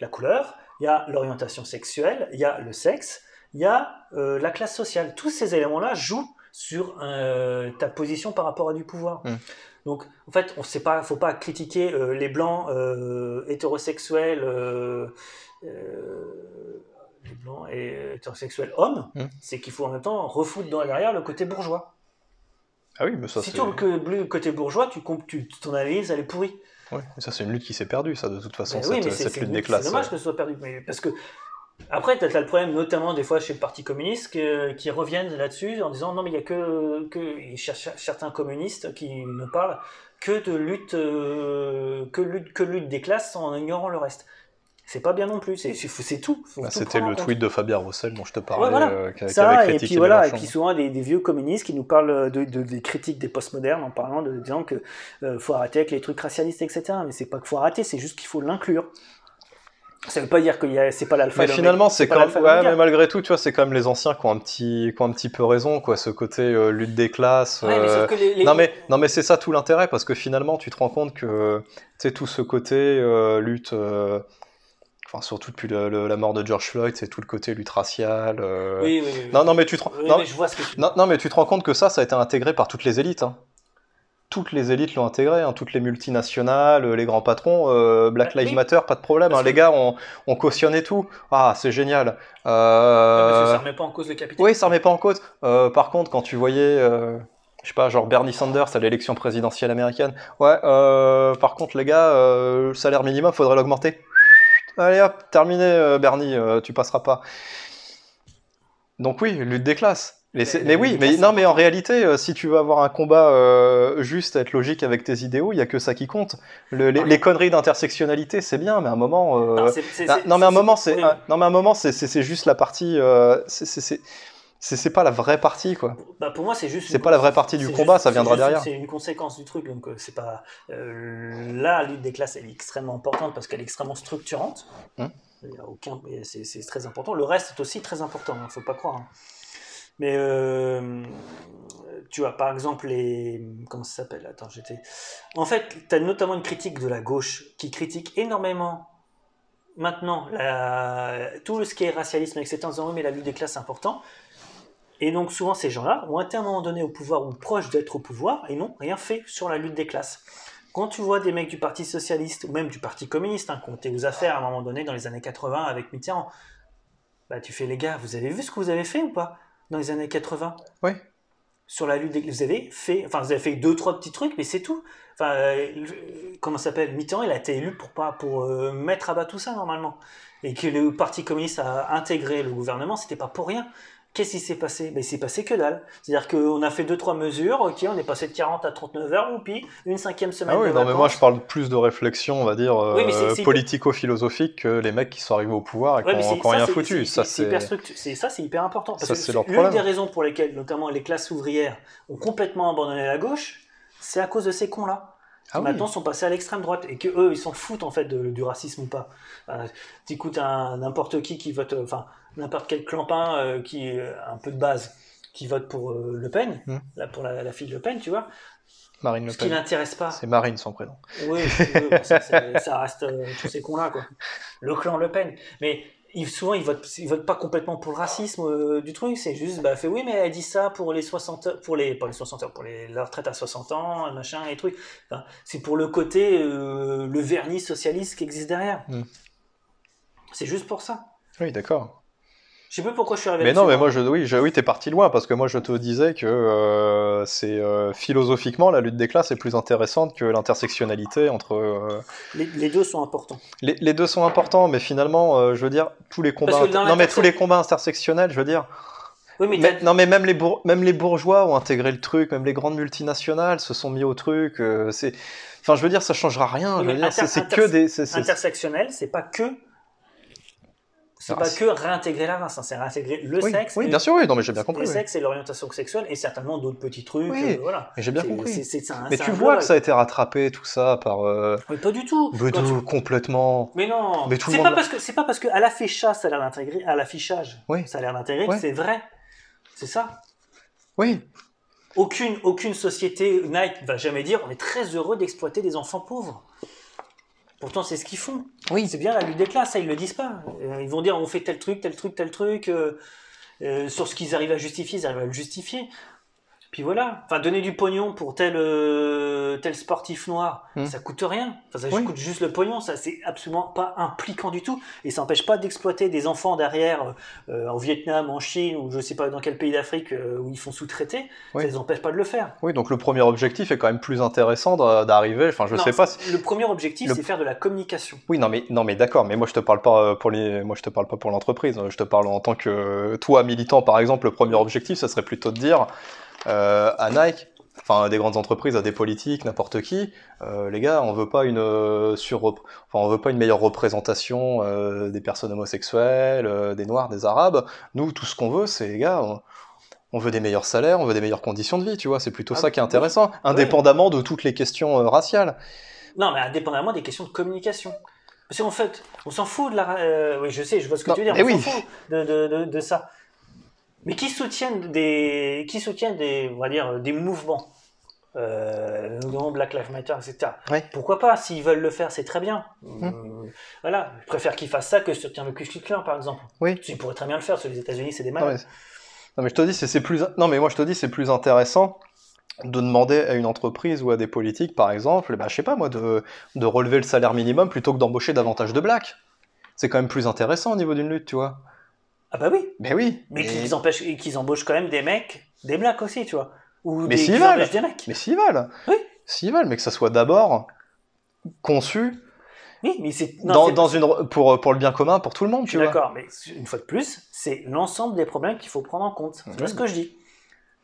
B: la couleur, il y a l'orientation sexuelle, il y a le sexe, il y a euh, la classe sociale. Tous ces éléments-là jouent sur euh, ta position par rapport à du pouvoir.
A: Mm.
B: Donc, en fait, on sait pas, faut pas critiquer euh, les blancs euh, hétérosexuels, euh, euh, les blancs et hétérosexuels hommes.
A: Mm.
B: C'est qu'il faut en même temps refouler dans derrière le côté bourgeois.
A: Ah oui, mais ça c'est
B: Sitôt que le côté bourgeois, tu, comp- tu ton analyse elle est pourrie.
A: ouais, mais ça c'est une lutte qui s'est perdue ça de toute façon
B: Ben oui,
A: cette,
B: mais
A: cette
B: c'est-
A: lutte
B: c'est-
A: des classes.
B: C'est dommage que ce soit perdu. mais parce que, après, tu as, le problème, notamment des fois chez le Parti communiste, que- qui reviennent là-dessus en disant non, mais il y a que, que ils cherchent- certains communistes qui ne parlent que de lutte, euh, que lutte, que lutte des classes en ignorant le reste. C'est pas bien non plus, c'est c'est- c'est tout. faut
A: Bah,
B: tout
A: C'était
B: prendre en
A: le
B: compte.
A: tweet de Fabien Roussel dont je te parlais
B: Ouais, voilà.
A: euh, qui- qui avait
B: Ça, et
A: critiqué
B: puis voilà, et
A: Mélenchon.
B: puis souvent des, des vieux communistes qui nous parlent euh, de, de- des critiques des postmodernes en parlant de disant que euh, faut arrêter avec les trucs racialistes, etc. Mais c'est pas qu'il faut arrêter, c'est juste qu'il faut l'inclure. Ça veut pas dire que y a- c'est pas l'alpha.
A: Mais
B: et l'oméga-
A: finalement, c'est
B: pas
A: quand
B: l'alpha et
A: ouais,
B: l'oméga.
A: mais malgré tout, tu vois, c'est quand même les anciens qui ont un petit, qui ont un petit peu raison, quoi. Ce côté euh, lutte des classes.
B: Ouais, mais
A: euh,
B: sauf que les- les-
A: Non mais, non mais c'est ça tout l'intérêt parce que finalement tu te rends compte que tu sais tout ce côté euh, lutte, euh, enfin surtout depuis le- le- la mort de George Floyd, c'est tout le côté lutte raciale. euh,
B: Oui, oui, oui.
A: Non non mais tu te rends-
B: Oui,
A: non,
B: mais je vois ce que tu
A: non, non, mais tu te rends compte que ça ça a été intégré par toutes les élites. hein. Toutes les élites l'ont intégré, hein, toutes les multinationales, les grands patrons, euh, Black
B: Bah,
A: Lives
B: oui.
A: Matter, pas de problème.
B: Parce
A: hein, les
B: que-
A: gars ont, ont cautionné tout. Ah c'est génial.
B: Ouais, parce que
A: Euh,
B: Ah, ça remet pas en cause le capital.
A: oui, ça remet pas en cause. Euh, par contre, quand tu voyais, euh, je sais pas, genre Bernie Sanders à l'élection présidentielle américaine, ouais, euh, par contre, les gars, euh, le salaire minimum, faudrait l'augmenter. Allez hop, terminé, euh, Bernie, euh, tu passeras pas. Donc oui, lutte des classes. Mais, c'est-
B: Mais-
A: mais oui,
B: lutte des
A: mais
B: classes,
A: non,
B: c'est
A: mais en réalité, euh, si tu veux avoir un combat euh, juste, être logique avec tes idéaux, il y a que ça qui compte. Le- les,
B: Ah.
A: les conneries d'intersectionnalité, c'est bien, mais à un moment, euh,
B: Non, c'est- c'est-
A: ah,
B: c'est-
A: non mais à un moment
B: oui,
A: c'est
B: oui.
A: ah, non mais à un moment c'est c'est- c'est juste la partie euh, c'est- c'est c'est- c'est c'est pas la vraie partie quoi.
B: Bah, pour moi, c'est juste.
A: C'est
B: une
A: pas la
B: cons-
A: vraie partie du
B: c'est
A: combat,
B: juste-
A: ça viendra
B: c'est juste-
A: derrière.
B: C'est une conséquence du truc, donc euh, c'est pas. euh, là, la lutte des classes, elle est extrêmement importante parce qu'elle est extrêmement structurante.
A: Hum.
B: Il y a aucun, mais c'est c'est très important. Le reste est aussi très important, hein, faut pas croire. hein. Mais euh, tu vois, par exemple, les. Comment ça s'appelle Attends, j'étais. En fait, tu as notamment une critique de la gauche qui critique énormément maintenant la- tout ce qui est racialisme, etc. en disant oui, mais la lutte des classes, c'est important. Et donc, souvent, ces gens-là ont été à un moment donné au pouvoir ou proches d'être au pouvoir et n'ont rien fait sur la lutte des classes. Quand tu vois des mecs du Parti Socialiste ou même du Parti Communiste hein, qui ont été aux affaires à un moment donné dans les années 80 avec Mitterrand, bah, tu fais les gars, vous avez vu ce que vous avez fait ou pas dans les années 80
A: Oui.
B: Sur la lutte des vous avez fait, enfin, vous avez fait deux, trois petits trucs, mais c'est tout. Enfin, euh, le- comment ça s'appelle Mitterrand, il a été élu pour, pas, pour euh, mettre à bas tout ça normalement. Et que le Parti communiste a intégré le gouvernement, c'était pas pour rien. Qu'est-ce qui s'est passé ben, Il s'est passé que dalle. C'est-à-dire qu'on a fait deux, trois mesures, ok, on est passé de 40 à 39 heures, ou puis une cinquième semaine
A: Ah oui,
B: de
A: non mais moi je
B: vacances.
A: parle plus de réflexion, on va dire
B: Oui, mais c'est-
A: euh,
B: c'est-
A: politico-philosophique que les mecs qui sont arrivés au pouvoir et
B: Ouais, mais
A: qui ont
B: c'est-
A: qui ont
B: ça,
A: rien
B: c'est-
A: foutu.
B: c'est-
A: Ça
B: C'est
A: c'est
B: hyper structu- c'est- ça, c'est hyper important. Parce
A: Ça,
B: que
A: c'est leur
B: l'une
A: problème.
B: des raisons pour lesquelles, notamment les classes ouvrières, ont complètement abandonné la gauche, c'est à cause de ces cons-là.
A: Ah
B: qui
A: oui.
B: maintenant sont passés à l'extrême droite et que eux ils s'en foutent en fait de- du racisme ou pas. Euh, T'écoutes un- n'importe qui qui vote, euh, enfin n'importe quel clampin euh, qui euh, a un peu de base qui vote pour euh, Le Pen,
A: Hmm.
B: là pour la, la fille de Le Pen, tu vois,
A: Marine Le
B: ce qui
A: Pen.
B: l'intéresse pas.
A: C'est Marine son prénom.
B: Oui, si tu veux, bon, ça, c'est- ça reste euh, tous ces cons-là, quoi. Le clan Le Pen. Mais ils, souvent, ils votent, ils votent pas complètement pour le racisme euh, du truc. C'est juste, bah, fait oui, mais elle dit ça pour les 60 heures, pour les, pas les 60 heures, pour les, la retraite à 60 ans, machin, les trucs. Enfin, c'est pour le côté, euh, le vernis socialiste qui existe derrière.
A: Mm.
B: C'est juste pour ça.
A: Oui d'accord.
B: Je sais pas pourquoi je suis arrivé
A: Mais non mais
B: là-dessus,
A: moi je oui je, oui t'es parti loin parce que moi je te disais que euh, c'est euh, philosophiquement la lutte des classes est plus intéressante que l'intersectionnalité entre euh,
B: hein. les, les deux sont importants.
A: Les, les deux sont importants, mais finalement, euh, je veux dire, tous les combats,
B: Parce que dans
A: inter- non mais
B: l'intersection-
A: tous les combats intersectionnels, je veux dire,
B: Oui, mais,
A: mais-
B: t'as-
A: non mais même les bour- même les bourgeois ont intégré le truc, même les grandes multinationales se sont mis au truc. euh, c'est, enfin, je veux dire, ça changera rien.
B: Oui,
A: Je veux
B: mais
A: dire,
B: inter-
A: c'est- c'est
B: inter-
A: que des, c'est- c'est-
B: intersectionnel, c'est pas que. C'est
A: Ah,
B: pas
A: c'est-
B: que réintégrer la race, hein, c'est réintégrer le
A: oui,
B: sexe. euh,
A: oui,
B: et-
A: bien sûr, oui, non mais j'ai bien
B: le
A: compris. oui.
B: sexe et l'orientation sexuelle et certainement d'autres petits trucs.
A: Oui,
B: euh, voilà.
A: Mais J'ai bien
B: C'est- c'est-
A: compris.
B: c'est- c'est un-
A: Mais
B: c'est
A: tu
B: un
A: vois
B: global.
A: que ça a été rattrapé tout ça par euh,
B: Mais pas du tout. Quand
A: Bedou
B: tu-
A: complètement.
B: Mais non.
A: Mais tout le
B: c'est
A: monde
B: pas
A: l'a-
B: parce que c'est pas parce que à l'affichage ça a l'air d'intégrer, à l'affichage
A: Oui.
B: ça a l'air d'intégrer
A: Ouais.
B: que c'est vrai. C'est ça.
A: Oui,
B: Aucune aucune société Nike va jamais dire on est très heureux d'exploiter des enfants pauvres. Pourtant c'est ce qu'ils font.
A: Oui.
B: C'est bien la lutte des classes, ça ils le disent pas. Euh, Ils vont dire on fait tel truc, tel truc, tel truc. euh, euh, sur ce qu'ils arrivent à justifier, ils arrivent à le justifier. Puis voilà, enfin donner du pognon pour tel euh, tel sportif noir,
A: Hmm.
B: ça coûte rien. Enfin, ça
A: Oui.
B: coûte juste le pognon, ça c'est absolument pas impliquant du tout et ça n'empêche pas d'exploiter des enfants derrière euh, en Vietnam, en Chine ou je sais pas dans quel pays d'Afrique euh, où ils font sous-traiter,
A: Oui.
B: ça les empêche pas de le faire.
A: oui. Donc le premier objectif est quand même plus intéressant d'a- d'arriver. Enfin, je
B: Non,
A: sais pas. si-
B: Le premier objectif
A: Le-
B: c'est faire de la communication.
A: Oui, non, mais, non, mais d'accord, mais moi je te parle pas euh, pour les, moi je te parle pas pour l'entreprise. hein. Je te parle en tant que euh, toi militant, par exemple, le premier objectif, ça serait plutôt de dire euh, à Nike, enfin à des grandes entreprises, à des politiques, n'importe qui, euh, les gars, on veut pas une euh, sur, enfin on veut pas une meilleure représentation euh, des personnes homosexuelles, euh, des noirs, des arabes. Nous, tout ce qu'on veut, c'est les gars. On... on veut des meilleurs salaires, on veut des meilleures conditions de vie, tu vois, c'est plutôt
B: Ah,
A: ça qui est
B: oui.
A: intéressant, indépendamment de toutes les questions euh, raciales.
B: Non, mais indépendamment des questions de communication. Parce qu'en fait, on s'en fout de la. euh, oui, je sais, je vois ce que
A: Non,
B: tu veux dire.
A: mais
B: on
A: oui.
B: s'en fout de, de- de- de ça. Mais qui soutiennent des, qui soutiennent des, on va dire, des mouvements, euh, notamment Black Lives Matter, etc.
A: Ouais. Hum.
B: Pourquoi pas S'ils veulent le faire, c'est très bien. Euh, voilà, je préfère qu'ils fassent ça que soutenir le Kuchliklin, par exemple.
A: Oui. Ah
B: Ils pourraient très bien le faire. Sur les États-Unis, c'est des
A: Non mais,
B: malades.
A: non, mais je te dis, c'est c'est plus. Non, mais moi, je te dis, c'est plus intéressant de demander à une entreprise ou à des politiques, par exemple, eh ben, je sais pas moi, de, de relever le salaire minimum plutôt que d'embaucher davantage de blacks. C'est quand même plus intéressant au niveau d'une lutte, tu vois.
B: Ah bah oui.
A: Mais oui.
B: Mais
A: mais-
B: qu'ils empêchent, et qu'ils embauchent quand même des mecs, des blacks aussi, tu vois. Ou
A: Mais
B: des,
A: s'ils
B: qu'ils
A: veulent.
B: embauchent des mecs.
A: Mais s'ils veulent.
B: Oui.
A: S'ils veulent, mais que ça soit d'abord conçu
B: Oui, mais c'est non,
A: dans,
B: c'est-
A: dans une pour pour le bien commun pour tout le monde, tu
B: Je suis
A: vois.
B: d'accord, mais une fois de plus, c'est l'ensemble des problèmes qu'il faut prendre en compte. C'est
A: Ouais.
B: ce que je dis.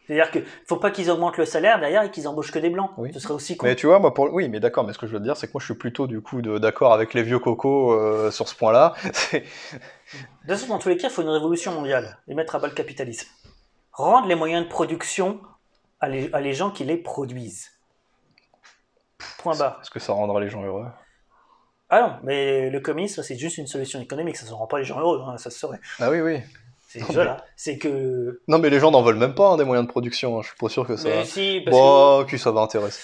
B: C'est-à-dire qu'il ne faut pas qu'ils augmentent le salaire derrière et qu'ils embauchent que des blancs.
A: Oui.
B: Ce serait aussi con.
A: Mais tu vois, moi, pour... oui, mais d'accord, mais ce que je veux te dire, c'est que moi, je suis plutôt, du coup, de- d'accord avec les vieux cocos euh, sur ce point-là. *laughs* C'est-
B: De toute façon, dans tous les cas, il faut une révolution mondiale et mettre à bas le capitalisme. Rendre les moyens de production à les, à les gens qui les produisent. Point barre.
A: Est-ce que ça rendra les gens heureux
B: Ah non, mais le communisme, c'est juste une solution économique. Ça ne rend pas les gens heureux, hein, ça se saurait.
A: Ah oui, oui.
B: C'est voilà. C'est que.
A: Non, mais les gens n'en veulent même pas, hein, des moyens de production. hein. Je suis pas sûr que ça...
B: Mais si, parce
A: Bon, que ça va intéresser.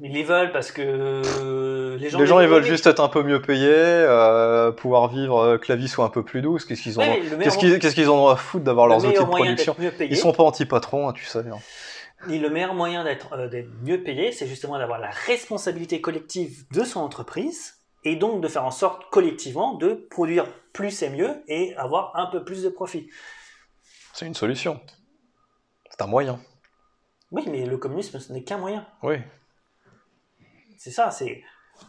B: que. Ils les veulent parce que. Les gens,
A: les gens, ils veulent
B: juste
A: juste être un peu mieux payés, euh, pouvoir vivre, euh, que la vie soit un peu plus douce. Qu'est-ce qu'ils ont
B: Ouais, mais le meilleur
A: Qu'est-ce qu'ils qu'est-ce qu'ils en ont à foutre d'avoir leurs
B: le
A: outils
B: meilleur
A: de
B: moyen
A: production
B: d'être mieux payé,
A: Ils sont pas anti-patrons, hein, tu sais. hein.
B: et le meilleur moyen d'être euh, d'être mieux payé, c'est justement d'avoir la responsabilité collective de son entreprise et donc de faire en sorte collectivement de produire plus et mieux et avoir un peu plus de profit.
A: C'est une solution. C'est un moyen.
B: Oui, mais le communisme, ce n'est qu'un moyen.
A: Oui.
B: C'est ça, c'est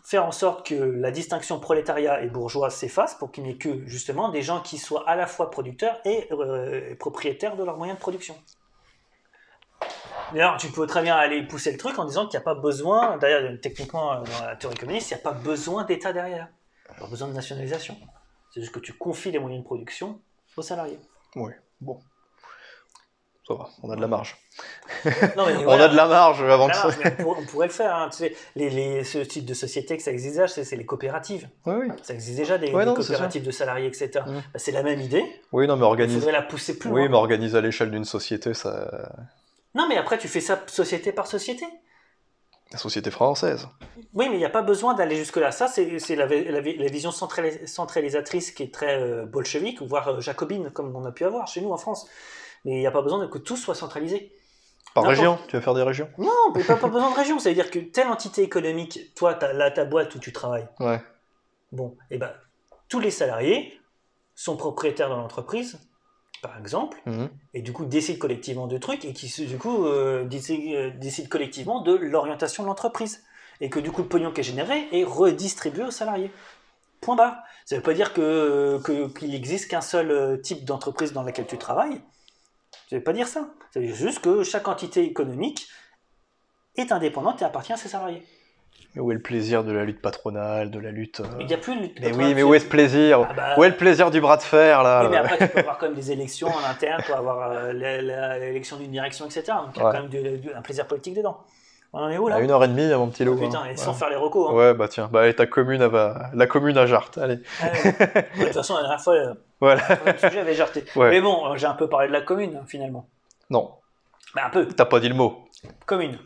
B: faire en sorte que la distinction prolétariat et bourgeois s'efface pour qu'il n'y ait que justement des gens qui soient à la fois producteurs et euh, propriétaires de leurs moyens de production. D'ailleurs, tu peux très bien aller pousser le truc en disant qu'il n'y a pas besoin, d'ailleurs techniquement euh, dans la théorie communiste, il n'y a pas besoin d'État derrière, pas besoin de nationalisation. C'est juste que tu confies les moyens de production aux salariés.
A: Oui. Bon. Ça va, on a de la marge.
B: Non, mais
A: On
B: voilà.
A: a de la marge avant que
B: Voilà,
A: ça.
B: mais on, pourrait, on pourrait le faire. hein. Tu sais, les, les- ce type de société que ça existe déjà, c'est c'est les coopératives.
A: Oui, oui.
B: Ça existe déjà des,
A: Ouais,
B: des
A: non, c'est
B: coopératives de salariés, etc.
A: Mm.
B: Bah, c'est la même idée.
A: Oui, non, mais
B: Il
A: organiser.
B: faudrait la pousser plus
A: Oui,
B: loin.
A: mais organiser à l'échelle d'une société, ça.
B: Non, mais après, tu fais ça société par société.
A: La société française.
B: Oui, mais il n'y a pas besoin d'aller jusque-là. Ça, c'est c'est la, vi- la vi- la vision centralis- centralisatrice qui est très euh, bolchevique, voire euh, jacobine, comme on a pu avoir chez nous en France. Mais il n'y a pas besoin de- que tout soit centralisé.
A: Par
B: N'importe.
A: région, tu vas faire des régions
B: Non, mais pas, pas besoin de région. Ça veut dire que telle entité économique, toi, t'as- là, ta boîte où tu travailles,
A: Ouais.
B: Bon, et ben, tous les salariés sont propriétaires de l'entreprise, par exemple,
A: Mhm.
B: et du coup décident collectivement de trucs et qui se- du coup euh, décident, euh, décident collectivement de l'orientation de l'entreprise. Et que du coup le pognon qui est généré est redistribué aux salariés. Point barre. Ça ne veut pas dire que que- qu'il existe qu'un seul euh, type d'entreprise dans laquelle tu travailles. Ça ne veut pas dire ça. Ça veut dire juste que chaque entité économique est indépendante et appartient à ses salariés.
A: Mais où est le plaisir de la lutte patronale, de la lutte. euh,
B: Il n'y a plus de lutte
A: Mais
B: contre
A: oui,
B: la-
A: mais où est ce plaisir
B: Ah bah,
A: Où est le plaisir du bras de fer, là,
B: Oui, mais
A: là
B: après,
A: *laughs*
B: tu peux avoir quand même des élections en interne, tu peux avoir euh, la- la- l'élection d'une direction, etc. Donc, il y a
A: Ouais.
B: quand même du- du- un plaisir politique dedans. On en est où, là Ah, Oh,
A: À une heure et demie, mon petit loup.
B: Putain,
A: hein.
B: et sans
A: Ouais.
B: faire les recos. hein.
A: Ouais, bah tiens, bah, et ta commune, elle va... la commune à Jartes, allez.
B: Ah,
A: *laughs*
B: Ouais, ouais. De toute façon, la dernière fois, euh,
A: Voilà. *laughs*
B: le sujet avait jarté.
A: Ouais.
B: Mais bon, euh, j'ai un peu parlé de la commune, hein, finalement.
A: Non,
B: Bah, un peu,
A: t'as pas dit le mot.
B: commune.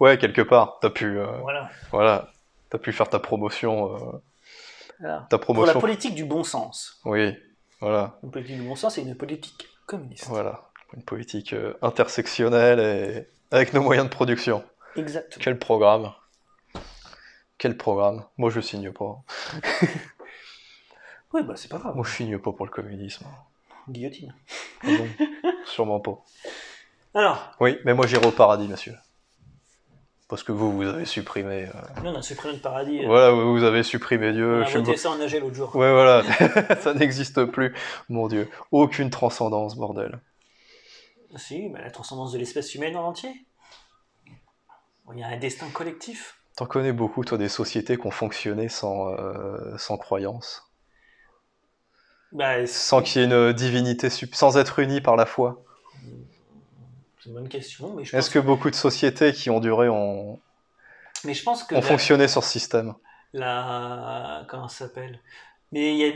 A: Ouais, quelque part, t'as pu, euh,
B: Voilà.
A: voilà, t'as pu faire ta promotion, euh,
B: Voilà.
A: ta
B: Pour la
A: promotion.
B: politique du bon sens.
A: Oui, voilà,
B: Une politique du bon sens, c'est une politique communiste.
A: voilà, une politique euh, intersectionnelle et avec nos moyens de production.
B: Exact.
A: Quel programme Quel programme Moi je signe pas.
B: Oui, bah, c'est pas grave.
A: Moi je signe pas pour le communisme.
B: Guillotine.
A: Ah
B: *laughs*
A: bon Sûrement pas.
B: Alors,
A: Oui, mais moi j'irai au paradis, monsieur. Parce que vous, vous avez supprimé. euh,
B: nous, on a supprimé le paradis. euh,
A: Voilà, vous vous avez supprimé
B: On
A: Dieu.
B: a
A: je sais
B: voté
A: pas.
B: ça en nager l'autre jour.
A: Ouais, voilà, *laughs* ça n'existe plus. Mon Dieu, aucune transcendance, bordel.
B: Si, mais la transcendance de l'espèce humaine en entier. Il y a un destin collectif.
A: T'en connais beaucoup, toi, des sociétés qui ont fonctionné sans, euh, sans croyance,
B: Bah, c'est
A: sans qu'il y ait une euh, divinité, sup- sans être unis par la foi.
B: c'est une bonne question, mais je pense,
A: Est-ce que beaucoup de sociétés qui ont duré ont,
B: mais je pense que
A: ont
B: la-
A: fonctionné sur ce système
B: la. Comment ça s'appelle Mais il y a.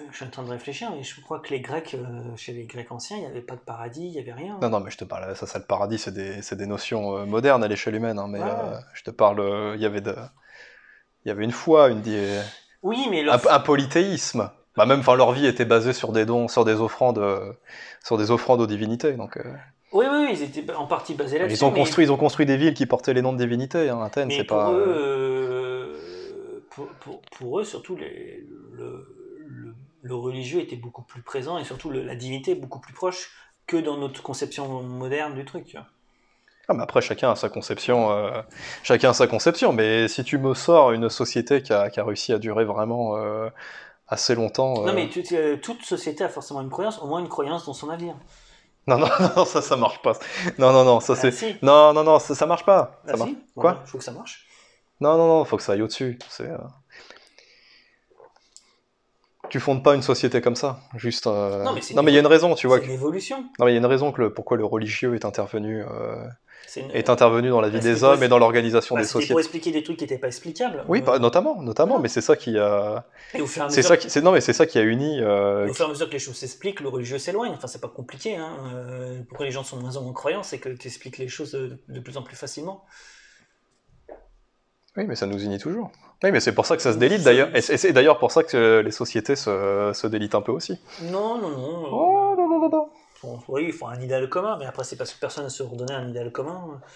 B: euh, Je suis en train de réfléchir, mais je crois que les Grecs, euh, chez les Grecs anciens, il n'y avait pas de paradis, il n'y avait rien.
A: Non, non, mais je te parle, ça, ça le paradis, c'est des, c'est des notions euh, modernes à l'échelle humaine, hein, mais
B: Ouais.
A: euh, je te parle, euh, il y avait de... Il y avait une foi, une, di-
B: Oui, mais
A: un,
B: leur-
A: un polythéisme. Bah même, enfin, leur vie était basée sur des dons, sur des offrandes, euh, sur des offrandes aux divinités. Donc, euh,
B: oui, oui, oui, ils étaient en partie basés là-dessus.
A: Ah, ils ont
B: mais-
A: construit, ils ont construit des villes qui portaient les noms de divinités. Hein. Athènes,
B: Mais
A: c'est
B: pour
A: pas.
B: eux, euh, pour, pour- pour eux, surtout, les- le, le- le religieux était beaucoup plus présent et surtout le- la divinité est beaucoup plus proche que dans notre conception moderne du truc. tu vois.
A: Ah, mais après, chacun a sa conception. euh, Chacun a sa conception. Mais si tu me sors une société qui a, qui a réussi à durer vraiment euh, assez longtemps. euh,
B: Non, mais tu- tu- euh, toute société a forcément une croyance, au moins une croyance dans son avenir.
A: non, non, *laughs* non, ça, ça marche pas. Non, non, non, ça c'est.
B: Ah, si.
A: Non, non, non, ça, ça marche pas.
B: Ah,
A: Ça marche-
B: si. Bon,
A: Quoi
B: Je trouve que ça marche.
A: Non, non, non, faut que ça aille au-dessus. C'est. euh, Tu fondes pas une société comme ça, juste. euh,
B: Non, mais c'est-
A: il y a une raison, tu vois.
B: C'est
A: que-
B: une évolution.
A: Non, mais il y a une raison que le- pourquoi le religieux est intervenu, euh,
B: C'est une-
A: est intervenu dans la vie
B: parce
A: des
B: qu'il
A: hommes
B: pose-
A: et dans l'organisation
B: Bah,
A: des
B: C'était pour
A: sociétés.
B: expliquer des trucs qui n'étaient pas explicables.
A: Oui,
B: Euh,
A: pas- notamment, notamment, mais c'est ça qui a,
B: Et au fur et à
A: c'est
B: mesure,
A: ça qui, c'est non, mais c'est ça qui a uni. euh,
B: au fur et à mesure que les choses s'expliquent, le religieux s'éloigne. Enfin, c'est pas compliqué. Hein. Euh, pourquoi les gens sont de moins en moins croyants, c'est que tu expliques les choses euh, de- de plus en plus facilement.
A: Oui, mais ça nous unit toujours. Oui, mais c'est pour ça que ça se délite d'ailleurs, et c'est et c'est d'ailleurs pour ça que euh, les sociétés se, se délitent un peu aussi.
B: Non, non, non. euh,
A: Oh, non, non, non, non.
B: bon, oui, il faut un idéal commun, mais après, c'est parce que personne ne se redonnait un idéal commun. euh,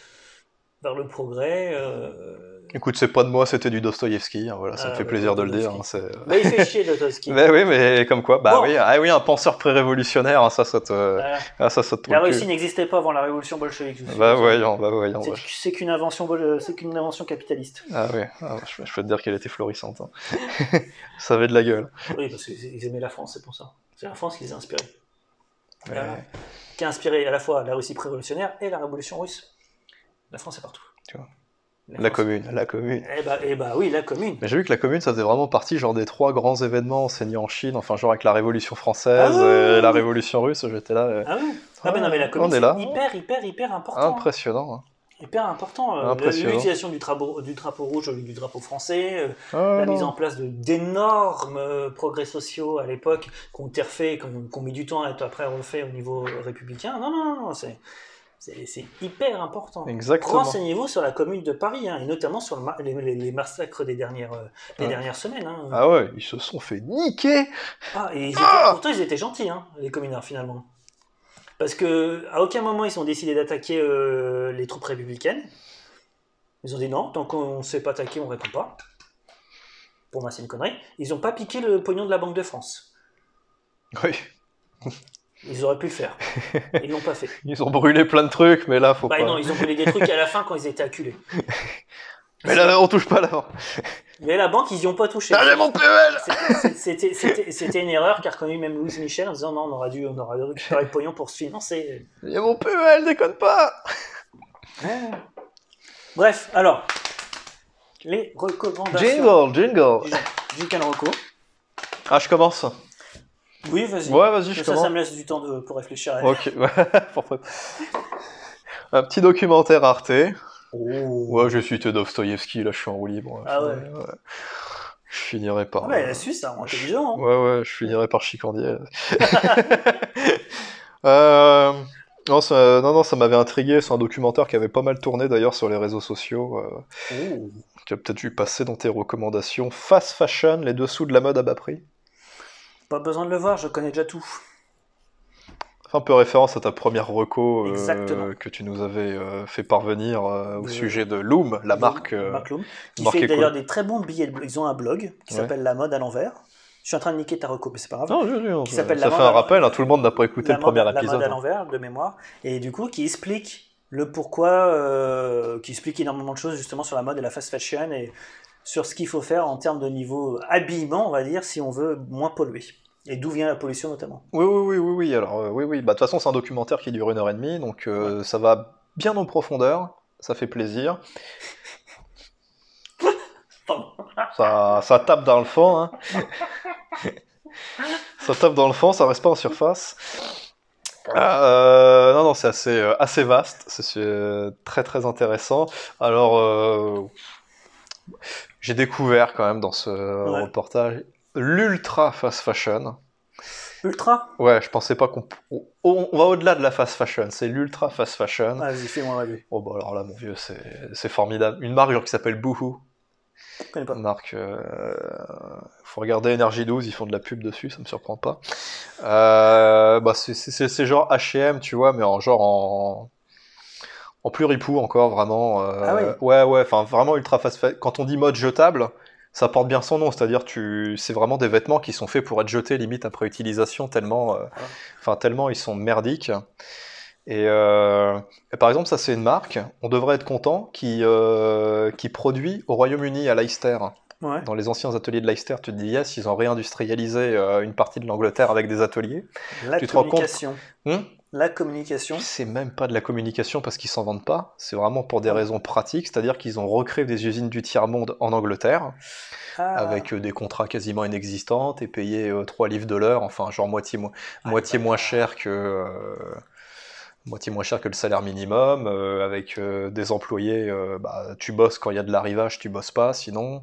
B: Vers le progrès. euh,
A: Écoute, c'est pas de moi, c'était du Dostoïevski. hein, voilà, ça
B: Ah,
A: me fait
B: bah,
A: plaisir de le dire. hein,
B: Dostoïevski.
A: c'est-
B: Bah, il fait chier, Dostoevsky.
A: *laughs* Mais euh, oui, mais comme quoi, bah
B: Bon.
A: oui, ah oui, un penseur pré-révolutionnaire, hein, ça, ça te,
B: Voilà.
A: ah, ça, ça te
B: La
A: trouve
B: Russie n'existait pas avant la révolution bolchevique. je vous
A: Bah
B: dis.
A: voyons, bah voyons.
B: C'est-
A: bah,
B: C'est qu'une invention, bol- euh, c'est qu'une invention capitaliste.
A: Ah oui, ah, je, je peux te dire qu'elle était florissante. hein. *laughs* ça avait de la gueule.
B: Oui, parce qu'ils ils aimaient la France, c'est pour ça. C'est la France qui les a inspirés.
A: Mais-
B: Voilà. Qui a inspiré à la fois la Russie pré-révolutionnaire et la révolution russe. La France est partout.
A: Tu vois.
B: France-
A: La commune, la commune.
B: Eh bah, eh bah oui, la commune.
A: Mais j'ai vu que la commune, ça faisait vraiment partie genre des trois grands événements enseignés en Chine, enfin genre avec la Révolution française
B: Ah ouais.
A: et la Révolution russe, j'étais là. euh,
B: Ah oui. Ah bah non, mais la commune,
A: on est
B: c'est
A: là.
B: hyper, hyper, hyper important. hein.
A: Impressionnant. hein.
B: hyper important. euh,
A: Impressionnant.
B: L'utilisation du, drapeau- du drapeau rouge au lieu du drapeau français, euh,
A: Ah,
B: la
A: non.
B: mise en place de- d'énormes euh, progrès sociaux à l'époque qu'on été refaits, qu'on qu'on met du temps à être après refait au niveau euh, républicain. Non, non, non, non, c'est. C'est c'est hyper important.
A: Exactement.
B: Renseignez-vous sur la commune de Paris, hein, et notamment sur le ma- les, les- les massacres des dernières, euh, des
A: Ouais.
B: dernières semaines. hein.
A: Ah ouais, ils se sont fait niquer.
B: Ah, et ils étaient-
A: Ah
B: pourtant, ils étaient gentils, hein, les communards, finalement. Parce que à aucun moment, ils ont décidé d'attaquer euh, les troupes républicaines. Ils ont dit non, tant qu'on ne s'est pas attaqué, on ne répond pas. Pour moi, c'est une connerie. Ils n'ont pas piqué le pognon de la Banque de France.
A: Oui,
B: Ils auraient pu
A: *laughs*
B: le faire. Ils l'ont pas fait.
A: ils ont brûlé plein de trucs, mais là faut
B: Bah
A: pas.
B: non, ils ont volé des trucs à la fin quand ils étaient acculés.
A: Mais là, là, on touche pas là.
B: Mais la banque, ils n'y ont pas touché.
A: Ah j'ai mon PEL.
B: C'était- c'était- C'était c'était une erreur qu'a reconnue même Louise Michel en disant non, on aura dû, on aura
A: *laughs*
B: dû récupérer le pognon pour se financer.
A: J'ai mon PEL, déconne pas. Ah.
B: Bref, alors, les Ah, recommandations
A: Jingle, jingle.
B: du- du Calroco.
A: Ah, je commence.
B: Oui, vas-y.
A: Ouais, vas-y, je
B: Comme ça, ça
A: commence.
B: me laisse du temps de- pour réfléchir à
A: Ok. *laughs* Pour pré- Un petit documentaire Arte.
B: Oh.
A: Ouais, je suis Dostoïevski, là, je suis en roue libre.
B: Ah
A: Je-
B: ouais.
A: Je finirai par. euh,
B: Ah, bah, elle a su ça, intelligent. hein.
A: Ouais, ouais, je finirai par chicandier. *laughs* Euh, Non, ça, non, non, ça m'avait intrigué. C'est un documentaire qui avait pas mal tourné d'ailleurs sur les réseaux sociaux. euh,
B: Oh.
A: tu as peut-être vu passer dans tes recommandations. Fast Fashion, les dessous de la mode à bas prix.
B: Pas besoin de le voir, je connais déjà tout.
A: Fais un peu référence à ta première reco euh,
B: Exactement.
A: que tu nous avais euh, fait parvenir euh, au
B: De-
A: sujet de Loom, la marque. euh,
B: Loom, qui
A: marque
B: fait
A: écolo.
B: d'ailleurs des très bons billets. de blog. Ils ont un blog qui
A: Ouais.
B: s'appelle La mode à l'envers. Je suis en train de niquer ta reco, mais c'est pas grave.
A: Non, je- je-
B: Qui
A: ça
B: s'appelle
A: ça
B: La
A: fait
B: Mode
A: un
B: à
A: rappel, hein, tout le monde n'a pas écouté
B: la
A: le premier
B: mode, la
A: épisode. hein.
B: mode à l'envers de mémoire et du coup qui explique le pourquoi euh, qui explique énormément de choses justement sur la mode et la fast fashion et sur ce qu'il faut faire en termes de niveau habillement on va dire si on veut moins polluer et d'où vient la pollution notamment
A: Oui, oui, oui, oui, oui, alors euh, oui, oui, bah de toute façon c'est un documentaire qui dure une heure et demie, donc euh, ça va bien en profondeur, ça fait plaisir,
B: Pardon.
A: ça, ça tape dans le fond, hein. ça tape dans le fond, ça reste pas en surface. Ah, euh, non, non, c'est assez, euh, assez vaste, c'est c'est, euh, très très intéressant. Alors, euh, j'ai découvert quand même dans ce euh,
B: Ouais.
A: reportage l'ultra fast fashion.
B: Ultra
A: Ouais, je pensais pas qu'on p- on, on va au-delà de la fast fashion, c'est l'ultra fast fashion.
B: Vas-y, fais-moi rêver.
A: Oh bah alors là mon vieux, c'est c'est formidable. Une marque genre, qui s'appelle Boohoo.
B: Je connais pas.
A: Une marque euh, faut regarder Energy 12, ils font de la pub dessus, ça me surprend pas. Euh, bah c'est- c'est c'est- c'est genre H&M, tu vois, mais en genre en en plus ripou encore vraiment euh,
B: Ah oui.
A: ouais ouais, enfin vraiment ultra fast fa- quand on dit mode jetable, ça porte bien son nom, c'est-à-dire tu c'est vraiment des vêtements qui sont faits pour être jetés limite après utilisation tellement euh,
B: Voilà.
A: enfin tellement ils sont merdiques. Et, euh, et par exemple, ça c'est une marque, on devrait être content, qui, euh, qui produit au Royaume-Uni à Leicester
B: Ouais.
A: dans les anciens ateliers de Leicester, tu te dis yes, ils ont réindustrialisé euh, une partie de l'Angleterre avec des ateliers.
B: La
A: Tu te rends compte
B: communication.
A: Hum
B: La communication.
A: C'est même pas de la communication parce qu'ils s'en vendent pas, c'est vraiment pour des raisons pratiques, c'est-à-dire qu'ils ont recréé des usines du tiers-monde en Angleterre
B: Ah.
A: avec euh, des contrats quasiment inexistants et payés 3 livres de l'heure, enfin genre moitié, mo-
B: Ah,
A: moitié
B: bah,
A: moins cher que... euh, Moitié moins cher que le salaire minimum, euh, avec euh, des employés, euh, bah, tu bosses quand il y a de l'arrivage, tu bosses pas, sinon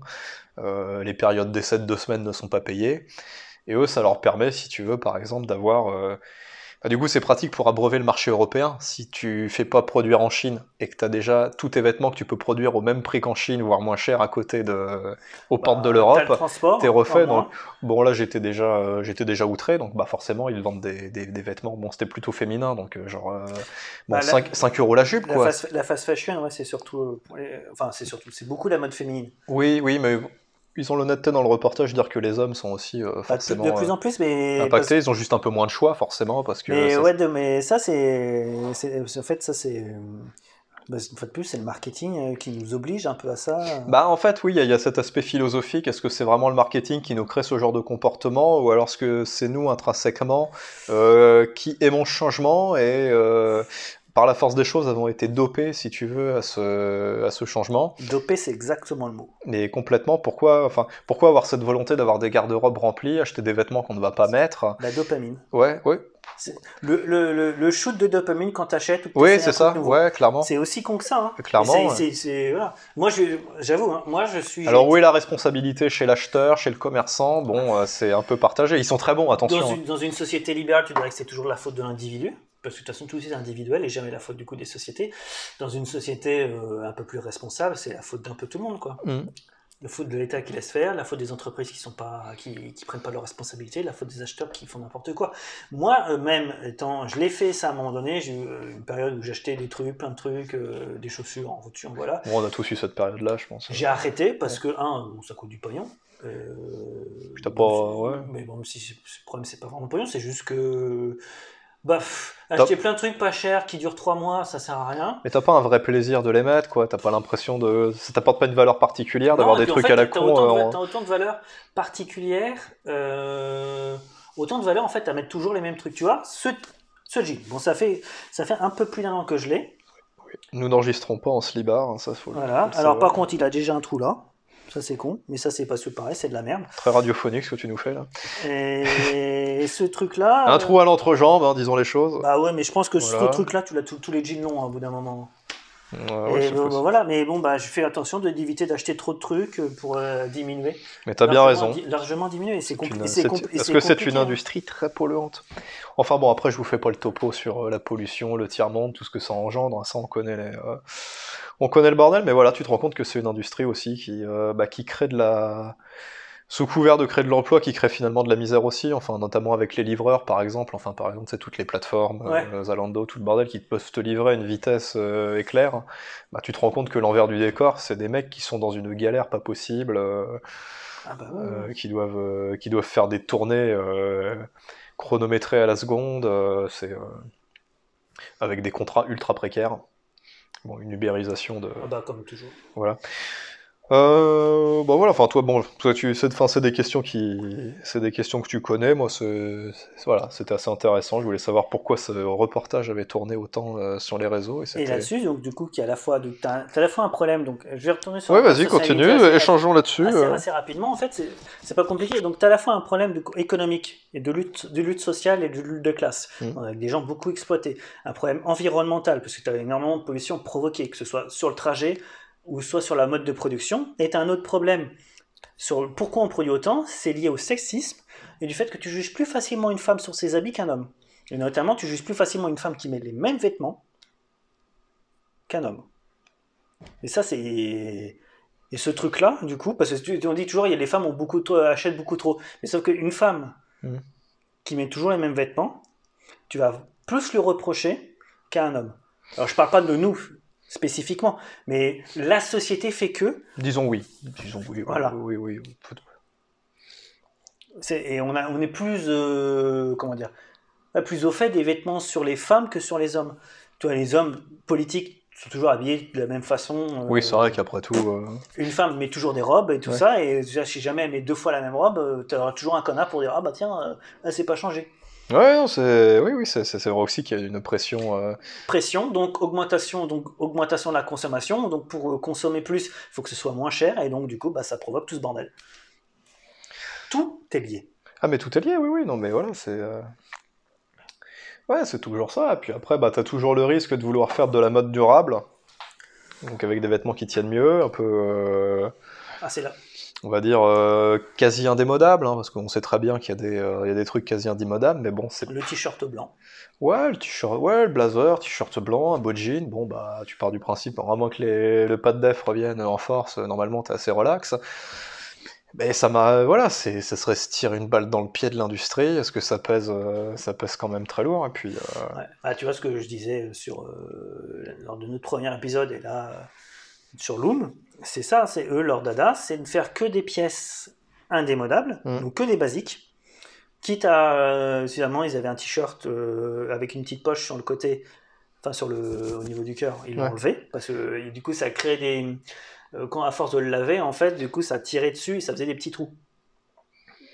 A: euh, les périodes d'essai de deux semaines ne sont pas payées. Et eux, ça leur permet, si tu veux, par exemple, d'avoir. euh, bah, du coup, c'est pratique pour abreuver le marché européen. Si tu fais pas produire en Chine et que tu as déjà tous tes vêtements que tu peux produire au même prix qu'en Chine, voire moins cher à côté de, aux
B: Bah,
A: portes de
B: t'as le
A: l'Europe,
B: transport,
A: t'es refait,
B: au moins.
A: donc- Bon, là, j'étais déjà, euh, j'étais déjà outré, donc bah, forcément, ils vendent des, des- des vêtements. Bon, c'était plutôt féminin, donc euh, genre euh, bon,
B: Bah, la-
A: 5, euros la jupe,
B: La
A: quoi.
B: fast, la fast fashion, ouais, c'est surtout, euh, pour les- enfin, c'est surtout, c'est beaucoup la mode féminine.
A: Oui, oui, mais ils ont l'honnêteté dans le reportage de dire que les hommes sont aussi euh,
B: Pas Bah, de plus-
A: forcément
B: de plus en plus, mais
A: euh, impactés. Ils ont juste un peu moins de choix, forcément, parce que.
B: Mais
A: euh, ça-
B: ouais, de- mais ça, c'est. c'est- En fait, ça, c'est. euh, bah, Une fois de plus, c'est le marketing euh, qui nous oblige un peu à ça.
A: Bah, en fait, oui, il y, a- il y a cet aspect philosophique. Est-ce que c'est vraiment le marketing qui nous crée ce genre de comportement, ou alors est-ce que c'est nous intrinsèquement euh, qui aimons le changement et euh, par la force des choses avons été dopés, si tu veux, à ce, à ce changement?
B: Doper, c'est exactement le mot.
A: Mais complètement, pourquoi, enfin, pourquoi avoir cette volonté d'avoir des garde-robes remplis, acheter des vêtements qu'on ne va pas mettre
B: La dopamine.
A: Ouais, ouais,
B: Le, le, le, le shoot de dopamine quand t'achètes ou que
A: oui,
B: t'essayes un
A: c'est ça,
B: truc nouveau.
A: ouais, clairement.
B: C'est aussi con que ça. hein.
A: Clairement,
B: Mais
A: ouais.
B: c'est- c'est- c'est- voilà. Moi, je- j'avoue, hein, moi, je suis.
A: Alors où est la responsabilité chez l'acheteur, chez le commerçant Bon, euh, c'est un peu partagé. Ils sont très bons, attention. hein.
B: Dans une, dans une société libérale, tu dirais que c'est toujours la faute de l'individu, parce que de toute façon, tout est individuel et jamais la faute du coup des sociétés. Dans une société euh, un peu plus responsable, c'est la faute d'un peu tout le monde, quoi.
A: Mm.
B: La faute de l'État qui laisse faire, la faute des entreprises qui sont pas, qui, qui prennent pas leurs responsabilités, la faute des acheteurs qui font n'importe quoi. Moi, euh, même étant, je l'ai fait ça à un moment donné. J'ai eu euh, une période où j'achetais des trucs, plein de trucs, euh, des chaussures en voiture, voilà.
A: Bon, on a tous eu cette période-là, je pense.
B: J'ai arrêté parce que, un, bon, ça coûte du pognon. Euh,
A: Je t'ai pas-
B: même si-
A: ouais.
B: Mais bon, même si c'est- le problème, c'est pas vraiment le pognon, c'est juste que. Bah, pff, acheter plein de trucs pas chers qui durent 3 mois, ça sert à rien.
A: Mais t'as pas un vrai plaisir de les mettre, quoi. T'as pas l'impression de, ça t'apporte pas une valeur particulière d'avoir
B: Non,
A: des
B: et puis en
A: trucs
B: fait,
A: à la
B: t'as
A: con.
B: autant, de, hein.
A: euh,
B: t'as autant de valeurs particulières, euh, autant de valeurs en fait à mettre toujours les mêmes trucs. Tu vois, ce, ce jean, bon, ça fait, ça fait un peu plus d'un an que je l'ai.
A: Nous n'enregistrons pas en slibar, hein, ça faut. le-
B: Voilà.
A: faut le
B: Alors,
A: savoir.
B: par contre, il a déjà un trou là. Ça, c'est con, mais ça, c'est pas ce pareil, c'est de la merde.
A: Très radiophonique ce que tu nous fais là.
B: Et *laughs* ce truc-là.
A: Un
B: euh,
A: trou à l'entrejambe, hein, disons les choses.
B: Bah ouais, mais je pense que ce
A: Voilà.
B: truc-là, tu l'as tous tous les jeans longs hein, au bout d'un moment.
A: Ah Ouais, ouais,
B: Et
A: c'est
B: bah, bah,
A: possible.
B: voilà, mais bon, bah je fais attention de d'éviter d'acheter trop de trucs euh, pour euh, diminuer.
A: Mais t'as bien
B: Largement
A: raison.
B: di- largement diminuer, et c'est
A: C'est une-
B: compliqué. hein.
A: c'est- Parce que c'est une industrie très polluante. Enfin bon, après, je vous fais pas le topo sur euh, la pollution, le tiers-monde, tout ce que ça engendre. Ça, on connaît, les, euh, on connaît le bordel, mais voilà, tu te rends compte que c'est une industrie aussi qui, euh, bah, qui crée de la. Sous couvert de créer de l'emploi, qui crée finalement de la misère aussi, enfin, notamment avec les livreurs, par exemple. Enfin, par exemple, c'est toutes les plateformes,
B: Ouais.
A: euh, Zalando, tout le bordel, qui peuvent te livrer à une vitesse euh, éclair. Bah, tu te rends compte que l'envers du décor, c'est des mecs qui sont dans une galère pas possible. euh,
B: Ah bah ouais, ouais.
A: euh, qui doivent euh, qui doivent faire des tournées euh, chronométrées à la seconde, euh, c'est euh, avec des contrats ultra précaires. Bon, une ubérisation de
B: Ah bah comme toujours.
A: euh, bah voilà, enfin toi bon, toi tu c'est enfin, c'est des questions qui c'est des questions que tu connais, moi c'est c'est- voilà, c'était assez intéressant, je voulais savoir pourquoi ce reportage avait tourné autant euh, sur les réseaux et
B: Et
A: c'était
B: là-dessus, donc du coup, qui à la fois, donc, t'as, t'as à la fois un problème. Donc euh, je vais retourner sur.
A: Ouais,
B: la Ah,
A: vas-y,
B: sociabilité
A: continue,
B: assez-
A: échangeons là-dessus.
B: assez,
A: euh.
B: assez rapidement. En fait, c'est, c'est pas compliqué. Donc t'as à la fois un problème du coup, économique et de lutte, de lutte sociale et de lutte de classe,
A: Mhm.
B: avec des gens beaucoup exploités. Un problème environnemental parce que t'as énormément de pollution provoquée, que ce soit sur le trajet ou soit sur la mode de production. Et tu un autre problème sur le- pourquoi on produit autant, c'est lié au sexisme et du fait que tu juges plus facilement une femme sur ses habits qu'un homme. Et notamment, tu juges plus facilement une femme qui met les mêmes vêtements qu'un homme. Et ça, c'est. Et ce truc-là, du coup, parce que tu- on dit toujours, il y a les femmes ont beaucoup trop- achètent beaucoup trop. Mais sauf qu'une femme
A: Mhm.
B: qui met toujours les mêmes vêtements, tu vas plus lui reprocher qu'à un homme. Alors, je parle pas de nous spécifiquement, mais la société fait que
A: Disons oui. Disons oui.
B: Voilà.
A: Oui, oui, oui.
B: C'est- et on, a, on est plus, euh, comment dire, euh, plus au fait des vêtements sur les femmes que sur les hommes. Toi, les hommes politiques sont toujours habillés de la même façon. euh,
A: Oui, c'est vrai qu'après tout. euh,
B: Une femme met toujours des robes et tout
A: Ouais.
B: ça, et déjà, si jamais elle met deux fois la même robe, tu auras toujours un connard pour dire ah bah tiens, euh, elle s'est pas changée.
A: Ouais, non, c'est. Oui, oui, c'est c'est- c'est vrai aussi qu'il y a une pression. euh,
B: Pression, donc augmentation, donc augmentation de la consommation. Donc pour euh, consommer plus, il faut que ce soit moins cher, et donc du coup, bah, ça provoque tout ce bordel. Tout est lié.
A: Ah, mais tout est lié, oui, oui, non, mais voilà, c'est. euh, Ouais, c'est toujours ça. Et puis après, bah, t'as toujours le risque de vouloir faire de la mode durable. Donc avec des vêtements qui tiennent mieux, un peu. euh,
B: Ah, c'est là.
A: on va dire, euh, quasi indémodable, hein, parce qu'on sait très bien qu'il y, a des, euh, il y a des trucs quasi indémodables, mais bon, c'est...
B: Le t-shirt blanc.
A: Ouais, le t-shirt, ouais, le blazer, t-shirt blanc, un beau jean, bon, bah, tu pars du principe, à moins que les, le pas de def revienne en force, euh, normalement, t'es assez relax. Mais ça m'a... Voilà, c'est, ça serait se tirer une balle dans le pied de l'industrie, parce que ça pèse, euh, ça pèse quand même très lourd, et puis... euh,
B: Ouais. Bah, tu vois ce que je disais sur, euh, lors de notre premier épisode et là euh, sur Loom, c'est ça, c'est eux, leur dada, c'est de faire que des pièces indémodables,
A: Mm.
B: donc que des basiques. Quitte à, euh, finalement, ils avaient un t-shirt euh, avec une petite poche sur le côté, enfin sur le, au niveau du cœur, ils l'ont
A: Ouais.
B: enlevé parce que euh, du coup ça crée des, euh, quand à force de le laver, en fait, du coup ça tirait dessus et ça faisait des petits trous.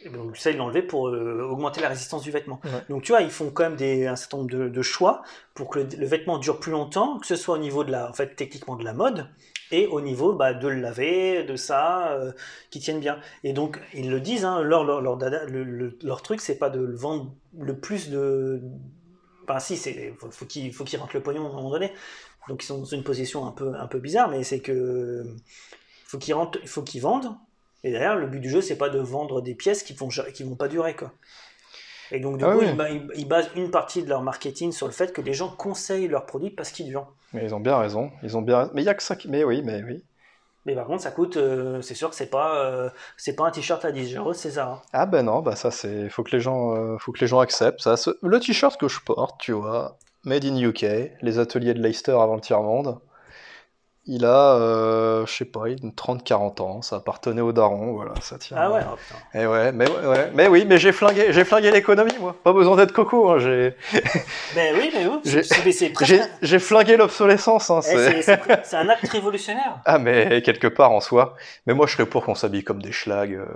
B: Et donc ça ils l'ont enlevé pour euh, augmenter la résistance du vêtement. Donc tu vois, ils font quand même des, un certain nombre de, de choix pour que le, le vêtement dure plus longtemps, que ce soit au niveau de la, en fait, techniquement de la mode et au niveau bah, de le laver, de ça, euh, qui tiennent bien. Et donc ils le disent, hein, leur, leur, leur, dada- le- le- leur truc, c'est pas de le vendre le plus de. Enfin si, c'est faut, faut qu'ils faut qu'ils rentrent le pognon à un moment donné. Donc ils sont dans une position un peu un peu bizarre, mais c'est que faut qu'ils rentrent, faut qu'ils vendent. Et derrière, le but du jeu, c'est pas de vendre des pièces qui vont ja- qui vont pas durer quoi. Et donc du
A: Ah
B: coup,
A: oui.
B: ils, ba- ils- ils basent une partie de leur marketing sur le fait que les gens conseillent leurs produits parce qu'ils durent.
A: mais ils ont bien raison, ils ont bien raison. Mais il y a que ça qui... Mais oui, mais oui.
B: Mais par contre, ça coûte. euh, c'est sûr que c'est pas euh, c'est pas un t-shirt à 10 euros, c'est ça. hein.
A: Ah ben non, bah ça c'est faut que les gens euh, faut que les gens acceptent ça. Ce- Le t-shirt que je porte, tu vois, made in UK, les ateliers de Leicester avant le tiers-monde. Il a euh, je sais pas, une 30 40 ans, ça appartenait au daron, voilà, ça tient.
B: Ah ouais. oh, putain.
A: Et ouais, mais ouais, ouais. mais oui, mais j'ai flingué, j'ai flingué l'économie moi. Pas besoin d'être coco, hein, j'ai
B: Ben oui, mais oui.
A: J'ai-
B: C'est mais c'est presque-
A: j'ai j'ai flingué l'obsolescence hein,
B: Eh,
A: c'est-
B: c'est- c'est pre- c'est un acte révolutionnaire.
A: *laughs* Ah mais quelque part en soi, mais moi je serais pour qu'on s'habille comme des schlags, euh,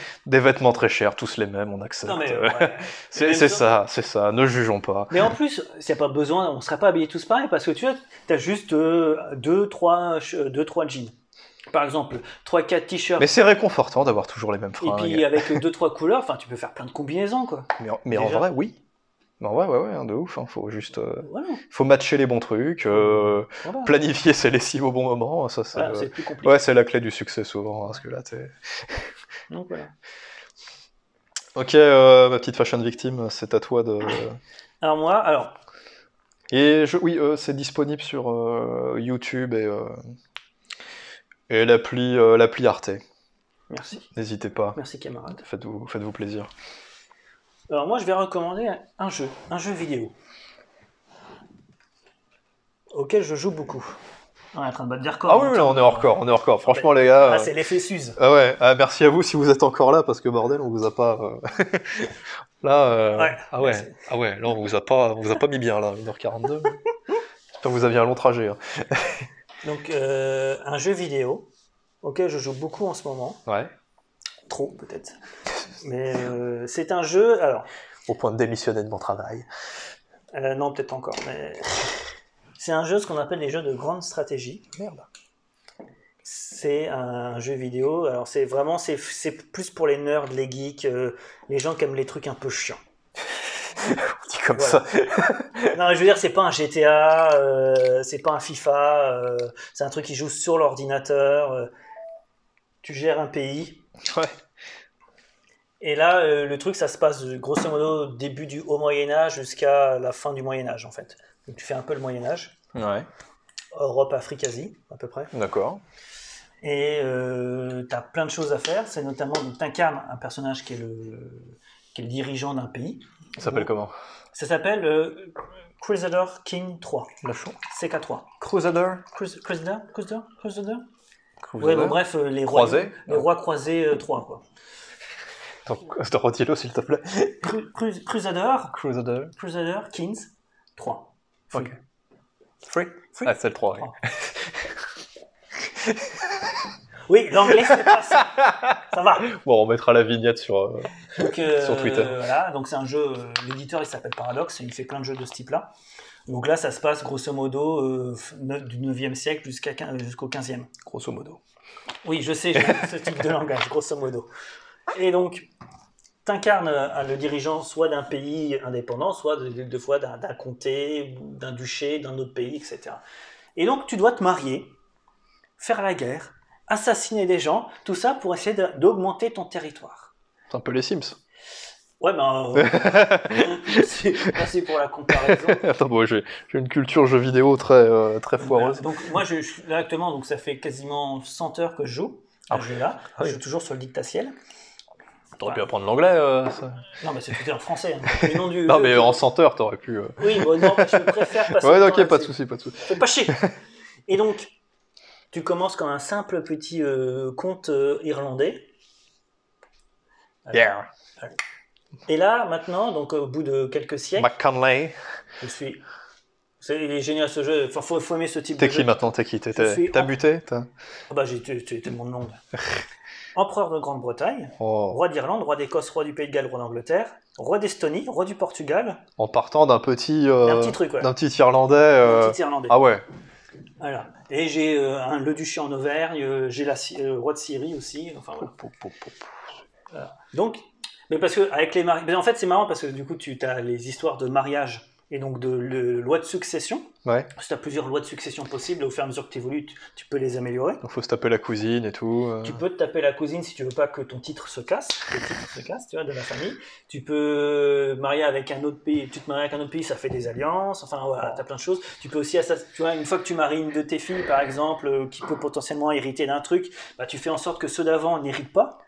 A: *laughs* des vêtements très chers, tous les mêmes, on accepte.
B: Non mais, ouais.
A: C'est
B: même
A: c'est
B: temps-
A: ça, c'est ça, ne jugeons pas.
B: mais en plus, c'est pas besoin, on serait pas habillés tous pareil parce que tu vois, t'as juste euh, deux, trois, che- deux, trois jeans. Par exemple, trois, quatre t-shirts
A: Mais c'est réconfortant d'avoir toujours les mêmes
B: et
A: fringues.
B: puis avec deux, trois couleurs, enfin tu peux faire plein de combinaisons quoi.
A: mais en, mais en
B: déjà.
A: vrai, oui. Mais en vrai, ouais, ouais, hein, de ouf. hein, faut juste, euh,
B: Voilà,
A: faut matcher les bons trucs, euh,
B: voilà.
A: planifier ses lessives au bon moment. Ça, c'est, euh,
B: Voilà, c'est plus compliqué.
A: ouais, c'est la clé du succès souvent. hein, parce que là, t'es-
B: Donc, voilà.
A: Ok, euh, ma petite fashion victime, c'est à toi de. *coughs*
B: Alors moi, alors
A: Et je, oui, euh, c'est disponible sur euh, YouTube et euh, et l'appli, euh, l'appli Arte.
B: merci,
A: N'hésitez pas.
B: merci camarade.
A: Faites-vous, faites-vous plaisir.
B: Alors moi, je vais recommander un jeu, un jeu vidéo auquel je joue beaucoup. On est en train de battre des records.
A: Ah oui,
B: hein,
A: oui, là, on est
B: tiens.
A: hors record, on est hors record. Franchement, les gars.
B: Ah,
A: euh,
B: c'est l'effet Suze.
A: Ah ouais, ah, merci à vous si vous êtes encore là, parce que bordel, on vous a pas. euh, *laughs* là, euh,
B: Ouais,
A: ah ouais,
B: merci.
A: ah ouais, là, on vous a pas, on vous a pas mis bien, là, 1h42. J'espère que vous aviez un long trajet. hein.
B: Donc, euh, un jeu vidéo auquel je joue beaucoup en ce moment.
A: Ouais.
B: Trop,
A: *laughs*
B: peut-être. Mais euh, c'est un jeu. Alors,
A: Au point de démissionner de mon travail.
B: euh, non, peut-être pas encore. mais- *laughs* C'est un jeu, ce qu'on appelle les jeux de grande stratégie.
A: Merde.
B: C'est un jeu vidéo. Alors, c'est vraiment. C'est c'est plus pour les nerds, les geeks, euh, les gens qui aiment les trucs un peu chiants.
A: On dit comme ça.
B: Voilà. Non, je veux dire, c'est pas un GTA, euh, c'est pas un FIFA, euh, c'est un truc qui joue sur l'ordinateur. euh, tu gères un pays.
A: Ouais.
B: Et là, euh, le truc, ça se passe euh, grosso modo au début du Haut Moyen-Âge jusqu'à la fin du Moyen-Âge, en fait. Donc tu fais un peu le Moyen-Âge,
A: Ouais,
B: Europe, Afrique, Asie, à peu près.
A: d'accord.
B: Et euh, tu as plein de choses à faire. C'est notamment, tu incarnes un personnage qui est le, qui est le dirigeant d'un pays.
A: Ça s'appelle
B: Ouais.
A: comment
B: Ça s'appelle euh, Crusader King 3, CK3.
A: Crusader
B: Crus- Crusader Crusader Crusader Ouais,
A: Crusader
B: bon, bref, euh, les rois,
A: Croisé
B: les rois croisés euh, 3, quoi.
A: Donc, attends, redis-le, s'il te plaît.
B: Cru- Crus- Crusader,
A: Crusader
B: Crusader Kings 3. Free.
A: Ok. Free
B: Free.
A: Ah, c'est le 3, oui.
B: Trois. Oui, l'anglais, c'est pas ça. Ça va.
A: Bon, on mettra la vignette sur... euh,
B: Donc, euh,
A: Sur Twitter.
B: Voilà, donc c'est un jeu, euh, l'éditeur il s'appelle Paradox, et il fait plein de jeux de ce type-là. Donc là, ça se passe grosso modo euh, f- neuf- du 9e siècle jusqu'à quin- jusqu'au 15e.
A: Grosso modo.
B: Oui, je sais, j'ai ce type de langage, grosso modo. Et donc, t'incarnes euh, le dirigeant soit d'un pays indépendant, soit de, de- de fois d'un d'un comté, ou d'un duché, d'un autre pays, etc. Et donc, tu dois te marier, faire la guerre, assassiner des gens, tout ça pour essayer de- d'augmenter ton territoire.
A: C'est un peu les *laughs* Sims.
B: Ouais, ben, euh, merci, merci pour la comparaison.
A: Attends, bon, j'ai j'ai une culture jeu vidéo très, euh, très
B: Voilà.
A: *laughs* foireuse.
B: Donc moi, je, je suis là actuellement, donc ça fait quasiment 100 heures que je joue. à
A: Ah
B: ce jeu-là.
A: Ah oui.
B: Je joue toujours sur le dictaciel.
A: T'aurais pu apprendre l'anglais, euh, ça.
B: Non, mais c'est tout est en français. hein. Le nom
A: *laughs*
B: du-
A: Non,
B: le-
A: mais en senteur, t'aurais pu... euh.
B: Oui, bon, non, je
A: *laughs*
B: préfère passer.
A: Ouais,
B: le temps
A: ok, pas de
B: là-dessus.
A: souci, pas de souci.
B: Fais
A: *laughs*
B: pas chier. Et donc, tu commences comme un simple petit euh, comte euh, irlandais. Euh,
A: Yeah.
B: Et là, maintenant, donc au bout de quelques siècles,
A: McConley.
B: je suis. C'est il est génial ce jeu. Enfin, faut, faut aimer ce type
A: T'es
B: de
A: qui
B: jeu.
A: maintenant T'es qui T'es-
B: Je suis
A: T'es t'as
B: en-
A: buté t'as-
B: Ah bah, j'ai tu- tu étais mon nom. *laughs* là. Empereur de Grande-Bretagne,
A: Oh.
B: roi d'Irlande, roi d'Écosse, roi du Pays de Galles, roi d'Angleterre, roi d'Estonie, roi du Portugal,
A: En partant d'un petit, euh,
B: et un petit truc, ouais.
A: d'un petit Irlandais. euh,
B: Un petit Irlandais.
A: Ah ouais.
B: Voilà. Et j'ai euh, un- le duché en Auvergne, euh, j'ai la Sy- euh, le roi de Syrie aussi. Enfin, voilà.
A: Pou, pou, pou, pou.
B: Donc, mais parce que avec les mari- mais en fait c'est marrant parce que du coup tu as les histoires de mariage et donc de le- loi de succession.
A: Ouais.
B: Si tu as plusieurs lois de succession possibles, au fur et à mesure que tu évolues, tu, tu peux les améliorer.
A: Donc faut se taper la cousine et tout. euh.
B: Tu peux te taper la cousine si tu veux pas que ton titre se casse, le titre se casse, tu vois, de la famille. Tu peux marier avec un autre pays, tu te maries avec un autre pays, ça fait des alliances, enfin voilà, t'as plein de choses. Tu peux aussi, assas- tu vois, une fois que tu maries une de tes filles, par exemple, euh, qui peut potentiellement hériter d'un truc, bah tu fais en sorte que ceux d'avant n'héritent pas.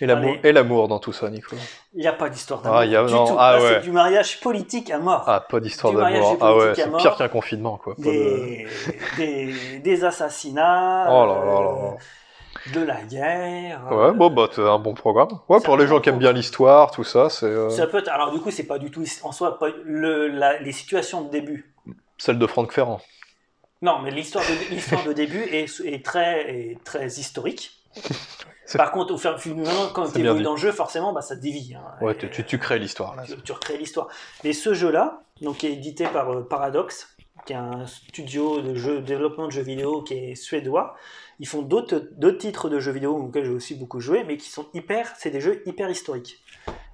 A: Et l'amour,
B: Allez.
A: et l'amour dans tout ça, Nico.
B: Il n'y a pas d'histoire
A: Ah, il y a-
B: d'amour du
A: non,
B: tout.
A: ah
B: Là,
A: ouais.
B: c'est du mariage politique à mort.
A: Ah, pas d'histoire
B: Du mariage
A: d'amour.
B: et
A: Ah ouais,
B: politique à
A: c'est
B: mort.
A: pire qu'un confinement, quoi. Pas de-
B: Des, des, des assassinats,
A: euh, Oh là là là.
B: euh, de la guerre.
A: Ouais, bon, bah, t'as un bon programme. Ouais,
B: C'est
A: pour
B: un
A: les
B: bon
A: gens qui aiment bien l'histoire, tout ça, c'est euh,
B: Ça peut être- alors du coup, c'est pas du tout his- en soi pas- le- la- les situations de début.
A: celle de Franck Ferrand.
B: Non, mais l'histoire de, l'histoire de début est, est très, est très historique.
A: *laughs* C'est-
B: Par contre, au fur- finalement, quand
A: C'est
B: tu
A: bien
B: évolues
A: dit.
B: dans le jeu, forcément, bah, ça dévie. hein.
A: Ouais,
B: Et-
A: tu, tu, tu crées l'histoire, là.
B: tu, tu recrées l'histoire. Mais ce jeu-là, donc qui est édité par euh, Paradox, qui est un studio de jeux, développement de jeux vidéo qui est suédois, ils font d'autres d'autres titres de jeux vidéo auxquels j'ai aussi beaucoup joué, mais qui sont hyper, c'est des jeux hyper historiques.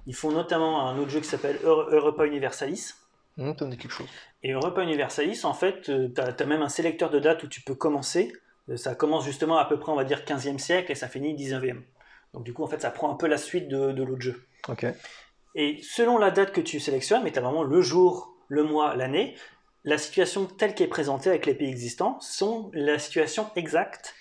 B: Ils font notamment un autre jeu qui s'appelle Euro- Europa Universalis.
A: Hum, t'en dis quelque chose.
B: Et Europa Universalis, en fait, tu as, même un sélecteur de date où tu peux commencer. Euh, Ça commence justement à peu près, on va dire, 15e siècle et ça finit 19e. Donc du coup, en fait, ça prend un peu la suite de, de l'autre jeu.
A: Ok.
B: Et selon la date que tu sélectionnes, mais tu as vraiment le jour, le mois, l'année, la situation telle qu'elle est présentée avec les pays existants sont la situation exacte,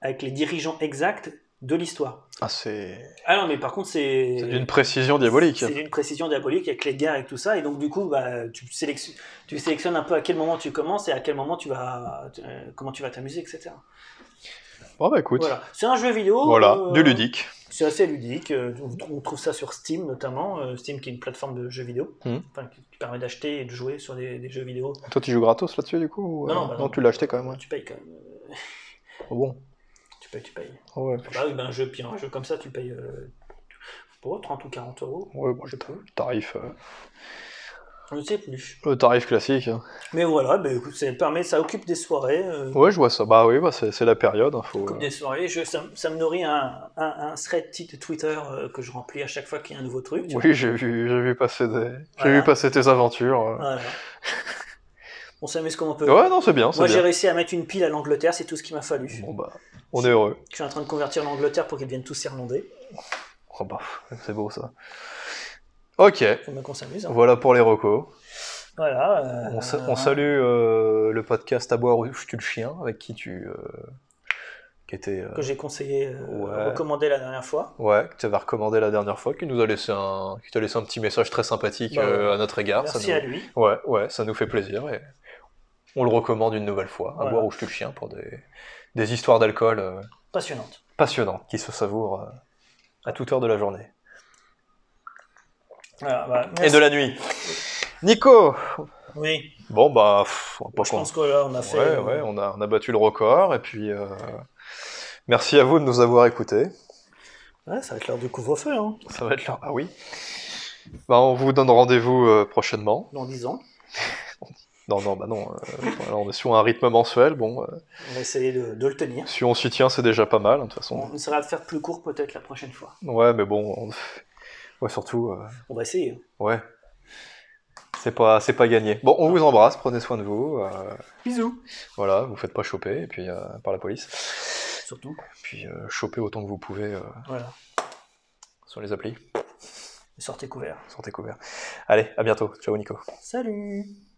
B: avec les dirigeants exacts de l'histoire.
A: Ah, c'est
B: Ah non, mais par contre, c'est.
A: c'est d'une précision diabolique.
B: C'est d'une précision diabolique avec les guerres et tout ça. Et donc, du coup, bah, tu, sélectionnes, tu sélectionnes un peu à quel moment tu commences et à quel moment tu vas. euh, comment tu vas t'amuser, etc.
A: Bon, bah, écoute.
B: Voilà. C'est un jeu vidéo.
A: Voilà,
B: euh,
A: du ludique.
B: c'est assez ludique. euh, On on trouve ça sur Steam notamment. euh, Steam qui est une plateforme de jeux vidéo,
A: Mhm.
B: enfin, qui qui permet d'acheter et de jouer sur des, des jeux vidéo.
A: Toi, tu joues gratos là-dessus, du coup ou, euh,
B: bah
A: tu l'as acheté quand même, ouais.
B: Tu payes quand même. euh,
A: Oh, Bon.
B: Tu payes, tu payes.
A: Ah ouais.
B: Bah oui, ben, un jeu, puis un jeu comme ça, tu le payes euh, pour 30 ou 40 euros.
A: Ouais, bon,
B: Je sais pas.
A: le tarif. euh,
B: Je ne sais plus.
A: Le tarif classique. hein.
B: Mais voilà, bah, écoute, ça permet, ça occupe des soirées. euh,
A: Ouais, je vois ça. Bah oui, bah, c'est c'est la période. hein, faut,
B: Coupe
A: euh,
B: des soirées, je- ça, ça me nourrit un, un, un thread type de Twitter euh, que je remplis à chaque fois qu'il y a un nouveau truc. tu
A: Oui, j'ai vu, j'ai vu passer des... j'ai
B: Voilà.
A: vu passer tes aventures. euh.
B: vois. Voilà. *laughs* On s'amuse comme on peut.
A: Ouais, non, c'est bien, c'est
B: Euh, Moi, j'ai
A: bien.
B: réussi à mettre une pile à l'Angleterre, c'est tout ce qu'il m'a fallu.
A: Bon bah, on est heureux.
B: Je suis en train de convertir l'Angleterre pour qu'ils deviennent tous irlandais.
A: Oh, bah, c'est beau ça. Ok,
B: Faut bien qu'on s'amuse. hein.
A: voilà pour les recos.
B: Voilà. euh,
A: On, sa- on salue euh, le podcast À boire ou je tue le chien avec qui tu euh, qui était euh,
B: Que j'ai conseillé, euh,
A: Ouais.
B: recommandé la dernière fois.
A: ouais que tu avais recommandé la dernière fois qui nous a laissé un qui t'a laissé un petit message très sympathique
B: Bah,
A: euh, à notre égard. Ça
B: Merci
A: nous-
B: à lui.
A: Ouais ouais ça nous fait plaisir et on le recommande une nouvelle fois. À
B: Voilà.
A: boire ou je tue le chien pour des des histoires d'alcool euh,
B: Passionnante.
A: passionnantes qui se savourent euh, à toute heure de la journée.
B: Voilà, bah,
A: et
B: merci.
A: de la nuit. Nico
B: Oui,
A: Bon, bah, pff, on va pas
B: je
A: qu'on-
B: pense que là, on a fait.
A: Ouais,
B: euh,
A: ouais, on a, on a battu le record, et puis euh, merci à vous de nous avoir écoutés.
B: ouais, ça va être l'heure du couvre-feu, hein,
A: Ça va être là. Ah oui bah, On vous donne rendez-vous euh, prochainement.
B: dans 10 ans.
A: Non, non, bah non, euh, voilà, on est sur un rythme mensuel, bon, euh,
B: On va essayer de, de le tenir.
A: si on s'y tient, c'est déjà pas mal, hein, de toute façon.
B: On essaiera de faire plus court peut-être la prochaine fois.
A: Ouais, mais bon, on- ouais, surtout, euh,
B: On va essayer. hein.
A: ouais. C'est pas, c'est pas gagné. Bon, on vous embrasse, prenez soin de vous. euh,
B: Bisous.
A: voilà, vous faites pas choper, et puis euh, par la police.
B: Surtout.
A: puis euh, choper autant que vous pouvez euh,
B: Voilà.
A: sur les applis.
B: Sortez couverts.
A: Sortez couvert. Allez, à bientôt. Ciao Nico.
B: Salut.